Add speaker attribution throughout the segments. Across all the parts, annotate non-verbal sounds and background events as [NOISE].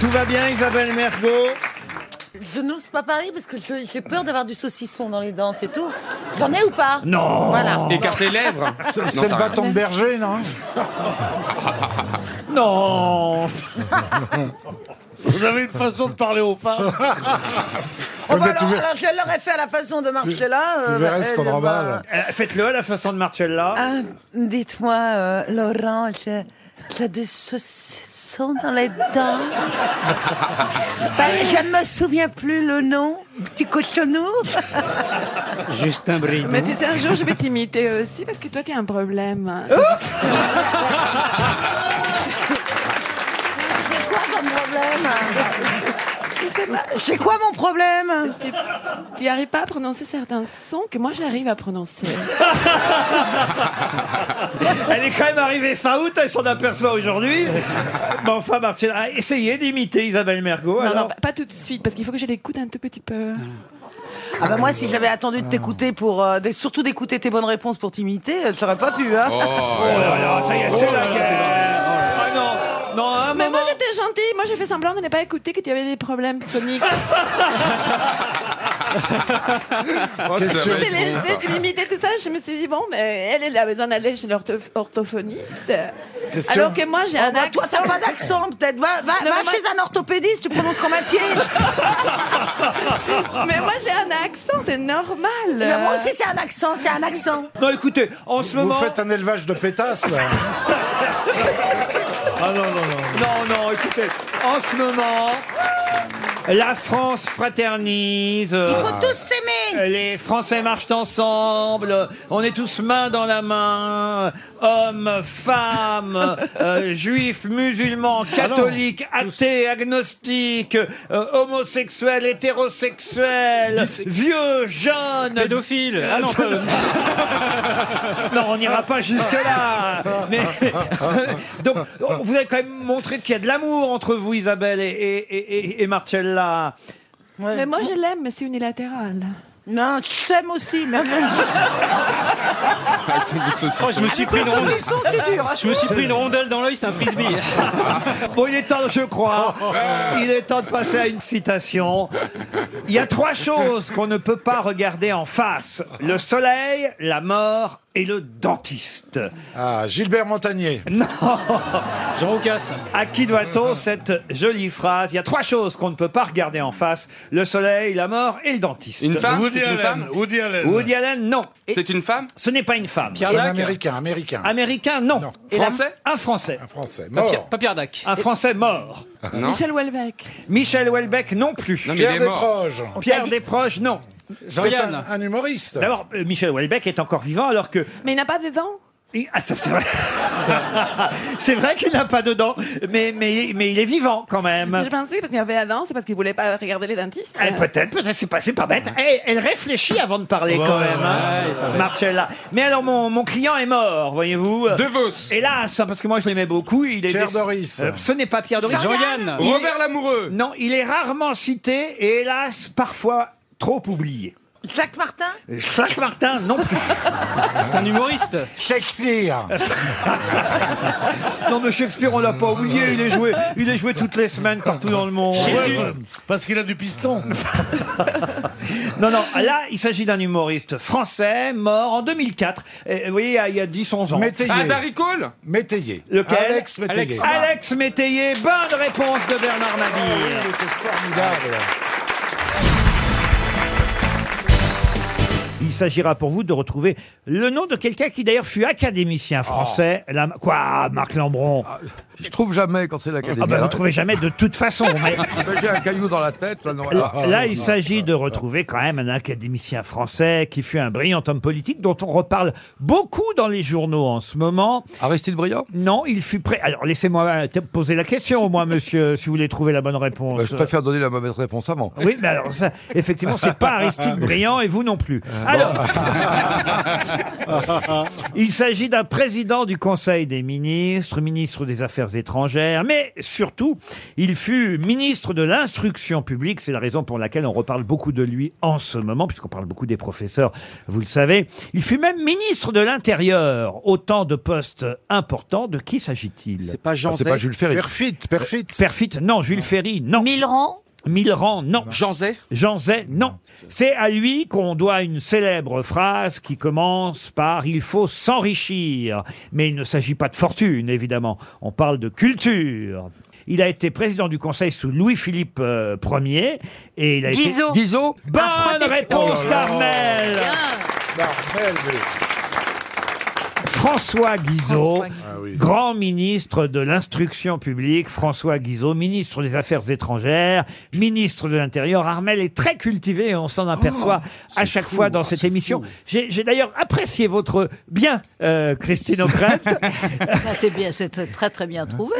Speaker 1: Tout va bien, Isabelle Mergot
Speaker 2: Je n'ose pas parler parce que je- j'ai peur d'avoir du saucisson dans les dents, c'est tout. J'en ai ou pas
Speaker 1: Non
Speaker 2: Voilà.
Speaker 3: Écarte les lèvres.
Speaker 4: C'est
Speaker 3: Non,
Speaker 4: c'est le
Speaker 3: t'as
Speaker 4: bâton de berger, non
Speaker 2: [LAUGHS]
Speaker 1: Non
Speaker 2: Oh,
Speaker 5: Vous avez une façon de parler aux femmes.
Speaker 2: Oh, bah
Speaker 4: Mais Eh ben, tu
Speaker 2: alors,
Speaker 4: verras-
Speaker 2: alors, je l'aurais fait à la façon de Marcella.
Speaker 4: tu
Speaker 2: euh,
Speaker 4: verras ce
Speaker 2: elle,
Speaker 4: qu'on
Speaker 2: bah,
Speaker 4: remballe.
Speaker 1: Euh, Faites-le à la façon de Marcella.
Speaker 2: Ah, dites-moi, euh, Laurent, j'ai, j'ai des saucissons dans les dents. Bah, je ne me souviens plus le nom. Petit [LAUGHS] cochonou.
Speaker 6: Justin Bridou.
Speaker 7: Mais tu sais, un jour, je vais t'imiter aussi parce que toi, tu as un problème.
Speaker 2: C'est quoi ton [LAUGHS] problème C'est quoi mon problème
Speaker 7: Tu- Tu n'arrives pas à prononcer certains sons que moi, j'arrive à prononcer.
Speaker 1: Elle est quand même arrivée fin août, elle s'en aperçoit aujourd'hui. Mais enfin, Marcella, ah, essayez d'imiter Isabelle Mergot.
Speaker 7: Non,
Speaker 1: alors.
Speaker 2: bah.
Speaker 7: non, pas- pas tout de suite parce qu'il faut que je l'écoute un tout petit peu.
Speaker 2: Ah bah moi, si j'avais attendu de t'écouter pour... euh, de- surtout d'écouter tes bonnes réponses pour t'imiter, euh, j'aurais pas pu, hein
Speaker 1: Oh là là, ça y est, c'est la guerre. Oh Ah non, non, à un
Speaker 7: Mais
Speaker 1: moment.
Speaker 7: moi, j'étais gentille. Moi, j'ai fait semblant de ne pas écouter que tu avais des problèmes soniques.
Speaker 3: Oh, ça
Speaker 7: Je
Speaker 3: va
Speaker 7: t'ai
Speaker 3: être bon.
Speaker 7: laissé, tu m'imitais tout ça. Je me suis dit, bon, mais elle, elle a besoin d'aller chez l'orthophoniste. Alors que moi, j'ai
Speaker 2: Oh
Speaker 7: un
Speaker 2: bah,
Speaker 7: accent.
Speaker 2: toi, t'as pas d'accent, peut-être. Va, va,
Speaker 7: Non,
Speaker 2: va
Speaker 7: mais moi-
Speaker 2: chez un orthopédiste, tu prononces comme un pied.
Speaker 7: Mais moi, j'ai un accent, c'est normal.
Speaker 2: Mais Eh ben, moi aussi, c'est un accent, c'est un accent.
Speaker 1: Non, écoutez, en ce
Speaker 4: Vous
Speaker 1: moment.
Speaker 4: faites un élevage de pétasses.
Speaker 1: Ah,
Speaker 3: Oh
Speaker 1: Non, non, écoutez, en ce moment. La France fraternise. euh,
Speaker 2: Il faut tous s'aimer.
Speaker 1: Les Français marchent ensemble, on est tous main dans la main, hommes, femmes, euh, juifs, musulmans, catholiques, athées, agnostiques, euh, homosexuels, hétérosexuels, vieux, jeunes.
Speaker 6: Pédophile. Ah non,
Speaker 1: [LAUGHS]
Speaker 6: pas-
Speaker 1: Non, on n'ira
Speaker 6: [LAUGHS]
Speaker 1: pas jusque-là. Mais...
Speaker 8: Ah.
Speaker 1: Donc, vous avez quand même montré qu'il y a de l'amour entre vous, Isabelle et, et, et- et Marcella.
Speaker 7: Mais moi, je l'aime, mais c'est unilatéral.
Speaker 2: Non, je t'aime aussi. Non,
Speaker 3: [LAUGHS] Avec son bout de saucisson.
Speaker 6: Oh, je me suis pris une rondelle.
Speaker 2: c'est dur. hein,
Speaker 6: Je me suis pris une rondelle dans l'œil, c'est un frisbee.
Speaker 1: Bon, il est temps, je crois, il est temps de passer à une citation. Il y a trois choses qu'on ne peut pas regarder en face. Le soleil, la mort et le dentiste.
Speaker 4: Ah, Gilbert Montagnier.
Speaker 6: Jean Roucas.
Speaker 1: À qui doit-on cette jolie phrase Il y a trois choses qu'on ne peut pas regarder en face. Le soleil, la mort et le dentiste.
Speaker 3: Une femme
Speaker 5: Woody
Speaker 3: C'est une
Speaker 5: Allen.
Speaker 3: femme
Speaker 5: Woody Allen.
Speaker 1: Woody Allen, non.
Speaker 3: C'est une femme
Speaker 1: Ce n'est pas une femme.
Speaker 6: Pierre
Speaker 4: Ah, Un
Speaker 6: Dac.
Speaker 4: américain, américain.
Speaker 1: Américain, non.
Speaker 4: Non.
Speaker 3: Et la- Français
Speaker 1: Un Français.
Speaker 4: Un français.
Speaker 6: Pierre-
Speaker 4: Mort. Euh,
Speaker 6: Pas Pierre Dac.
Speaker 1: Un Français mort.
Speaker 3: Ah, Non.
Speaker 7: Michel Houellebecq.
Speaker 1: Michel Houellebecq, non plus.
Speaker 3: Non, mais il
Speaker 4: Pierre
Speaker 3: est mort.
Speaker 4: Desproges.
Speaker 1: Pierre Desproges, non.
Speaker 4: C'est un,
Speaker 6: Jean-Yann.
Speaker 4: un humoriste.
Speaker 1: D'abord, euh, Michel Houellebecq est encore vivant alors que...
Speaker 7: Mais il n'a pas de dents.
Speaker 1: Il- Ah, ça, c'est vrai. [LAUGHS] c'est vrai qu'il n'a pas de dents, mais, mais, mais il est vivant quand même.
Speaker 7: Je pensais parce qu'il y avait un dent, c'est parce qu'il voulait pas regarder les dentistes.
Speaker 1: Eh, peut-être, peut-être, c'est pas, c'est pas bête. Eh, elle réfléchit avant de parler quand même, hein, Marcella. Mais alors, mon, mon client est mort, voyez-vous.
Speaker 3: De Vos.
Speaker 1: Hélas, hein, parce que moi je l'aimais beaucoup. Il est
Speaker 4: Pierre
Speaker 1: déc-
Speaker 4: Doris.
Speaker 1: Euh, ce n'est pas Pierre Doris.
Speaker 6: Jean-Yann.
Speaker 1: Il-
Speaker 3: Robert Lamoureux.
Speaker 1: Non, il est rarement cité et hélas, parfois trop oublié.
Speaker 2: Jacques Martin
Speaker 1: Jacques Martin, non plus.
Speaker 6: [LAUGHS] C'est un humoriste.
Speaker 4: Shakespeare.
Speaker 1: [LAUGHS] Non, mais Shakespeare, on l'a pas oublié. Il est joué, il est joué toutes les semaines partout dans le monde.
Speaker 6: Jésus.
Speaker 5: Parce qu'il a du piston.
Speaker 1: Non, non, là, il s'agit d'un humoriste français mort en 2004. Et, Eh, vous voyez, il y a- il y a 10-11 ans.
Speaker 4: Métayer.
Speaker 3: Ah, Darry Cole
Speaker 4: Métayer.
Speaker 1: Lequel
Speaker 4: Alex Métayer.
Speaker 1: Alex Métayer, bonne réponse de Bernard
Speaker 4: Ah,
Speaker 1: Mabille.
Speaker 4: Formidable.
Speaker 1: Il s'agira pour vous de retrouver le nom de quelqu'un qui d'ailleurs fut académicien français. La- Quoi, Marc Lambron
Speaker 8: Oh. Ah, Je trouve jamais quand c'est l'académie.
Speaker 1: Ah bah, vous trouvez jamais de toute façon.
Speaker 8: [LAUGHS]
Speaker 1: mais-
Speaker 8: J'ai un caillou dans la tête. Là, non,
Speaker 1: Là,
Speaker 8: ah, ah,
Speaker 1: il s'agit de retrouver quand même un académicien français qui fut un brillant homme politique dont on reparle beaucoup dans les journaux en ce moment.
Speaker 8: Aristide Briand
Speaker 1: Non, il fut prêt. Alors laissez-moi te- poser la question au moins, monsieur, [LAUGHS] si vous voulez trouver la bonne réponse.
Speaker 8: Bah, Je préfère donner la mauvaise réponse avant.
Speaker 1: Oui, mais alors ça, effectivement, c'est
Speaker 8: [LAUGHS]
Speaker 1: pas Aristide Briand et vous non plus.
Speaker 3: Oh
Speaker 1: Alors, il s'agit d'un président du Conseil des ministres, ministre des Affaires Affaires étrangères, mais surtout, il fut ministre de l'Instruction publique. C'est la raison pour laquelle on reparle beaucoup de lui en ce moment, puisqu'on parle beaucoup des professeurs, vous le savez. Il fut même ministre de l'Intérieur. Autant de postes importants. De qui s'agit-il
Speaker 9: C'est pas
Speaker 10: Ah,
Speaker 9: Jean
Speaker 10: c'est
Speaker 9: Zay.
Speaker 10: pas Jules Ferry.
Speaker 4: Perfite, perfite.
Speaker 1: Perfit, non. Jules Ferry, non.
Speaker 11: Milran
Speaker 1: Milran, non.
Speaker 6: Jean Zay
Speaker 1: Jean Zay, non. C'est à lui qu'on doit une célèbre phrase qui commence par Il faut s'enrichir. Mais il ne s'agit pas de fortune, évidemment. On parle de culture. Il a été président du conseil sous Louis-Philippe euh, Ier. Et il a été.
Speaker 11: Guizot
Speaker 10: Guizot
Speaker 5: Ah,
Speaker 11: Un
Speaker 1: Bonne
Speaker 11: protestant.
Speaker 1: réponse,
Speaker 4: Oh là là.
Speaker 1: Carmel
Speaker 11: François
Speaker 1: François Guizot,
Speaker 11: Guizot.
Speaker 4: Ah oui.
Speaker 1: grand ministre de l'instruction publique, François Guizot, ministre des Affaires étrangères, ministre de l'Intérieur. Armel est très cultivé et on s'en aperçoit
Speaker 4: Oh,
Speaker 1: à chaque fois
Speaker 4: Ah,
Speaker 1: dans cette émission. J'ai j'ai d'ailleurs apprécié votre bien, euh,
Speaker 4: [LAUGHS]
Speaker 1: Christine O'Krent.
Speaker 11: Ah, C'est bien, c'est très, très très bien trouvé.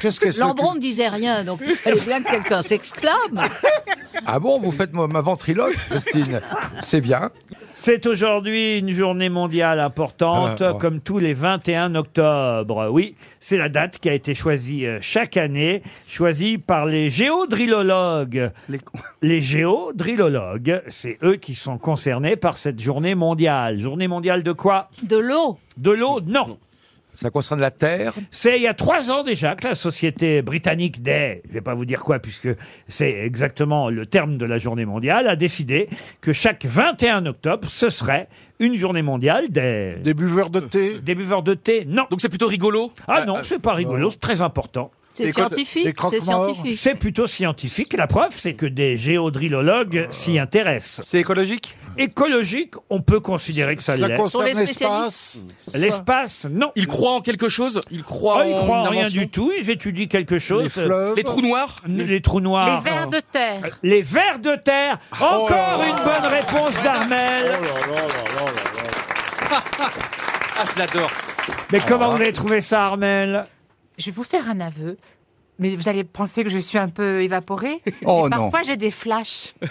Speaker 4: Qu'est-ce que c'est
Speaker 11: Lambron ne disait rien, donc il fallait bien que quelqu'un s'exclame.
Speaker 10: Ah bon, vous faites ma ma ventriloque, Christine C'est bien.
Speaker 1: C'est aujourd'hui une journée mondiale importante,
Speaker 10: Ah, ouais.
Speaker 1: comme tous les 21 octobre. Oui, c'est la date qui a été choisie euh, chaque année, choisie par les géodrillologues.
Speaker 6: Les-
Speaker 1: [LAUGHS] Les géodrillologues, c'est eux qui sont concernés par cette journée mondiale. Journée mondiale de quoi
Speaker 11: De l'eau.
Speaker 1: De l'eau Non.
Speaker 10: Ça concerne la Terre.
Speaker 1: C'est il y a trois ans déjà que la société britannique des, je vais pas vous dire quoi puisque c'est exactement le terme de la journée mondiale, a décidé que chaque 21 octobre, ce serait une journée mondiale des... Euh,
Speaker 4: Des buveurs de thé
Speaker 1: Des buveurs de thé, non.
Speaker 6: Donc c'est plutôt rigolo Euh,
Speaker 1: Ah non, c'est pas rigolo, c'est très important.
Speaker 11: C'est
Speaker 4: Des côtes- des
Speaker 11: scientifique. C'est
Speaker 4: croque-morts.
Speaker 11: scientifique.
Speaker 1: C'est plutôt scientifique. La preuve, c'est que des
Speaker 4: Euh,
Speaker 1: géodrillologues s'y intéressent.
Speaker 6: C'est écologique
Speaker 1: Écologique, on peut considérer que ça, l'est.
Speaker 4: concerne
Speaker 11: Sont les
Speaker 4: l'espace. ça.
Speaker 1: L'espace, non.
Speaker 6: Ils croient en quelque chose Ils croient
Speaker 1: Ah, ils croient en
Speaker 6: une
Speaker 1: rien
Speaker 6: invention
Speaker 1: du tout, ils étudient quelque
Speaker 4: Les
Speaker 1: chose.
Speaker 4: fleuves.
Speaker 6: Les trous noirs
Speaker 1: N- les trous noirs.
Speaker 11: Les vers de terre.
Speaker 1: Les vers de terre.
Speaker 6: Oh.
Speaker 1: Encore
Speaker 4: là là.
Speaker 1: une bonne réponse d'Armel.
Speaker 4: Oh là là là là là.
Speaker 6: Ah, je l'adore
Speaker 1: Mais
Speaker 6: Ah.
Speaker 1: comment vous avez trouvé ça, Armel
Speaker 12: Je vais vous faire un aveu, mais vous allez penser que je suis un peu évaporée.
Speaker 10: [LAUGHS] Oh
Speaker 12: Et
Speaker 10: non.
Speaker 12: Parfois j'ai des flashs. [LAUGHS]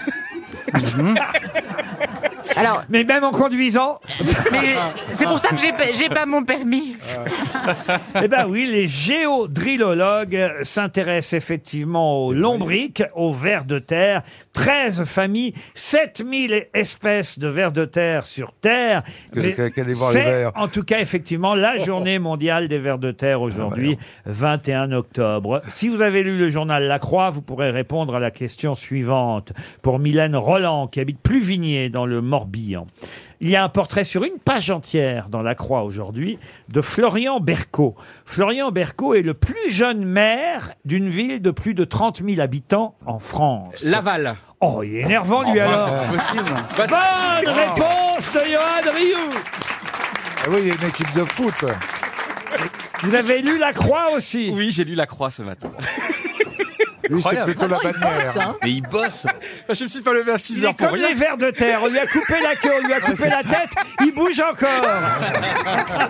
Speaker 12: Alors,
Speaker 1: Mais même en conduisant
Speaker 12: [LAUGHS] mais c'est pour ça que j'ai pas- j'ai pas mon permis.
Speaker 1: Eh ben oui, les géodrillologues s'intéressent effectivement aux lombriques, aux vers de terre. 13 familles, 7000 espèces de vers de terre sur Terre.
Speaker 10: Que-
Speaker 1: Mais
Speaker 10: que- qu'allez voir les
Speaker 1: c'est,
Speaker 10: vers.
Speaker 1: En tout cas, effectivement, la journée mondiale des vers de terre aujourd'hui, 21 octobre. Si vous avez lu le journal La Croix, vous pourrez répondre à la question suivante pour Mylène Roland, qui habite Pluvigné dans le Morbihan. Il y a un portrait sur une page entière dans La Croix aujourd'hui de Florian Berco. Florian Berco est le plus jeune maire d'une ville de plus de 30 000 habitants en France.
Speaker 6: Laval
Speaker 1: Oh, il est énervant lui alors. Bonne réponse de Johan Rioux.
Speaker 4: Ah oui, il y a une équipe de foot.
Speaker 1: Vous avez lu La Croix aussi.
Speaker 6: Oui, j'ai lu La Croix ce matin.
Speaker 4: Lui, c'est
Speaker 6: Incroyable.
Speaker 4: plutôt la bannière.
Speaker 6: Mais ils bossent Je me suis pas levé à 6
Speaker 1: Il est
Speaker 6: heures pour
Speaker 1: comme
Speaker 6: rien.
Speaker 1: les vers de terre. On lui a coupé la queue,
Speaker 6: [LAUGHS]
Speaker 1: on lui a coupé la tête. Il bouge encore.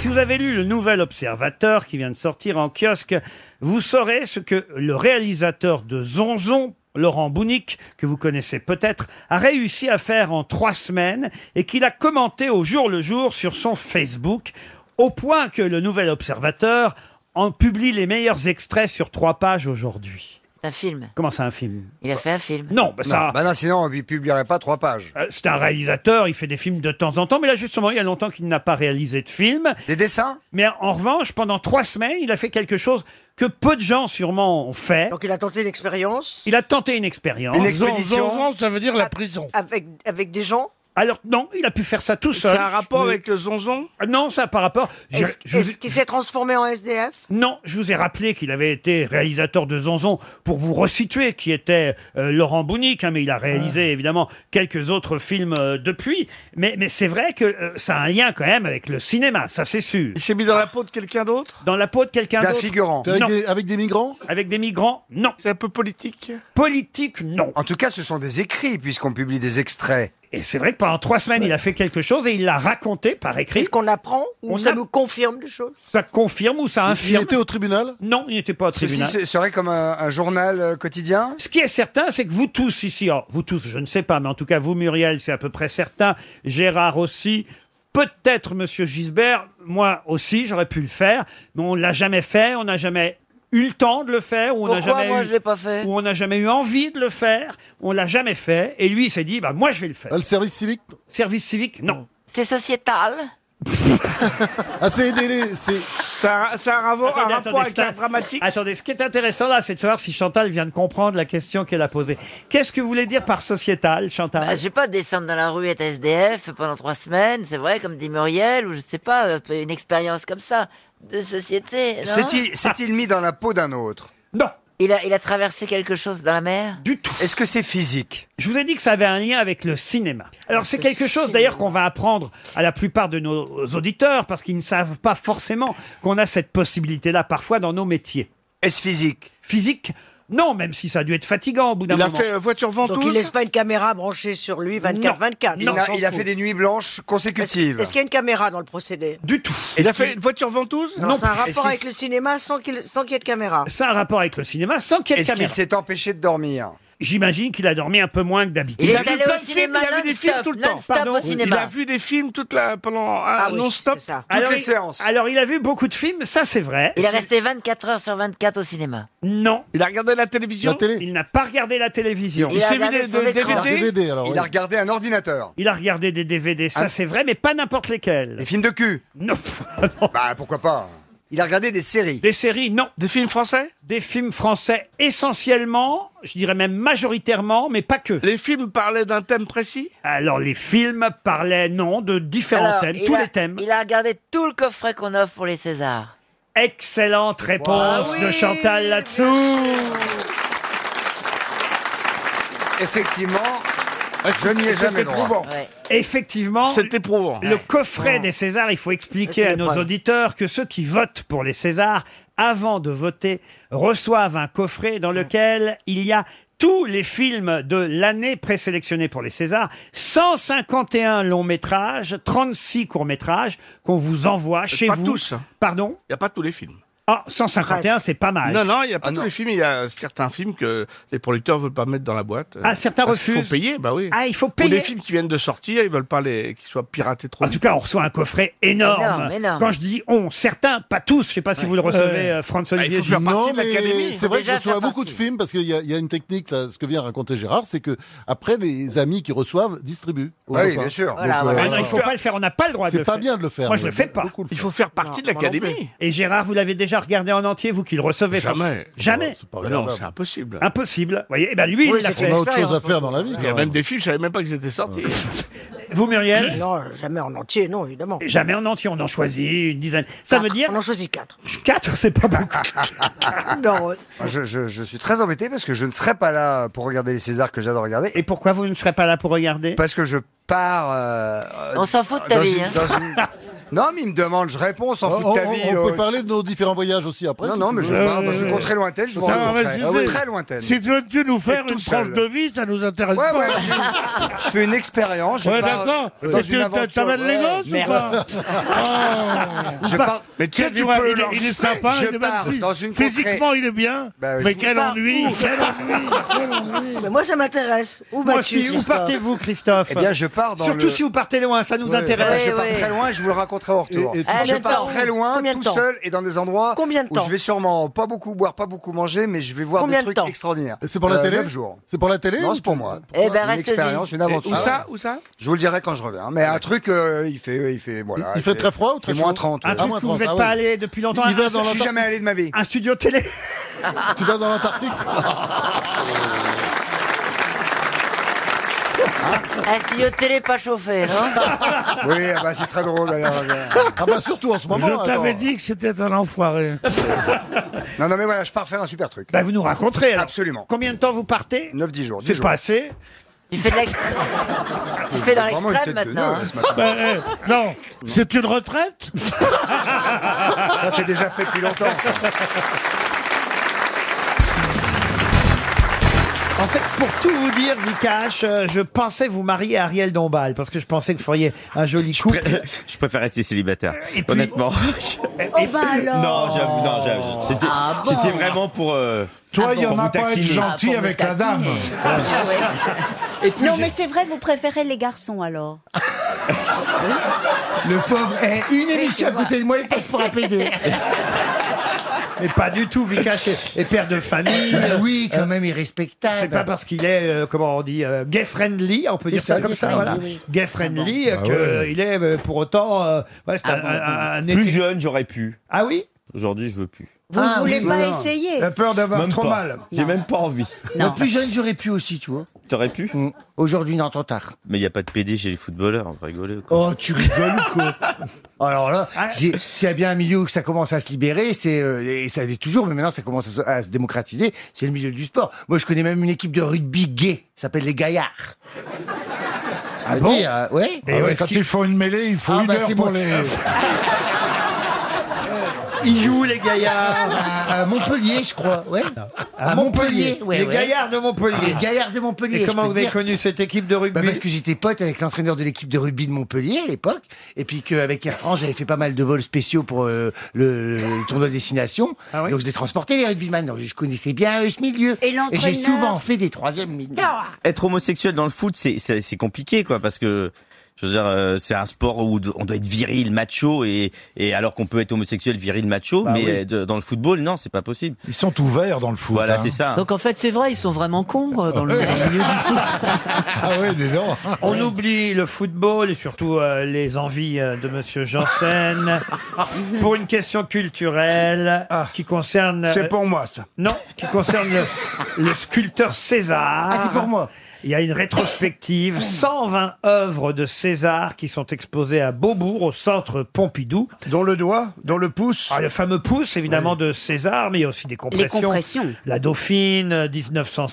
Speaker 1: Si vous avez lu le Nouvel Observateur qui vient de sortir en kiosque, vous saurez ce que le réalisateur de Zonzon, Laurent Bounic, que vous connaissez peut-être, a réussi à faire en trois semaines et qu'il a commenté au jour le jour sur son Facebook, au point que le Nouvel Observateur en publie les meilleurs extraits sur trois pages aujourd'hui.
Speaker 12: Un film.
Speaker 1: Comment c'est un film
Speaker 12: Il a fait un film.
Speaker 1: Non, bah ça,
Speaker 13: Bah non, sinon, il publierait pas trois pages.
Speaker 1: euh, c'est un réalisateur, il fait des films de temps en temps, mais là justement, il y a longtemps qu'il n'a pas réalisé de film.
Speaker 13: Des dessins
Speaker 1: Mais en revanche, pendant trois semaines, il a fait quelque chose que peu de gens sûrement ont fait.
Speaker 14: il a tenté l'expérience
Speaker 1: Il a tenté une expérience.
Speaker 13: Une
Speaker 15: Zon-
Speaker 13: expédition
Speaker 15: zonzon, ça veut dire la prison.
Speaker 14: avec, avec des gens
Speaker 1: Alors non, il a pu faire ça tout
Speaker 15: C'est
Speaker 1: seul.
Speaker 15: un rapport avec le zonzon
Speaker 1: Ah Non, ça par rapport. Je- je vous-
Speaker 14: qu'il s'est transformé en SDF
Speaker 1: non, je vous ai rappelé qu'il avait été réalisateur de Zonzon pour vous resituer, qui était euh, Laurent Bounic, hein, mais il a réalisé
Speaker 13: Ah.
Speaker 1: évidemment quelques autres films euh, depuis. Mais, mais c'est vrai que euh, ça a un lien quand même avec le cinéma, ça c'est sûr.
Speaker 15: Il s'est mis dans la peau de quelqu'un d'autre
Speaker 1: Dans la peau de quelqu'un
Speaker 13: d'un
Speaker 1: d'autre.
Speaker 13: figurant.
Speaker 4: Avec
Speaker 1: Non.
Speaker 4: des, avec des migrants
Speaker 1: Avec des migrants, non.
Speaker 15: C'est un peu politique
Speaker 1: Politique, non.
Speaker 13: En tout cas, ce sont des écrits, puisqu'on publie des extraits.
Speaker 1: Et c'est vrai que pendant trois semaines, il a fait quelque chose et il l'a raconté par écrit. Est-ce qu'on apprend
Speaker 16: Ou ça nous confirme des choses
Speaker 1: Ça confirme ou ça infirme
Speaker 13: Il était
Speaker 1: au tribunal Non, il n'était pas au
Speaker 13: Ceci
Speaker 1: tribunal.
Speaker 13: se- serait comme un, un journal euh, quotidien
Speaker 1: Ce qui est certain, c'est que vous tous ici, alors, vous tous, je ne sais pas, mais en tout cas vous, Muriel, c'est à peu près certain, Gérard aussi, peut-être Monsieur Gisbert, moi aussi, j'aurais pu le faire, mais on l'a jamais fait, on n'a jamais eu le temps de le faire, ou on n'a
Speaker 16: Pourquoi
Speaker 1: jamais
Speaker 16: moi,
Speaker 1: eu,
Speaker 16: je l'ai pas fait
Speaker 1: ou on n'a jamais eu envie de le faire, on l'a jamais fait, et lui il s'est dit, bah moi je vais le faire. Le service civique Service civique, non.
Speaker 16: C'est sociétal
Speaker 1: Ah, c'est c'est... Ça, a un rapport,
Speaker 5: un rapport avec l'art
Speaker 1: dramatique. Attendez, ce qui est intéressant là, c'est de savoir si Chantal vient de comprendre la question qu'elle a posée. Qu'est-ce que vous voulez dire par sociétal, Chantal
Speaker 13: Bah,
Speaker 16: Bah, Je vais pas descendre dans la rue et être SDF pendant trois semaines, c'est vrai, comme dit Muriel, ou je sais pas, euh, une expérience comme ça, de société. non Ah.
Speaker 13: S'est-il s'est-il mis dans la peau d'un autre
Speaker 1: Non.
Speaker 16: il a, il a traversé quelque chose dans la mer
Speaker 1: Du tout.
Speaker 13: Est-ce que c'est physique
Speaker 1: Je vous ai dit que ça avait un lien avec le cinéma. Alors c'est quelque chose d'ailleurs qu'on va apprendre à la plupart de nos auditeurs parce qu'ils ne savent pas forcément qu'on a cette possibilité-là parfois dans nos métiers.
Speaker 13: Est-ce physique
Speaker 1: Physique Non, même si ça a dû être fatigant au bout d'un moment.
Speaker 16: voiture
Speaker 1: ventouse
Speaker 3: Donc il laisse pas une caméra branchée sur lui 24-24.
Speaker 13: Il, a, il a fait des nuits blanches consécutives.
Speaker 3: Est-ce qu'il y a une caméra dans le procédé
Speaker 1: Du tout.
Speaker 13: Il a fait une
Speaker 3: voiture ventouse
Speaker 13: Non.
Speaker 3: Non, c'est un
Speaker 13: Est-ce qu'il-
Speaker 3: rapport avec le cinéma sans qu'il sans qu'il y ait de caméra.
Speaker 1: Ça a un rapport avec le cinéma sans qu'il y ait de
Speaker 13: Est-ce qu'il
Speaker 1: caméra.
Speaker 13: s'est empêché de dormir
Speaker 1: J'imagine qu'il a dormi un peu moins que d'habitude.
Speaker 5: Il a vu plein de films, il a vu des films tout le temps.
Speaker 1: Pardon
Speaker 5: Il a vu des films toute la, pendant un
Speaker 16: oui,
Speaker 5: non-stop.
Speaker 16: c'est ça.
Speaker 1: Alors, il- Alors, il a vu beaucoup de films, ça c'est vrai.
Speaker 16: Il est resté 24 heures sur 24 au cinéma.
Speaker 1: Non.
Speaker 5: Il a regardé la télévision
Speaker 1: Il n'a pas regardé la télévision.
Speaker 16: Il Il a s'est vu regardé des- son des écran. DVD
Speaker 13: Il a regardé un ordinateur.
Speaker 1: Il a regardé des DVD, ça
Speaker 13: Ah.
Speaker 1: c'est vrai, mais pas n'importe lesquels.
Speaker 13: Des films de cul [LAUGHS]
Speaker 1: Non.
Speaker 13: bah pourquoi pas Il a regardé des séries.
Speaker 1: Des séries, non.
Speaker 5: Des films français
Speaker 1: Des films français essentiellement, je dirais même majoritairement, mais pas que.
Speaker 5: Les films parlaient d'un thème précis
Speaker 1: Alors les films parlaient, non, de différents
Speaker 16: Alors,
Speaker 1: thèmes,
Speaker 16: il
Speaker 1: tous
Speaker 16: a-
Speaker 1: les thèmes.
Speaker 16: Il a regardé tout le coffret qu'on offre pour les Césars.
Speaker 1: Excellente réponse
Speaker 16: Ah
Speaker 1: de
Speaker 16: oui,
Speaker 1: Chantal là-dessous.
Speaker 13: Effectivement, je n'y ai jamais droit.
Speaker 1: Effectivement,
Speaker 5: C'est éprouvant.
Speaker 1: le coffret des Césars, il faut expliquer
Speaker 5: C'est
Speaker 1: à nos
Speaker 5: l'épreuve.
Speaker 1: auditeurs que ceux qui votent pour les Césars, avant de voter, reçoivent un coffret dans lequel il y a tous les films de l'année présélectionnés pour les Césars, 151 longs métrages, 36 courts métrages qu'on vous envoie chez
Speaker 5: Euh, pas
Speaker 1: vous.
Speaker 5: tous.
Speaker 1: Pardon
Speaker 5: Il n'y a pas tous les films.
Speaker 1: Ah, 151, c'est pas mal.
Speaker 5: Non, non, il n'y a pas tous les films. Il y a certains films que les producteurs ne veulent pas mettre dans la boîte.
Speaker 1: Ah, certains
Speaker 5: Parce qu'il
Speaker 1: refusent.
Speaker 5: faut payer, bah oui.
Speaker 1: Ah, il faut
Speaker 5: Ou
Speaker 1: payer.
Speaker 5: des films qui viennent de sortir, ils ne veulent pas les... qu'ils soient piratés trop. En
Speaker 1: tout cas, on reçoit un coffret énorme.
Speaker 5: Énorme, énorme.
Speaker 1: Quand je dis on, certains, pas tous, je sais pas si vous le recevez,
Speaker 17: Ouais.
Speaker 1: euh, Franz
Speaker 18: Bah,
Speaker 1: Olivier. Gisbert.
Speaker 17: Non, mais C'est vrai que je reçois beaucoup de films parce qu'il y, a- il y a une technique, ça, ce que vient raconter Gérard, c'est que après les amis qui reçoivent distribuent. aux
Speaker 13: Ah oui,
Speaker 17: enfants.
Speaker 13: bien sûr.
Speaker 17: Donc,
Speaker 13: Voilà, voilà.
Speaker 17: euh,
Speaker 1: Ah non, il faut pas le faire, on n'a pas le droit de
Speaker 17: C'est
Speaker 1: le
Speaker 17: pas
Speaker 1: faire.
Speaker 17: bien de le faire.
Speaker 1: Moi, je
Speaker 17: mais
Speaker 1: le fais pas.
Speaker 17: beaucoup le
Speaker 5: Il faut faire partie de l'académie.
Speaker 1: Et Gérard, vous l'avez déjà regardé en entier, vous qui le recevez sans-
Speaker 5: Jamais.
Speaker 1: Jamais.
Speaker 5: Mais non, c'est impossible.
Speaker 1: Impossible. Vous voyez, eh ben lui, il l'a
Speaker 5: Il
Speaker 1: fait.
Speaker 5: y a même des films, je savais même pas qu'ils étaient sortis.
Speaker 1: Vous, Muriel
Speaker 3: Non, jamais en entier, non, évidemment.
Speaker 1: Jamais en entier, on en choisit une dizaine. Ça veut dire
Speaker 3: On en choisit quatre.
Speaker 1: Quatre, c'est pas beaucoup. [LAUGHS]
Speaker 3: [LAUGHS] Non,
Speaker 13: Je, je- je suis très embêté parce que je ne serai pas là pour regarder les Césars que j'adore regarder.
Speaker 1: Et pourquoi vous ne serez pas là pour regarder
Speaker 13: Parce que je pars. euh,
Speaker 16: On s'en fout de ta
Speaker 13: dans
Speaker 16: vie,
Speaker 13: une-
Speaker 16: hein.
Speaker 13: dans
Speaker 1: [LAUGHS]
Speaker 13: une- Non, mais il me demande, je réponds, on s'en fout de ta
Speaker 17: Oh, on-
Speaker 13: vie.
Speaker 17: on
Speaker 13: euh,
Speaker 17: peut parler de nos différents voyages aussi après.
Speaker 13: Non,
Speaker 17: si
Speaker 13: non,
Speaker 17: tu
Speaker 13: mais
Speaker 17: veux.
Speaker 13: je pars dans une contrée lointaine, je vous
Speaker 17: Ça,
Speaker 13: raconterai.
Speaker 17: vas-y,
Speaker 13: Ah oui,
Speaker 17: vas-y.
Speaker 13: Très lointaine.
Speaker 15: Si tu veux tu nous faire
Speaker 13: Et
Speaker 15: une
Speaker 13: tout
Speaker 15: tranche
Speaker 13: seul.
Speaker 15: de vie, ça nous intéresse
Speaker 13: Ouais,
Speaker 15: pas.
Speaker 13: ouais, je fais une expérience. je
Speaker 15: Ouais,
Speaker 13: pars
Speaker 15: d'accord.
Speaker 13: dans
Speaker 15: Mais
Speaker 13: une
Speaker 15: tu
Speaker 13: aventure,
Speaker 15: t'amènes les
Speaker 13: ouais.
Speaker 15: gosses ou
Speaker 13: [LAUGHS]
Speaker 15: pas Oh.
Speaker 13: Je pars-
Speaker 15: Mais tu sais, tu vois, il, est- il est sympa,
Speaker 13: Je
Speaker 15: il est
Speaker 13: pars
Speaker 15: magnifique.
Speaker 13: dans une contrée-
Speaker 15: Physiquement, il est bien.
Speaker 13: Bah oui.
Speaker 15: Mais
Speaker 13: Je
Speaker 15: quel
Speaker 13: pars
Speaker 15: ennui,
Speaker 13: où
Speaker 15: quel
Speaker 13: [LAUGHS]
Speaker 15: ennui, quel ennui.
Speaker 3: Mais moi, ça m'intéresse. Où
Speaker 1: Moi
Speaker 3: vas-tu,
Speaker 1: aussi, où
Speaker 3: Christophe
Speaker 1: partez-vous, Christophe
Speaker 13: Eh bien, je pars dans
Speaker 1: Surtout
Speaker 13: le-
Speaker 1: si vous partez loin, ça nous
Speaker 13: Ouais.
Speaker 1: intéresse.
Speaker 13: je pars très loin, je vous le raconterai au retour.
Speaker 1: Et- et-
Speaker 13: je
Speaker 1: Eh, Combien de
Speaker 13: pars
Speaker 1: temps
Speaker 13: très loin,
Speaker 1: Combien de
Speaker 13: tout
Speaker 1: temps
Speaker 13: seul et dans des endroits
Speaker 1: Combien de
Speaker 13: où
Speaker 1: temps
Speaker 13: je vais sûrement pas beaucoup boire, pas beaucoup manger, mais je vais voir
Speaker 3: Combien
Speaker 13: des
Speaker 3: de
Speaker 13: trucs
Speaker 3: temps
Speaker 13: extraordinaires.
Speaker 17: C'est pour la
Speaker 13: Euh,
Speaker 17: télé
Speaker 13: neuf jours.
Speaker 17: C'est pour la télé
Speaker 13: Non,
Speaker 17: ou
Speaker 13: c'est pour
Speaker 17: tu-
Speaker 13: moi.
Speaker 17: Eh ben,
Speaker 13: une
Speaker 17: reste-y.
Speaker 13: expérience, une
Speaker 17: Et
Speaker 13: aventure.
Speaker 17: où
Speaker 6: Ah
Speaker 17: ça
Speaker 5: Où ça
Speaker 13: Je vous le dirai quand je reviens. Mais un truc, euh, il fait, il fait, voilà.
Speaker 17: Il fait très froid ou
Speaker 13: il
Speaker 17: très
Speaker 13: fait
Speaker 17: chaud Ah,
Speaker 13: moins 30.
Speaker 1: Un
Speaker 13: ouais.
Speaker 1: truc que vous n'êtes pas allé depuis longtemps.
Speaker 13: Il va dans
Speaker 1: un-
Speaker 13: Je suis l'Antarctique. jamais allé de ma vie.
Speaker 1: Un studio télé.
Speaker 17: Tu vas dans l'Antarctique
Speaker 8: Ah.
Speaker 16: Un studio de Ah, télé pas chauffé,
Speaker 1: [LAUGHS]
Speaker 16: non
Speaker 13: [LAUGHS] Oui, ah bah, c'est très drôle. d'ailleurs.
Speaker 17: Ah bah surtout en ce moment.
Speaker 15: Je t'avais
Speaker 17: attends.
Speaker 15: dit que c'était un enfoiré.
Speaker 13: Non, non, mais voilà, je pars faire un super truc.
Speaker 1: Bah, vous nous raconterez alors.
Speaker 13: Absolument.
Speaker 1: Combien de temps vous partez
Speaker 13: 9-10 jours. 10
Speaker 1: C'est
Speaker 13: jours. Ah,
Speaker 1: pas assez.
Speaker 16: Tu fais de l'ex- Tu fais dans
Speaker 13: Vraiment une
Speaker 16: l'extrême
Speaker 13: tête de
Speaker 16: maintenant.
Speaker 13: nœud,
Speaker 16: hein.
Speaker 13: ce matin.
Speaker 15: Bah,
Speaker 5: euh,
Speaker 15: eh, non, c'est une retraite
Speaker 13: [LAUGHS] Ça, c'est déjà fait depuis longtemps. ça.
Speaker 1: En fait, pour tout vous dire, Vikash, euh, je pensais vous marier à Ariel Dombal parce que je pensais que vous feriez un joli couple.
Speaker 19: Je préfère rester célibataire,
Speaker 4: [LAUGHS]
Speaker 19: honnêtement.
Speaker 8: Oh,
Speaker 1: Et-
Speaker 8: bah
Speaker 19: Non, j'avoue, non, j'avoue. C'était
Speaker 1: Ah bon
Speaker 19: c'était vraiment pour. euh,
Speaker 11: Toi,
Speaker 19: pour
Speaker 11: il y en
Speaker 19: vous
Speaker 11: a pas à être
Speaker 19: taquiner.
Speaker 11: gentil avec la dame.
Speaker 20: non, mais c'est vrai, vous préférez les garçons alors.
Speaker 11: [LAUGHS] Le pauvre. eh, une
Speaker 20: Oui,
Speaker 11: émission à
Speaker 20: tu vois.
Speaker 11: côté de moi, il passe pour un PD.
Speaker 1: Mais pas du tout, Vikash est, est père de famille.
Speaker 11: Mais
Speaker 1: oui,
Speaker 11: euh, quand même irrespectable.
Speaker 1: C'est pas parce qu'il est, euh, comment on dit, euh, gay-friendly, on peut
Speaker 11: C'est
Speaker 1: dire ça,
Speaker 11: ça,
Speaker 1: comme ça,
Speaker 11: gay-friendly,
Speaker 1: voilà.
Speaker 11: oui.
Speaker 1: Gay-friendly,
Speaker 19: Ah bon.
Speaker 1: qu'il
Speaker 19: Ah
Speaker 1: est euh, pour autant... euh, ouais, c'est un- un- un
Speaker 19: Plus
Speaker 1: été-
Speaker 19: jeune, j'aurais pu.
Speaker 1: Ah oui
Speaker 19: Aujourd'hui, je veux plus.
Speaker 1: Vous ne Ah voulez oui, pas voilà. essayer
Speaker 11: La peur d'avoir
Speaker 19: Même
Speaker 11: trop
Speaker 19: pas.
Speaker 11: mal.
Speaker 19: J'ai même pas envie.
Speaker 11: Moi, plus jeune, j'aurais pu aussi, tu vois.
Speaker 19: T'aurais pu
Speaker 11: Mm. Aujourd'hui, non, trop tard.
Speaker 19: Mais il n'y a pas de PD chez les footballeurs, on va rigoler. quoi.
Speaker 11: Oh, tu rigoles ou quoi [LAUGHS] Alors là, j'ai- s'il y a bien un milieu où ça commence à se libérer, c'est euh, et ça l'est toujours, mais maintenant ça commence à se, à se démocratiser, c'est le milieu du sport. Moi, je connais même une équipe de rugby gay, ça s'appelle les Gaillards. Ah
Speaker 4: bon
Speaker 11: Ouais. Ah,
Speaker 4: Ah ouais, quand
Speaker 11: il faut une mêlée, il
Speaker 4: faut une heure
Speaker 11: [LAUGHS]
Speaker 4: pour les-
Speaker 1: Ils jouent les gaillards.
Speaker 11: À, à Montpellier, je crois. Ouais.
Speaker 1: À Montpellier,
Speaker 11: ouais,
Speaker 1: les
Speaker 11: ouais.
Speaker 1: Gaillards de Montpellier.
Speaker 11: Les Gaillards de Montpellier.
Speaker 1: Et
Speaker 11: je
Speaker 1: comment
Speaker 11: peux
Speaker 1: vous avez
Speaker 11: dire.
Speaker 1: connu cette équipe de rugby
Speaker 11: Bah, parce que j'étais pote avec l'entraîneur de l'équipe de rugby de Montpellier à l'époque, et puis qu'avec Air France, j'avais fait pas mal de vols spéciaux pour euh, le, le tournoi destination.
Speaker 1: Ah
Speaker 11: donc je les transportais, les rugbyman. Donc je connaissais bien euh, ce milieu. Et, j'ai
Speaker 20: l'entraîneur
Speaker 11: souvent fait des troisièmes minutes.
Speaker 19: Être homosexuel dans le foot, c'est- c'est c'est compliqué, quoi, parce que. Je veux dire, euh, c'est un sport où on doit être viril, macho, et, et alors qu'on peut être homosexuel, viril, macho,
Speaker 4: Bah
Speaker 19: mais
Speaker 4: oui.
Speaker 19: euh, de- dans le football, non, c'est pas possible.
Speaker 4: Ils sont ouverts dans le foot.
Speaker 19: Voilà,
Speaker 4: hein.
Speaker 19: c'est ça.
Speaker 21: Donc en fait, c'est vrai, ils sont vraiment cons euh, dans le dans le milieu du
Speaker 1: Ah ouais, [LAUGHS] On oublie le football et surtout euh, les envies euh, de
Speaker 11: [LAUGHS]
Speaker 1: Monsieur Janssen pour une question culturelle qui concerne.
Speaker 11: Ah. C'est pour
Speaker 1: moi ça. Non, qui concerne le, le sculpteur César.
Speaker 11: Ah, c'est pour moi.
Speaker 1: Il y a une rétrospective, 120 œuvres de César qui sont exposées à Beaubourg, au centre Pompidou. Dans le doigt Dans le pouce ah, Le fameux pouce, évidemment, de César, mais il y a aussi des compressions.
Speaker 20: compressions.
Speaker 1: La Dauphine, euh,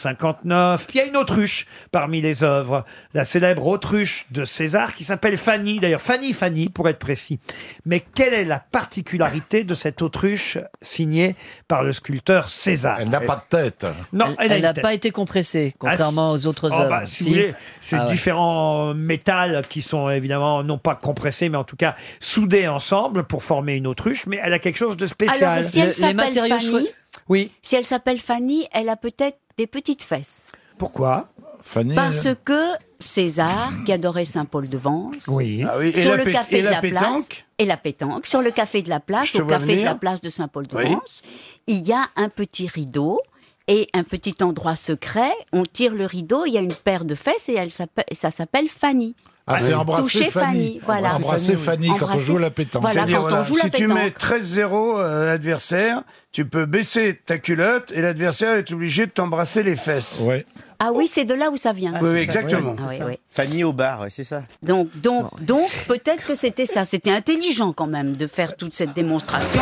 Speaker 1: 1959. Puis il y a une autruche parmi les œuvres. La célèbre autruche de César qui s'appelle Fanny. D'ailleurs, Fanny Fanny, pour être précis. Mais quelle est la particularité de cette autruche signée par le sculpteur César Elle n'a
Speaker 4: pas
Speaker 1: de tête. Non,
Speaker 21: Elle
Speaker 1: elle, a
Speaker 21: n'a
Speaker 1: une tête.
Speaker 21: pas été compressée, contrairement aux autres
Speaker 1: Ah,
Speaker 21: œuvres.
Speaker 1: bah, si,
Speaker 21: Si.
Speaker 1: vous voulez, c'est
Speaker 21: Ah ouais. [LAUGHS]
Speaker 1: différents métals qui sont évidemment non pas compressés, mais en tout cas soudés ensemble pour former une autruche. Mais elle a quelque chose de spécial.
Speaker 20: [LAUGHS] Alors, si elle s'appelle Fanny,
Speaker 1: Oui.
Speaker 20: si elle s'appelle Fanny, elle a peut-être des petites fesses.
Speaker 1: Pourquoi Fanny.
Speaker 4: euh,
Speaker 20: Parce que César, qui adorait Saint-Paul de Vence,
Speaker 1: Oui.
Speaker 20: sur le café de la place, et la pétanque, sur le café de la place,
Speaker 1: Je te
Speaker 20: au
Speaker 1: vois
Speaker 20: café de
Speaker 1: venir.
Speaker 20: la place de Saint-Paul de
Speaker 1: Oui.
Speaker 20: Vence, il y a un petit rideau et un petit endroit secret. On tire le rideau, il y a une paire de fesses et elle s'appelle- ça s'appelle Fanny.
Speaker 4: Ah, c'est embrasser
Speaker 20: Toucher
Speaker 4: Fanny.
Speaker 20: Fanny, voilà.
Speaker 4: Embrasser Fanny quand on
Speaker 20: Embrasser-
Speaker 4: joue à la pétanque.
Speaker 20: Voilà,
Speaker 4: C'est-à-dire,
Speaker 20: quand on
Speaker 4: voilà,
Speaker 20: joue la
Speaker 13: si tu
Speaker 20: pétanque.
Speaker 13: mets 13-0 à l'adversaire, tu peux baisser ta culotte et l'adversaire est obligé de t'embrasser les fesses.
Speaker 4: Ouais.
Speaker 20: Ah oui, c'est de là où ça vient.
Speaker 13: oui, oui, exactement.
Speaker 20: Ah oui, oui.
Speaker 19: Fanny au bar, ouais, c'est ça.
Speaker 20: Donc, donc, donc, peut-être que c'était ça. C'était intelligent quand même de faire toute cette
Speaker 21: [LAUGHS]
Speaker 20: démonstration.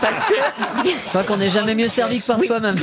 Speaker 20: Parce que.
Speaker 21: Je crois qu'on n'est jamais mieux servi que par soi-même.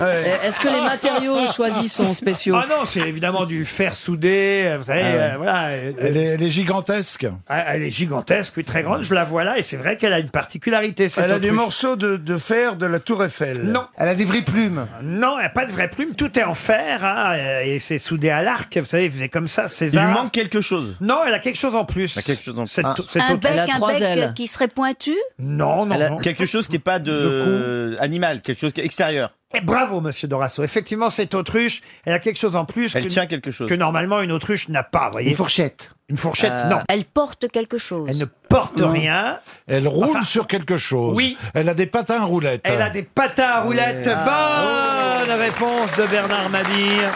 Speaker 21: Euh, Est-ce que les matériaux choisis sont spéciaux
Speaker 1: Oh. Ah non, c'est évidemment du fer soudé, euh, vous savez,
Speaker 4: Ah ouais.
Speaker 1: euh, voilà. euh,
Speaker 4: Elle est, elle est gigantesque.
Speaker 1: euh, Elle est gigantesque, oui, très grande, je la vois là, et c'est vrai qu'elle a une particularité, cette
Speaker 13: Elle a des
Speaker 1: autruche.
Speaker 13: morceaux de, de fer de la Tour Eiffel.
Speaker 1: Non.
Speaker 11: Elle a des vraies plumes.
Speaker 1: Non, elle n'a pas de vraies plumes, tout est en fer, hein, euh, et c'est soudé à l'arc, vous savez, il faisait comme ça,
Speaker 19: Il
Speaker 1: César.
Speaker 19: lui manque quelque chose.
Speaker 1: Non, elle a quelque chose en plus.
Speaker 19: Elle a quelque chose en plus.
Speaker 1: Cette-
Speaker 19: Ah.
Speaker 1: cette
Speaker 20: un
Speaker 1: autruche.
Speaker 20: bec, un bec qui serait pointu.
Speaker 1: Non, non,
Speaker 19: Elle a-
Speaker 1: non.
Speaker 19: Quelque chose qui n'est pas de, euh, animal, quelque chose qui est extérieur.
Speaker 1: Et Eh, bravo, monsieur Dorasso. Effectivement, cette autruche, elle a quelque chose en plus.
Speaker 19: Elle
Speaker 1: que,
Speaker 19: tient quelque chose.
Speaker 1: Que normalement, une autruche n'a pas, vous voyez.
Speaker 11: Une fourchette.
Speaker 1: Une fourchette,
Speaker 20: Euh,
Speaker 1: non.
Speaker 20: Elle porte quelque chose.
Speaker 1: Elle ne porte rien.
Speaker 4: Elle roule
Speaker 1: Enfin,
Speaker 4: sur quelque chose.
Speaker 1: oui.
Speaker 4: Elle a des patins à roulettes.
Speaker 1: Elle a des patins à roulettes.
Speaker 22: Ah.
Speaker 1: Bonne réponse de Bernard Mabir.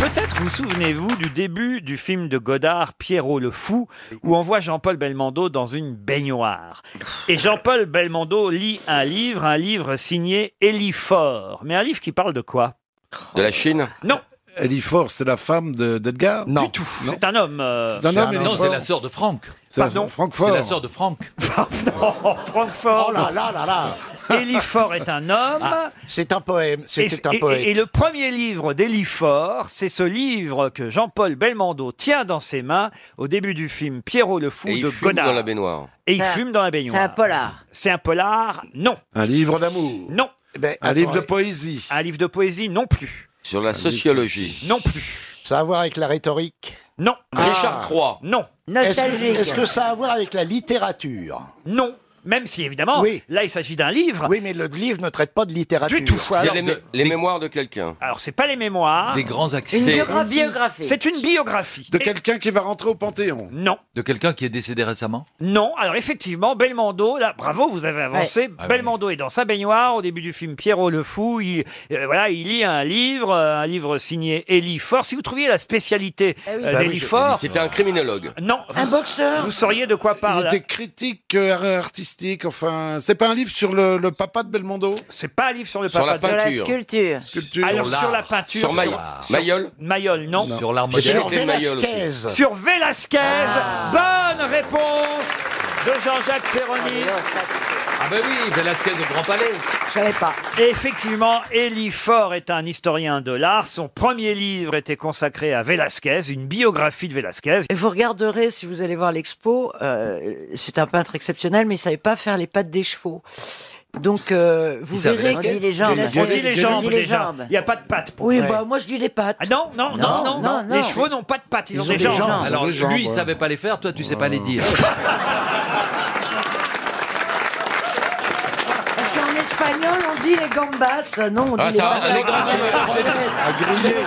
Speaker 1: Peut-être vous souvenez-vous du début du film de Godard, Pierrot le Fou, où on voit Jean-Paul Belmondo dans une baignoire. Et Jean-Paul Belmondo lit un livre, un livre signé Élie Faure. Mais un livre qui parle de quoi
Speaker 22: De la Chine
Speaker 1: Non.
Speaker 22: Ellie Force, c'est la femme de- d'Edgar Non.
Speaker 1: Du tout. C'est un homme. euh,
Speaker 22: C'est un homme, Ellie
Speaker 23: Non, c'est
Speaker 22: Faure.
Speaker 23: la sœur de Franck.
Speaker 22: C'est la-
Speaker 1: Pardon
Speaker 22: Franck
Speaker 1: [LAUGHS]
Speaker 23: C'est la
Speaker 22: Ford.
Speaker 23: sœur de Franck.
Speaker 1: non, Franck Ford.
Speaker 23: Oh là là là là.
Speaker 1: Élie Faure est un homme.
Speaker 7: Ah, c'est un poème, c'était
Speaker 1: Et-
Speaker 7: un
Speaker 1: et-
Speaker 7: poète.
Speaker 1: Et, le premier livre d'Élie Faure, c'est ce livre que Jean-Paul Belmondo tient dans ses mains au début du film Pierrot le Fou
Speaker 18: Et il
Speaker 1: de
Speaker 18: fume
Speaker 1: Godard.
Speaker 18: dans la baignoire.
Speaker 1: Et il
Speaker 18: C'est un-
Speaker 1: fume dans la baignoire.
Speaker 18: c'est un
Speaker 1: polar. C'est un polar, non.
Speaker 18: Un livre d'amour.
Speaker 1: Non.
Speaker 7: Eh ben,
Speaker 18: un livre de
Speaker 1: poésie. Un livre de poésie, non plus.
Speaker 18: Sur la sociologie.
Speaker 1: Non plus.
Speaker 7: Ça a à voir avec la rhétorique
Speaker 1: Non.
Speaker 18: Richard III.
Speaker 1: Non.
Speaker 7: Est-ce que, est-ce que ça a à voir avec la littérature
Speaker 1: Non. Même si, évidemment,
Speaker 7: Oui.
Speaker 1: là, il s'agit d'un livre.
Speaker 7: Oui, mais le livre ne traite pas de littérature.
Speaker 1: Du tout.
Speaker 7: Alors,
Speaker 18: les,
Speaker 7: de-
Speaker 18: les mémoires de quelqu'un.
Speaker 1: Alors, c'est pas les mémoires.
Speaker 18: Des grands accès.
Speaker 1: C'est-
Speaker 16: biographie. biographie.
Speaker 1: Ah. C'est une biographie.
Speaker 18: De quelqu'un qui va rentrer au Panthéon.
Speaker 1: Non.
Speaker 8: De quelqu'un qui est décédé récemment
Speaker 1: Non, alors effectivement, Belmondo, là, bravo, vous avez avancé.
Speaker 8: Ouais. Ah ouais.
Speaker 1: Belmondo est dans sa baignoire au début du film Pierrot le Fou. Il, euh, voilà, il lit un livre, euh, un livre signé Élie Faure. Si vous trouviez la spécialité
Speaker 18: oui.
Speaker 1: euh,
Speaker 18: Bah oui,
Speaker 1: d'Élie
Speaker 18: je-
Speaker 1: Faure.
Speaker 18: C'était un criminologue.
Speaker 1: Non. Un boxeur. Vous sauriez de quoi hein.
Speaker 18: parle. parle. était critique euh, artistique, enfin. C'est pas un livre sur le, papa de Belmondo
Speaker 1: C'est pas un livre sur le
Speaker 18: Sur
Speaker 1: papa
Speaker 18: la
Speaker 1: de-
Speaker 18: peinture.
Speaker 16: sculpture.
Speaker 1: Alors
Speaker 18: Sur
Speaker 1: sur la
Speaker 18: l'art.
Speaker 1: peinture.
Speaker 18: Sur Mayol. Mayol
Speaker 1: Mayol, non.
Speaker 18: Non. Sur l'art J'ai moderne. fait Mayol aussi.
Speaker 1: Vélasquez. Sur Velasquez. Bonne réponse de Jean-Jacques Ferroni.
Speaker 8: Ah ben oui, Velasquez au Grand Palais.
Speaker 1: Je savais pas. Effectivement, Élie Faure est un historien de l'art. Son premier livre était consacré à Velázquez, une biographie de Velázquez.
Speaker 2: Et vous regarderez, si vous allez voir l'expo, euh, c'est un peintre exceptionnel, mais il savait pas faire les pattes des chevaux. Donc, euh, vous
Speaker 1: Il savait
Speaker 2: verrez...
Speaker 1: la-
Speaker 2: que-
Speaker 1: On dit les jambes. On dit les jambes,
Speaker 2: On dit
Speaker 1: déjà. Il n'y a pas de pattes. pour
Speaker 2: Oui,
Speaker 1: vrai.
Speaker 2: bah moi je dis les pattes.
Speaker 1: non, non, non, non, Les chevaux n'ont pas de pattes, ils, ont, des jambes.
Speaker 8: Alors,
Speaker 1: lui,
Speaker 8: lui, il
Speaker 1: il
Speaker 8: savait pas les faire, toi, tu sais pas les dire.
Speaker 2: Parce qu'en espagnol, on dit les gambas. Non, on dit
Speaker 8: Ah,
Speaker 2: les
Speaker 8: ça,
Speaker 2: pattes.
Speaker 8: les gambas,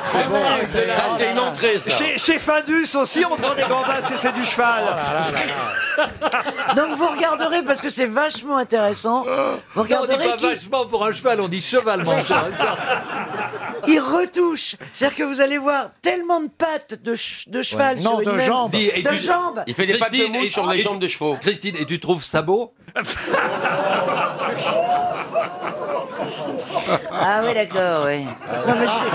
Speaker 2: c'est bon.
Speaker 8: Ça, c'est une entrée, ça.
Speaker 1: Chez, chez Findus aussi, on prend des gambas et c'est du cheval.
Speaker 8: Oh
Speaker 6: Ah.
Speaker 2: Donc vous regarderez, parce que c'est vachement intéressant, vous
Speaker 8: Oh. on dit
Speaker 2: regarderez
Speaker 8: pas
Speaker 2: qui...
Speaker 8: vachement pour un cheval, on dit cheval, mon cher.
Speaker 2: Il retouche. C'est-à-dire que vous allez voir tellement de pattes de, ch- de cheval
Speaker 18: Ouais.
Speaker 2: sur
Speaker 18: Non,
Speaker 2: une
Speaker 18: de
Speaker 2: même-
Speaker 18: jambes. Dis, et
Speaker 2: De
Speaker 18: tu-
Speaker 2: jambes.
Speaker 18: Il fait des pattes de
Speaker 8: Christine,
Speaker 18: moule
Speaker 8: et-
Speaker 18: sur les
Speaker 8: et-
Speaker 18: jambes de chevaux.
Speaker 8: Christine, et tu trouves ça beau
Speaker 16: Ah oui, d'accord, oui.
Speaker 2: Ah. Non, mais c'est-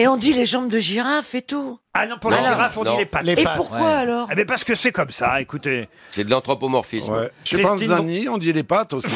Speaker 2: Et on dit les jambes de girafe et tout.
Speaker 1: Ah non, pour
Speaker 18: Non,
Speaker 1: les girafes, on
Speaker 18: non.
Speaker 1: dit les pattes.
Speaker 2: Et Les pattes, pourquoi, ouais. alors
Speaker 1: Eh bien, parce que c'est comme ça, écoutez.
Speaker 18: C'est de l'anthropomorphisme. Chez
Speaker 1: Christine-
Speaker 18: Panzani, on dit les pattes aussi.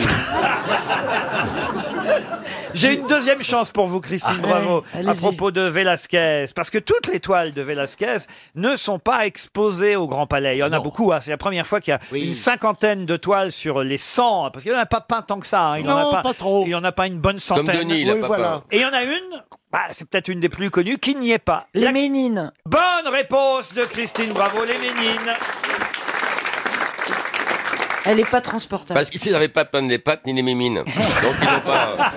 Speaker 1: J'ai une deuxième chance pour vous, Christine
Speaker 2: Ah,
Speaker 1: Bravo,
Speaker 2: allez,
Speaker 1: à
Speaker 2: allez-y.
Speaker 1: propos de Velázquez. Parce que toutes les toiles de Velázquez ne sont pas exposées au Grand Palais. Il y en a beaucoup. hein. C'est la première fois qu'il y a une cinquantaine de toiles sur les 100. Parce qu'il n'en a pas peint tant que ça. hein. Il en
Speaker 7: Non,
Speaker 1: a pas,
Speaker 7: pas
Speaker 1: Il n'en a pas une bonne
Speaker 7: Comme
Speaker 1: centaine.
Speaker 7: Denis, il a Oui, pas voilà. peint.
Speaker 1: Et il y en a une, bah, c'est peut-être une des plus connues, qui n'y est pas.
Speaker 2: Les Ménines.
Speaker 1: Bonne réponse de Christine Bravo, les Ménines.
Speaker 2: Elle n'est pas transportable.
Speaker 18: Parce qu'ils n'avaient pas peint les pattes ni les
Speaker 1: [LAUGHS]
Speaker 18: mimines. Donc ils n'ont pas.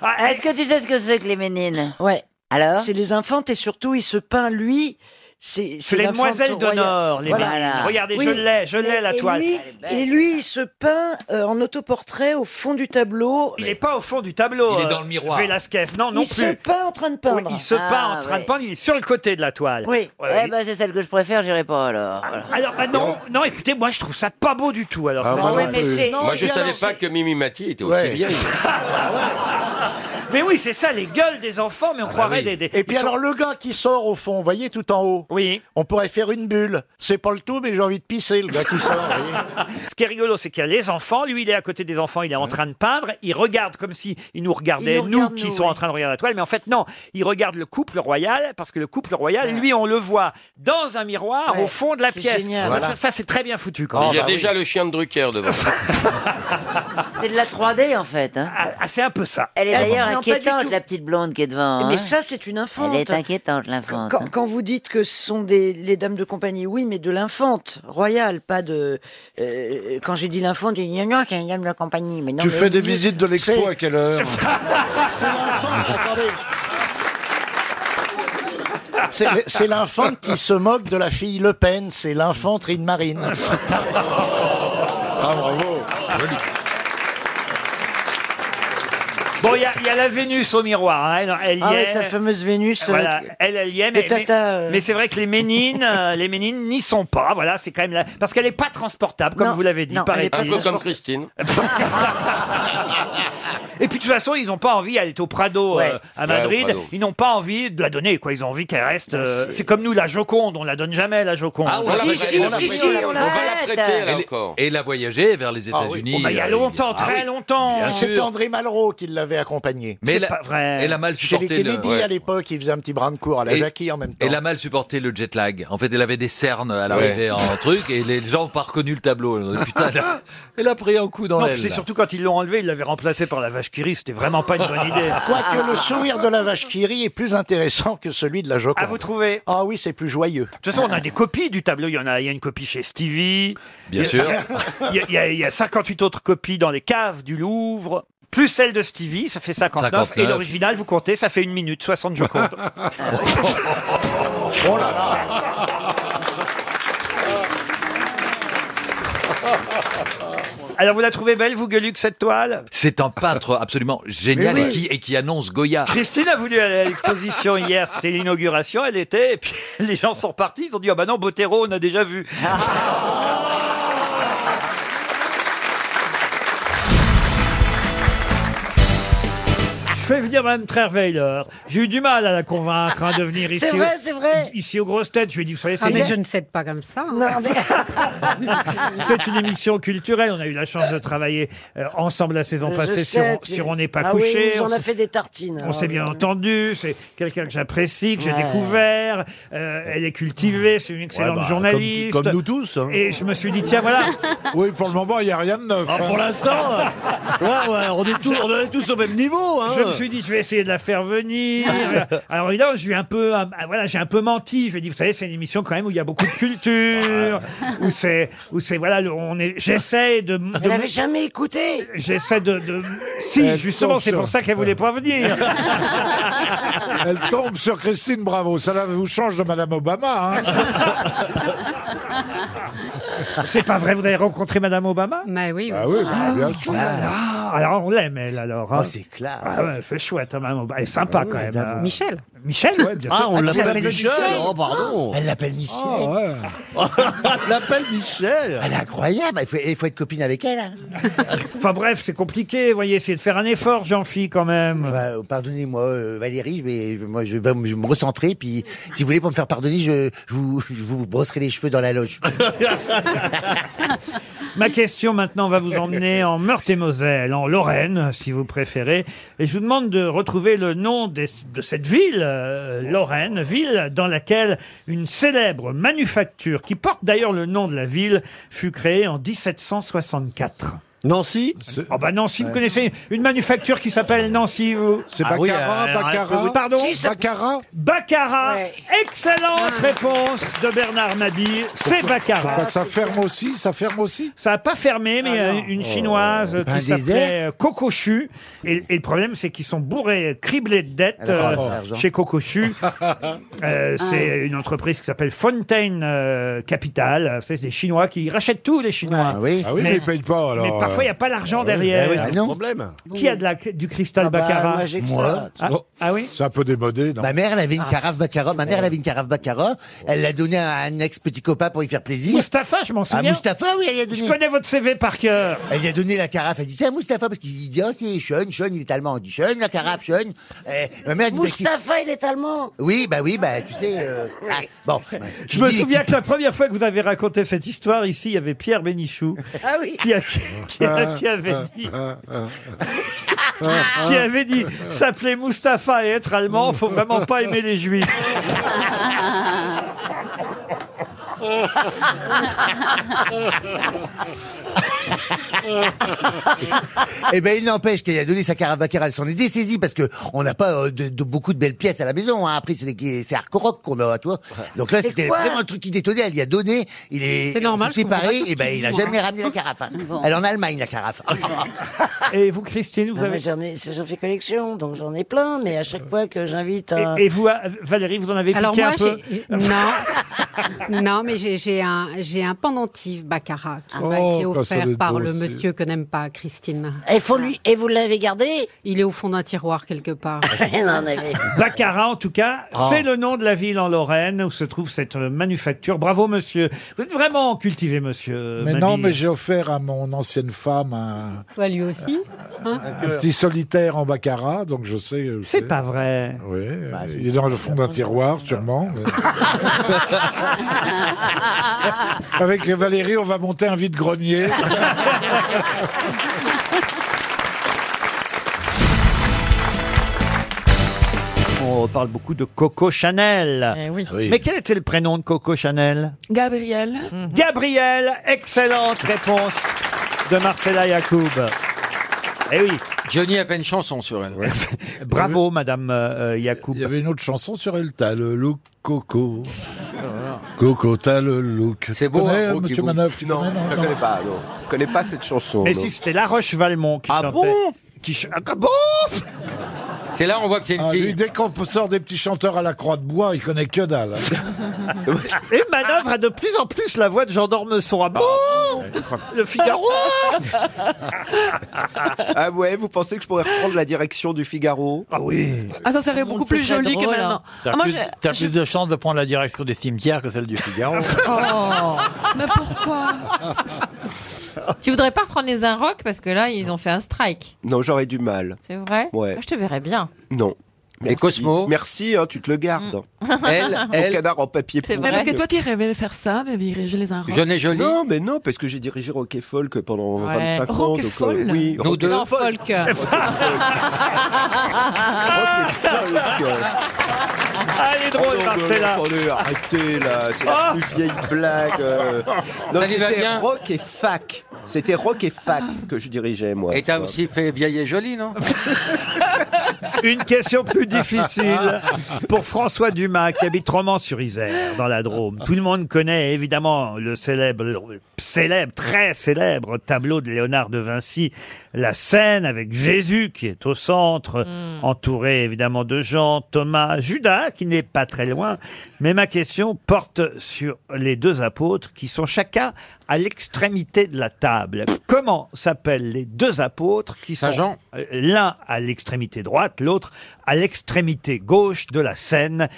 Speaker 1: Ah,
Speaker 16: Est-ce que tu sais ce que c'est que les ménines
Speaker 2: Ouais.
Speaker 16: Alors
Speaker 2: C'est les infantes et surtout, il se peint, lui... C'est c'est
Speaker 1: C'est les
Speaker 2: l'infante
Speaker 1: demoiselles d'honneur,
Speaker 2: royale.
Speaker 1: les
Speaker 2: Voilà.
Speaker 1: Ménines. Regardez, je
Speaker 2: Oui.
Speaker 1: l'ai, je l'ai
Speaker 2: Et-
Speaker 1: la
Speaker 2: et
Speaker 1: toile.
Speaker 2: lui- et lui, il se peint euh, en autoportrait au fond du tableau.
Speaker 1: Il n'est pas au fond du tableau.
Speaker 8: Il est
Speaker 1: euh,
Speaker 8: dans le miroir.
Speaker 1: Velázquez, non, non
Speaker 2: il
Speaker 1: plus.
Speaker 2: se peint en train de peindre.
Speaker 1: Oui, il se peint en train de peindre, il est sur le côté de la toile.
Speaker 2: Oui.
Speaker 1: Ouais,
Speaker 16: Eh
Speaker 1: il-
Speaker 16: ben, c'est celle que je préfère, j'irai pas alors.
Speaker 1: Alors, bah, non, non, écoutez, moi je trouve ça pas beau du tout. Alors,
Speaker 18: Ah,
Speaker 1: ça,
Speaker 18: moi
Speaker 1: ouais,
Speaker 18: non
Speaker 1: mais
Speaker 18: plus.
Speaker 1: c'est-
Speaker 18: Moi, je savais pas que Mimi Mati était aussi Ouais.
Speaker 2: [LAUGHS]
Speaker 18: vieille.
Speaker 1: Mais oui, c'est ça, les gueules des enfants,
Speaker 18: Ah, bah
Speaker 1: mais on croirait des, des-
Speaker 7: Et puis
Speaker 1: ils sont-
Speaker 7: alors le gars qui sort au fond, vous voyez, tout en haut.
Speaker 1: Oui.
Speaker 7: On pourrait faire une bulle. C'est pas le tout, mais j'ai envie de pisser, le gars qui sort. vous voyez.
Speaker 1: Ce qui est rigolo, c'est qu'il y a les enfants. Lui, il est à côté des enfants, il est en train de peindre. Il regarde comme si il nous
Speaker 2: Il
Speaker 1: regardait,
Speaker 2: nous regarde,
Speaker 1: nous qui
Speaker 2: nous,
Speaker 1: sont
Speaker 2: oui.
Speaker 1: en train de regarder la toile. Mais en fait, non. Il regarde le couple royal parce que le couple royal, lui, on le voit dans un miroir
Speaker 2: Ouais,
Speaker 1: Ah, au fond de la
Speaker 2: c'est
Speaker 1: pièce. Oh, bah
Speaker 2: génial.
Speaker 1: Ça,
Speaker 2: Voilà.
Speaker 1: Ça, ça, c'est très bien foutu.
Speaker 18: Mais
Speaker 1: Quand
Speaker 18: il y a déjà le chien de Drucker
Speaker 1: [LAUGHS]
Speaker 18: devant.
Speaker 16: C'est de la 3D en fait. hein.
Speaker 1: Ah, c'est un peu ça.
Speaker 16: Elle est
Speaker 2: Ah,
Speaker 16: d'ailleurs
Speaker 2: non, pas du
Speaker 16: inquiétante,
Speaker 2: tout. Eh,
Speaker 16: la petite blonde qui est devant. hein.
Speaker 2: Mais ça, c'est une infante.
Speaker 16: Elle est inquiétante, l'infante. hein.
Speaker 2: Quand, quand vous dites que ce sont des, les dames de compagnie, oui, mais de l'infante royale, pas de. euh, quand j'ai dit l'infante, j'ai dit non, non, c'est une dame de compagnie. Mais non,
Speaker 18: Tu
Speaker 2: mais
Speaker 18: fais des
Speaker 2: oui.
Speaker 18: visites de l'expo
Speaker 2: C'est-
Speaker 18: à quelle heure
Speaker 2: [LAUGHS]
Speaker 7: C'est
Speaker 8: Ah.
Speaker 7: l'enfant, attendez. C'est- C'est l'infante qui se moque de la fille Le Pen, c'est l'infanterie de marine.
Speaker 13: [LAUGHS]
Speaker 18: Ah bravo
Speaker 1: Bon, il y, a- il y a la Vénus au miroir. hein. Elle, elle y
Speaker 2: Ah
Speaker 1: est.
Speaker 2: ouais, ta fameuse Vénus. euh,
Speaker 1: Voilà, elle, elle y est, mais,
Speaker 2: le tata,
Speaker 1: mais-
Speaker 2: euh.
Speaker 1: mais c'est vrai que les Ménines, euh, les Ménines n'y sont pas. Voilà, c'est quand même la- parce qu'elle n'est pas transportable, comme
Speaker 2: Non,
Speaker 1: vous l'avez dit,
Speaker 2: non, elle est
Speaker 1: paraît-il.
Speaker 18: Un peu comme Christine.
Speaker 1: Et puis de toute façon, ils n'ont pas envie, elle est au Prado
Speaker 9: Ouais.
Speaker 1: euh,
Speaker 9: Ouais,
Speaker 1: à
Speaker 9: au
Speaker 1: Madrid,
Speaker 9: Prado.
Speaker 1: ils n'ont pas envie de la donner, quoi. Ils ont envie qu'elle
Speaker 2: Ah,
Speaker 1: reste. euh, c'est comme nous, la Joconde, on la donne jamais, la Joconde.
Speaker 8: Ah, on la- on la- on va la traiter, là, Ah,
Speaker 1: Elle-
Speaker 8: encore. Et la voyager vers les
Speaker 1: Ah oui.
Speaker 8: États-Unis.
Speaker 1: Oh, bah, il y a
Speaker 8: euh,
Speaker 1: longtemps,
Speaker 8: ah
Speaker 1: très
Speaker 8: oui.
Speaker 1: longtemps.
Speaker 8: Bien
Speaker 7: C'était
Speaker 8: sûr.
Speaker 7: André Malraux qui l'avait accompagné.
Speaker 8: Mais elle a- elle a mal
Speaker 7: Chez les
Speaker 8: supporté le-
Speaker 7: Kennedy
Speaker 8: ouais.
Speaker 7: à l'époque, il faisait un petit brin de cours à la
Speaker 8: Et-
Speaker 7: Jackie en même temps.
Speaker 8: Elle a mal supporté le jet lag. En fait, elle avait des cernes à
Speaker 7: Ouais.
Speaker 8: l'arrivée en truc et les gens n'ont pas reconnu le tableau. Ils ont dit, Putain, elle a, Ah. elle a pris un coup dans
Speaker 1: Non,
Speaker 8: l'aile.
Speaker 1: puis c'est
Speaker 8: là.
Speaker 1: surtout quand ils l'ont enlevée, ils l'avaient remplacée par la vache qui rit, c'était vraiment pas
Speaker 2: [LAUGHS]
Speaker 1: une bonne idée. Ah.
Speaker 7: Quoique le sourire de la vache qui rit est plus intéressant que celui de la Joconde. Ah, vous
Speaker 1: trouvez
Speaker 7: Ah oui, c'est plus joyeux.
Speaker 1: De toute façon, on a des copies du tableau. Il y en a, il y a une copie chez Stevie.
Speaker 7: Bien
Speaker 1: Il y a-
Speaker 7: sûr.
Speaker 1: [LAUGHS] Il y, a- il y a- il y a 58 autres copies dans les caves du Louvre. Plus celle de Stevie, ça fait 59.
Speaker 8: 59.
Speaker 1: Et l'original, vous comptez, ça fait 1 minute 60
Speaker 7: [LAUGHS]
Speaker 1: Joconde.
Speaker 7: oh là là
Speaker 1: Alors, vous la trouvez belle, vous, Gueuluc, cette toile
Speaker 8: C'est un peintre absolument génial
Speaker 1: Mais
Speaker 8: et,
Speaker 1: oui.
Speaker 8: qui, et qui annonce Goya.
Speaker 1: Christine a voulu aller
Speaker 8: [LAUGHS]
Speaker 1: à l'exposition hier, c'était l'inauguration, elle était, et puis [LAUGHS] les gens sont partis, ils ont dit Ah bah non, Botero, on a déjà
Speaker 10: [LAUGHS]
Speaker 1: vu. Je fais venir Mme Trerweiler. J'ai eu du mal à la convaincre hein, de venir ici.
Speaker 10: C'est vrai, c'est vrai.
Speaker 1: Ici aux grosses têtes, je lui ai dit, vous savez, c'est
Speaker 10: Ah, mais
Speaker 1: une-
Speaker 10: je ne cède pas comme ça. hein.
Speaker 1: [LAUGHS] c'est une émission culturelle. On a eu la chance de travailler euh, ensemble la saison
Speaker 10: Je
Speaker 1: passée
Speaker 10: sais,
Speaker 1: sur,
Speaker 10: tu-
Speaker 1: sur On n'est pas
Speaker 10: Ah oui,
Speaker 1: couché.
Speaker 10: nous, on a
Speaker 1: s'est-
Speaker 10: fait des tartines,
Speaker 1: On
Speaker 10: alors.
Speaker 2: hein.
Speaker 1: s'est bien entendu. C'est quelqu'un que j'apprécie, que j'ai
Speaker 10: Ouais.
Speaker 1: découvert. Euh, elle est cultivée. C'est une excellente
Speaker 4: bah,
Speaker 1: journaliste.
Speaker 4: comme- comme nous tous, hein.
Speaker 1: Et je me suis dit, tiens, voilà.
Speaker 4: [LAUGHS] Oui, pour le moment, il n'y a rien de neuf. hein.
Speaker 1: pour l'instant,
Speaker 4: on, est tous, on est tous au même niveau. hein.
Speaker 1: Je me suis dit, je vais essayer de la faire venir.
Speaker 4: [LAUGHS]
Speaker 1: Alors évidemment, je lui ai un peu, ah, voilà, j'ai un peu menti. Je lui ai dit, vous savez, c'est une émission quand même où il y a beaucoup de culture, où c'est, où c'est, voilà, le- on est, j'essaie de. de-
Speaker 10: Vous n'avez jamais écouté
Speaker 1: J'essaie de, de- Si,
Speaker 4: Elle
Speaker 1: justement,
Speaker 4: tombe
Speaker 1: c'est
Speaker 4: sur-
Speaker 1: pour ça qu'elle voulait pas
Speaker 7: [LAUGHS]
Speaker 1: venir.
Speaker 4: Elle tombe sur Christine Bravo. Ça la- vous change de Madame Obama. hein.
Speaker 1: [LAUGHS] C'est pas vrai, vous avez rencontré Madame Obama
Speaker 10: Bah oui.
Speaker 4: Ah oui, bah, bien sûr.
Speaker 1: Ah, alors on l'aime, elle, alors. hein.
Speaker 4: Oh, c'est classe. Ah
Speaker 1: Ah ouais, c'est chouette, hein, Madame Obama. Elle est sympa, quand même. hein.
Speaker 10: Michel.
Speaker 1: Michel, ouais, bien sûr.
Speaker 9: Oh, pardon
Speaker 11: Elle l'appelle
Speaker 1: Ah,
Speaker 11: Michel.
Speaker 4: [LAUGHS]
Speaker 1: Elle l'appelle Michel.
Speaker 11: Elle est incroyable. Il faut, il faut être copine avec elle.
Speaker 7: [LAUGHS]
Speaker 11: hein.
Speaker 1: Enfin bref, c'est compliqué, vous voyez, essayez de faire un effort, Jean-Phi, quand même.
Speaker 11: Bah, euh, Pardonnez-moi, euh, Valérie, mais moi, je vais me- je vais me recentrer. Puis, si vous voulez, pour me faire pardonner, je, je vous, je vous brosserai les cheveux dans la loge.
Speaker 1: Ma question maintenant va vous emmener en Meurthe-et-Moselle, en Lorraine, si vous préférez. Et je vous demande de retrouver le nom des- de cette ville, euh, Lorraine, ville dans laquelle une célèbre manufacture, qui porte d'ailleurs le nom de la ville, fut créée en 1764. Nancy
Speaker 23: Ah,
Speaker 1: Oh bah Nancy, vous connaissez une manufacture qui s'appelle Nancy, vous
Speaker 4: C'est Ah oui, Baccarat, alors, Baccarat. est-ce que vous-
Speaker 1: Pardon
Speaker 4: Si, ça- Ah.
Speaker 1: Baccarat Baccarat Excellente réponse de Bernard Mabille, c'est Baccarat
Speaker 4: Pourquoi ça ferme aussi, ça ferme aussi.
Speaker 1: Ça n'a pas fermé, mais il y
Speaker 7: Ah,
Speaker 1: a une chinoise
Speaker 4: C'est pas
Speaker 1: qui
Speaker 4: un
Speaker 1: s'appelait
Speaker 4: désert
Speaker 1: euh, Cocochu. Et, et le problème, c'est qu'ils sont bourrés, euh, criblés de dettes
Speaker 4: Elle a pas
Speaker 1: euh,
Speaker 4: d'argent. [LAUGHS]
Speaker 1: chez Cocochu. Euh,
Speaker 4: Ah.
Speaker 1: c'est une entreprise qui s'appelle Fontaine euh, Capital. Vous savez, C'est des Chinois qui rachètent tout, les Chinois.
Speaker 4: Ah oui, Ah mais, ils payent pas alors. euh.
Speaker 1: mais parfois, il n'y a pas l'argent derrière. Qui a de la, du cristal
Speaker 4: Ah bah,
Speaker 1: Baccarat
Speaker 4: moi, j'ai que Moi. ça. Ah.
Speaker 1: Ah, ah oui
Speaker 4: C'est un peu démodé, non
Speaker 11: Ma mère, elle avait une carafe Baccarat. Ma mère, elle avait une carafe Baccarat. Elle l'a donnée à un ex-petit copain pour lui faire plaisir.
Speaker 1: Mustapha, je m'en
Speaker 11: Ah,
Speaker 1: souviens.
Speaker 11: Mustapha, oui, elle lui a donné.
Speaker 1: Je connais votre CV par cœur.
Speaker 11: Elle lui a donné la carafe. Elle dit, c'est à Mustapha, parce qu'il dit, oh, c'est Sean, Sean, il est allemand. Elle dit, Sean, la carafe, Sean. Eh, ma mère dit, bah, qui-
Speaker 10: Mustapha, il est allemand.
Speaker 11: Oui, bah oui, bah tu sais. euh, ah, bon.
Speaker 1: Je me souviens que la première fois que vous avez raconté cette histoire ici, il y avait Pierre Bénichou
Speaker 10: Ah oui.
Speaker 1: qui, a- qui- qui a-
Speaker 4: ah,
Speaker 1: qui avait dit, qui avait dit s'appeler Mustapha et être allemand, faut vraiment pas aimer les juifs.
Speaker 11: Eh ben, il n'empêche qu'elle a donné sa carafe Baccarat, elle s'en est dessaisie parce que on n'a pas euh, de, de- beaucoup de belles pièces à la maison. Hein. Après, c'est des- c'est hardcore rock qu'on a, tu vois. Donc là,
Speaker 10: C'est
Speaker 11: c'était
Speaker 10: quoi
Speaker 11: vraiment le truc qui détonnait. Elle lui a donné, il est,
Speaker 10: C'est normal,
Speaker 11: il s'est
Speaker 10: je comprends pas
Speaker 11: séparé,
Speaker 10: tout ce
Speaker 11: et ben
Speaker 10: qu'il
Speaker 11: il a
Speaker 10: dit,
Speaker 11: jamais
Speaker 10: moi.
Speaker 11: ramené la carafe. hein.
Speaker 10: Bon.
Speaker 11: Elle est en Allemagne
Speaker 10: [LAUGHS]
Speaker 11: la carafe.
Speaker 1: Et vous, Christine, vous
Speaker 10: Ah,
Speaker 1: avez-
Speaker 10: mais J'en ai, j'en fais collection, donc j'en ai plein, mais à chaque fois que j'invite un.
Speaker 1: Et, et vous, ah, Valérie, vous en avez
Speaker 10: Alors
Speaker 1: piqué
Speaker 10: moi,
Speaker 1: un peu
Speaker 10: j'ai- non.
Speaker 2: [LAUGHS]
Speaker 10: Non, mais j'ai j'ai un, j'ai un pendentif Baccarat qui m'a
Speaker 4: Oh,
Speaker 10: été
Speaker 4: quand Oh, bah, ça
Speaker 10: offert
Speaker 4: doit être
Speaker 10: par
Speaker 4: beau.
Speaker 14: pour le monsieur que n'aime pas Christine.
Speaker 10: Et, faut lui, et vous l'avez gardé
Speaker 14: Il est au fond d'un tiroir quelque part.
Speaker 10: [LAUGHS] Non,
Speaker 21: Ah.
Speaker 10: mais-
Speaker 1: Baccarat, en tout cas,
Speaker 10: Ah.
Speaker 1: c'est le nom de la ville en Lorraine où se trouve cette euh, manufacture. Bravo, monsieur. Vous êtes vraiment cultivé, monsieur. euh,
Speaker 4: Mais
Speaker 1: Mabille.
Speaker 4: non, mais j'ai offert à mon ancienne femme un,
Speaker 14: Bah, lui aussi. hein.
Speaker 4: un petit solitaire en baccarat, donc je sais. je
Speaker 1: C'est
Speaker 4: sais.
Speaker 1: pas vrai. Bah,
Speaker 4: Oui, euh, il est dans le fond d'un tiroir, sûrement. mais-
Speaker 1: [LAUGHS]
Speaker 4: Avec Valérie, on va monter un
Speaker 1: [LAUGHS]
Speaker 4: vide-grenier.
Speaker 1: On parle beaucoup de Coco Chanel.
Speaker 6: Eh oui. Ah oui.
Speaker 1: Mais quel était le prénom de Coco Chanel
Speaker 6: Gabriel.
Speaker 23: Hmm.
Speaker 1: Gabriel, excellente réponse de Marcella Yacoub. Eh oui.
Speaker 6: Johnny a fait une chanson sur elle. [LAUGHS]
Speaker 1: Bravo, madame euh, Yacoub.
Speaker 4: Il y avait une autre chanson sur elle, t'as le look coco. Coco, t'as le look.
Speaker 12: C'est
Speaker 4: Tu
Speaker 6: hein,
Speaker 4: connais, monsieur Manoff, tu
Speaker 12: Non,
Speaker 4: connais,
Speaker 12: je ne connais pas. non. Je connais pas cette chanson.
Speaker 1: Mais
Speaker 12: non.
Speaker 1: si c'était La Roche Valmont
Speaker 4: Ah
Speaker 1: qui chantait.
Speaker 12: bon
Speaker 1: qui ch- Ah bon
Speaker 6: [LAUGHS] C'est là on voit que c'est une
Speaker 4: Ah, lui, dès qu'on sort des petits chanteurs à la croix de bois, il connaît que dalle.
Speaker 1: [LAUGHS] Et manœuvre a de plus en plus la voix de Jean d'Ormesson. Ah bon Le Figaro
Speaker 12: Ah ouais, vous pensez que je pourrais reprendre la direction du Figaro
Speaker 1: Ah oui
Speaker 6: Ah, ça serait beaucoup plus joli que maintenant.
Speaker 23: T'as
Speaker 6: Ah, moi,
Speaker 23: plus,
Speaker 6: j'ai-
Speaker 23: t'as
Speaker 6: j'ai-
Speaker 23: plus de chances de prendre la direction des cimetières que celle du [LAUGHS] Figaro.
Speaker 6: [LAUGHS] Oh.
Speaker 14: Mais
Speaker 1: [LAUGHS]
Speaker 14: pourquoi
Speaker 6: Tu voudrais pas reprendre les Inrocks parce que là, ils ont fait un strike.
Speaker 12: Non, j'aurais du mal.
Speaker 6: C'est vrai
Speaker 12: Ouais.
Speaker 6: Moi, Je te verrais bien.
Speaker 12: Non. Merci.
Speaker 6: Cosmo
Speaker 12: Merci, hein, tu te le gardes.
Speaker 6: Mm. Elle,
Speaker 12: Ton
Speaker 6: elle-
Speaker 12: canard en papier
Speaker 6: C'est
Speaker 12: pour
Speaker 6: vrai.
Speaker 12: elle.
Speaker 6: Parce que toi,
Speaker 12: tu
Speaker 6: rêvais de faire ça, de diriger les Inrocks.
Speaker 12: Non, mais non, parce que j'ai dirigé Rock Folk pendant
Speaker 6: Ouais.
Speaker 12: 25 ans.
Speaker 6: Rock
Speaker 12: donc, euh,
Speaker 6: Folk
Speaker 12: oui,
Speaker 6: Nous deux. Non,
Speaker 12: Folk.
Speaker 6: folk.
Speaker 1: Ah, elle est drôle, Marcella.
Speaker 12: Oh, Arrêtez, là, c'est la
Speaker 1: Oh.
Speaker 12: plus vieille blague. euh. Non,
Speaker 6: Ça lui va
Speaker 12: c'était
Speaker 6: bien.
Speaker 12: Rock et Fac. C'était Rock et Fac que je dirigeais,
Speaker 1: Bah,
Speaker 12: moi.
Speaker 6: Et t'as
Speaker 12: Ouais.
Speaker 6: aussi fait vieille et jolie, non
Speaker 1: Une question plus difficile pour François Dumas qui habite Romans-sur-Isère dans la Drôme. Tout le monde connaît évidemment le célèbre, le célèbre, très célèbre tableau de Léonard de Vinci, la scène avec Jésus qui est au centre, entouré évidemment de Jean, Thomas, Judas qui n'est pas très loin. Mais ma question porte sur les deux apôtres qui sont chacun à l'extrémité de la table. Comment s'appellent les deux apôtres qui sont
Speaker 6: Jean.
Speaker 1: euh, l'un à l'extrémité droite, l'autre à l'extrémité gauche de la scène,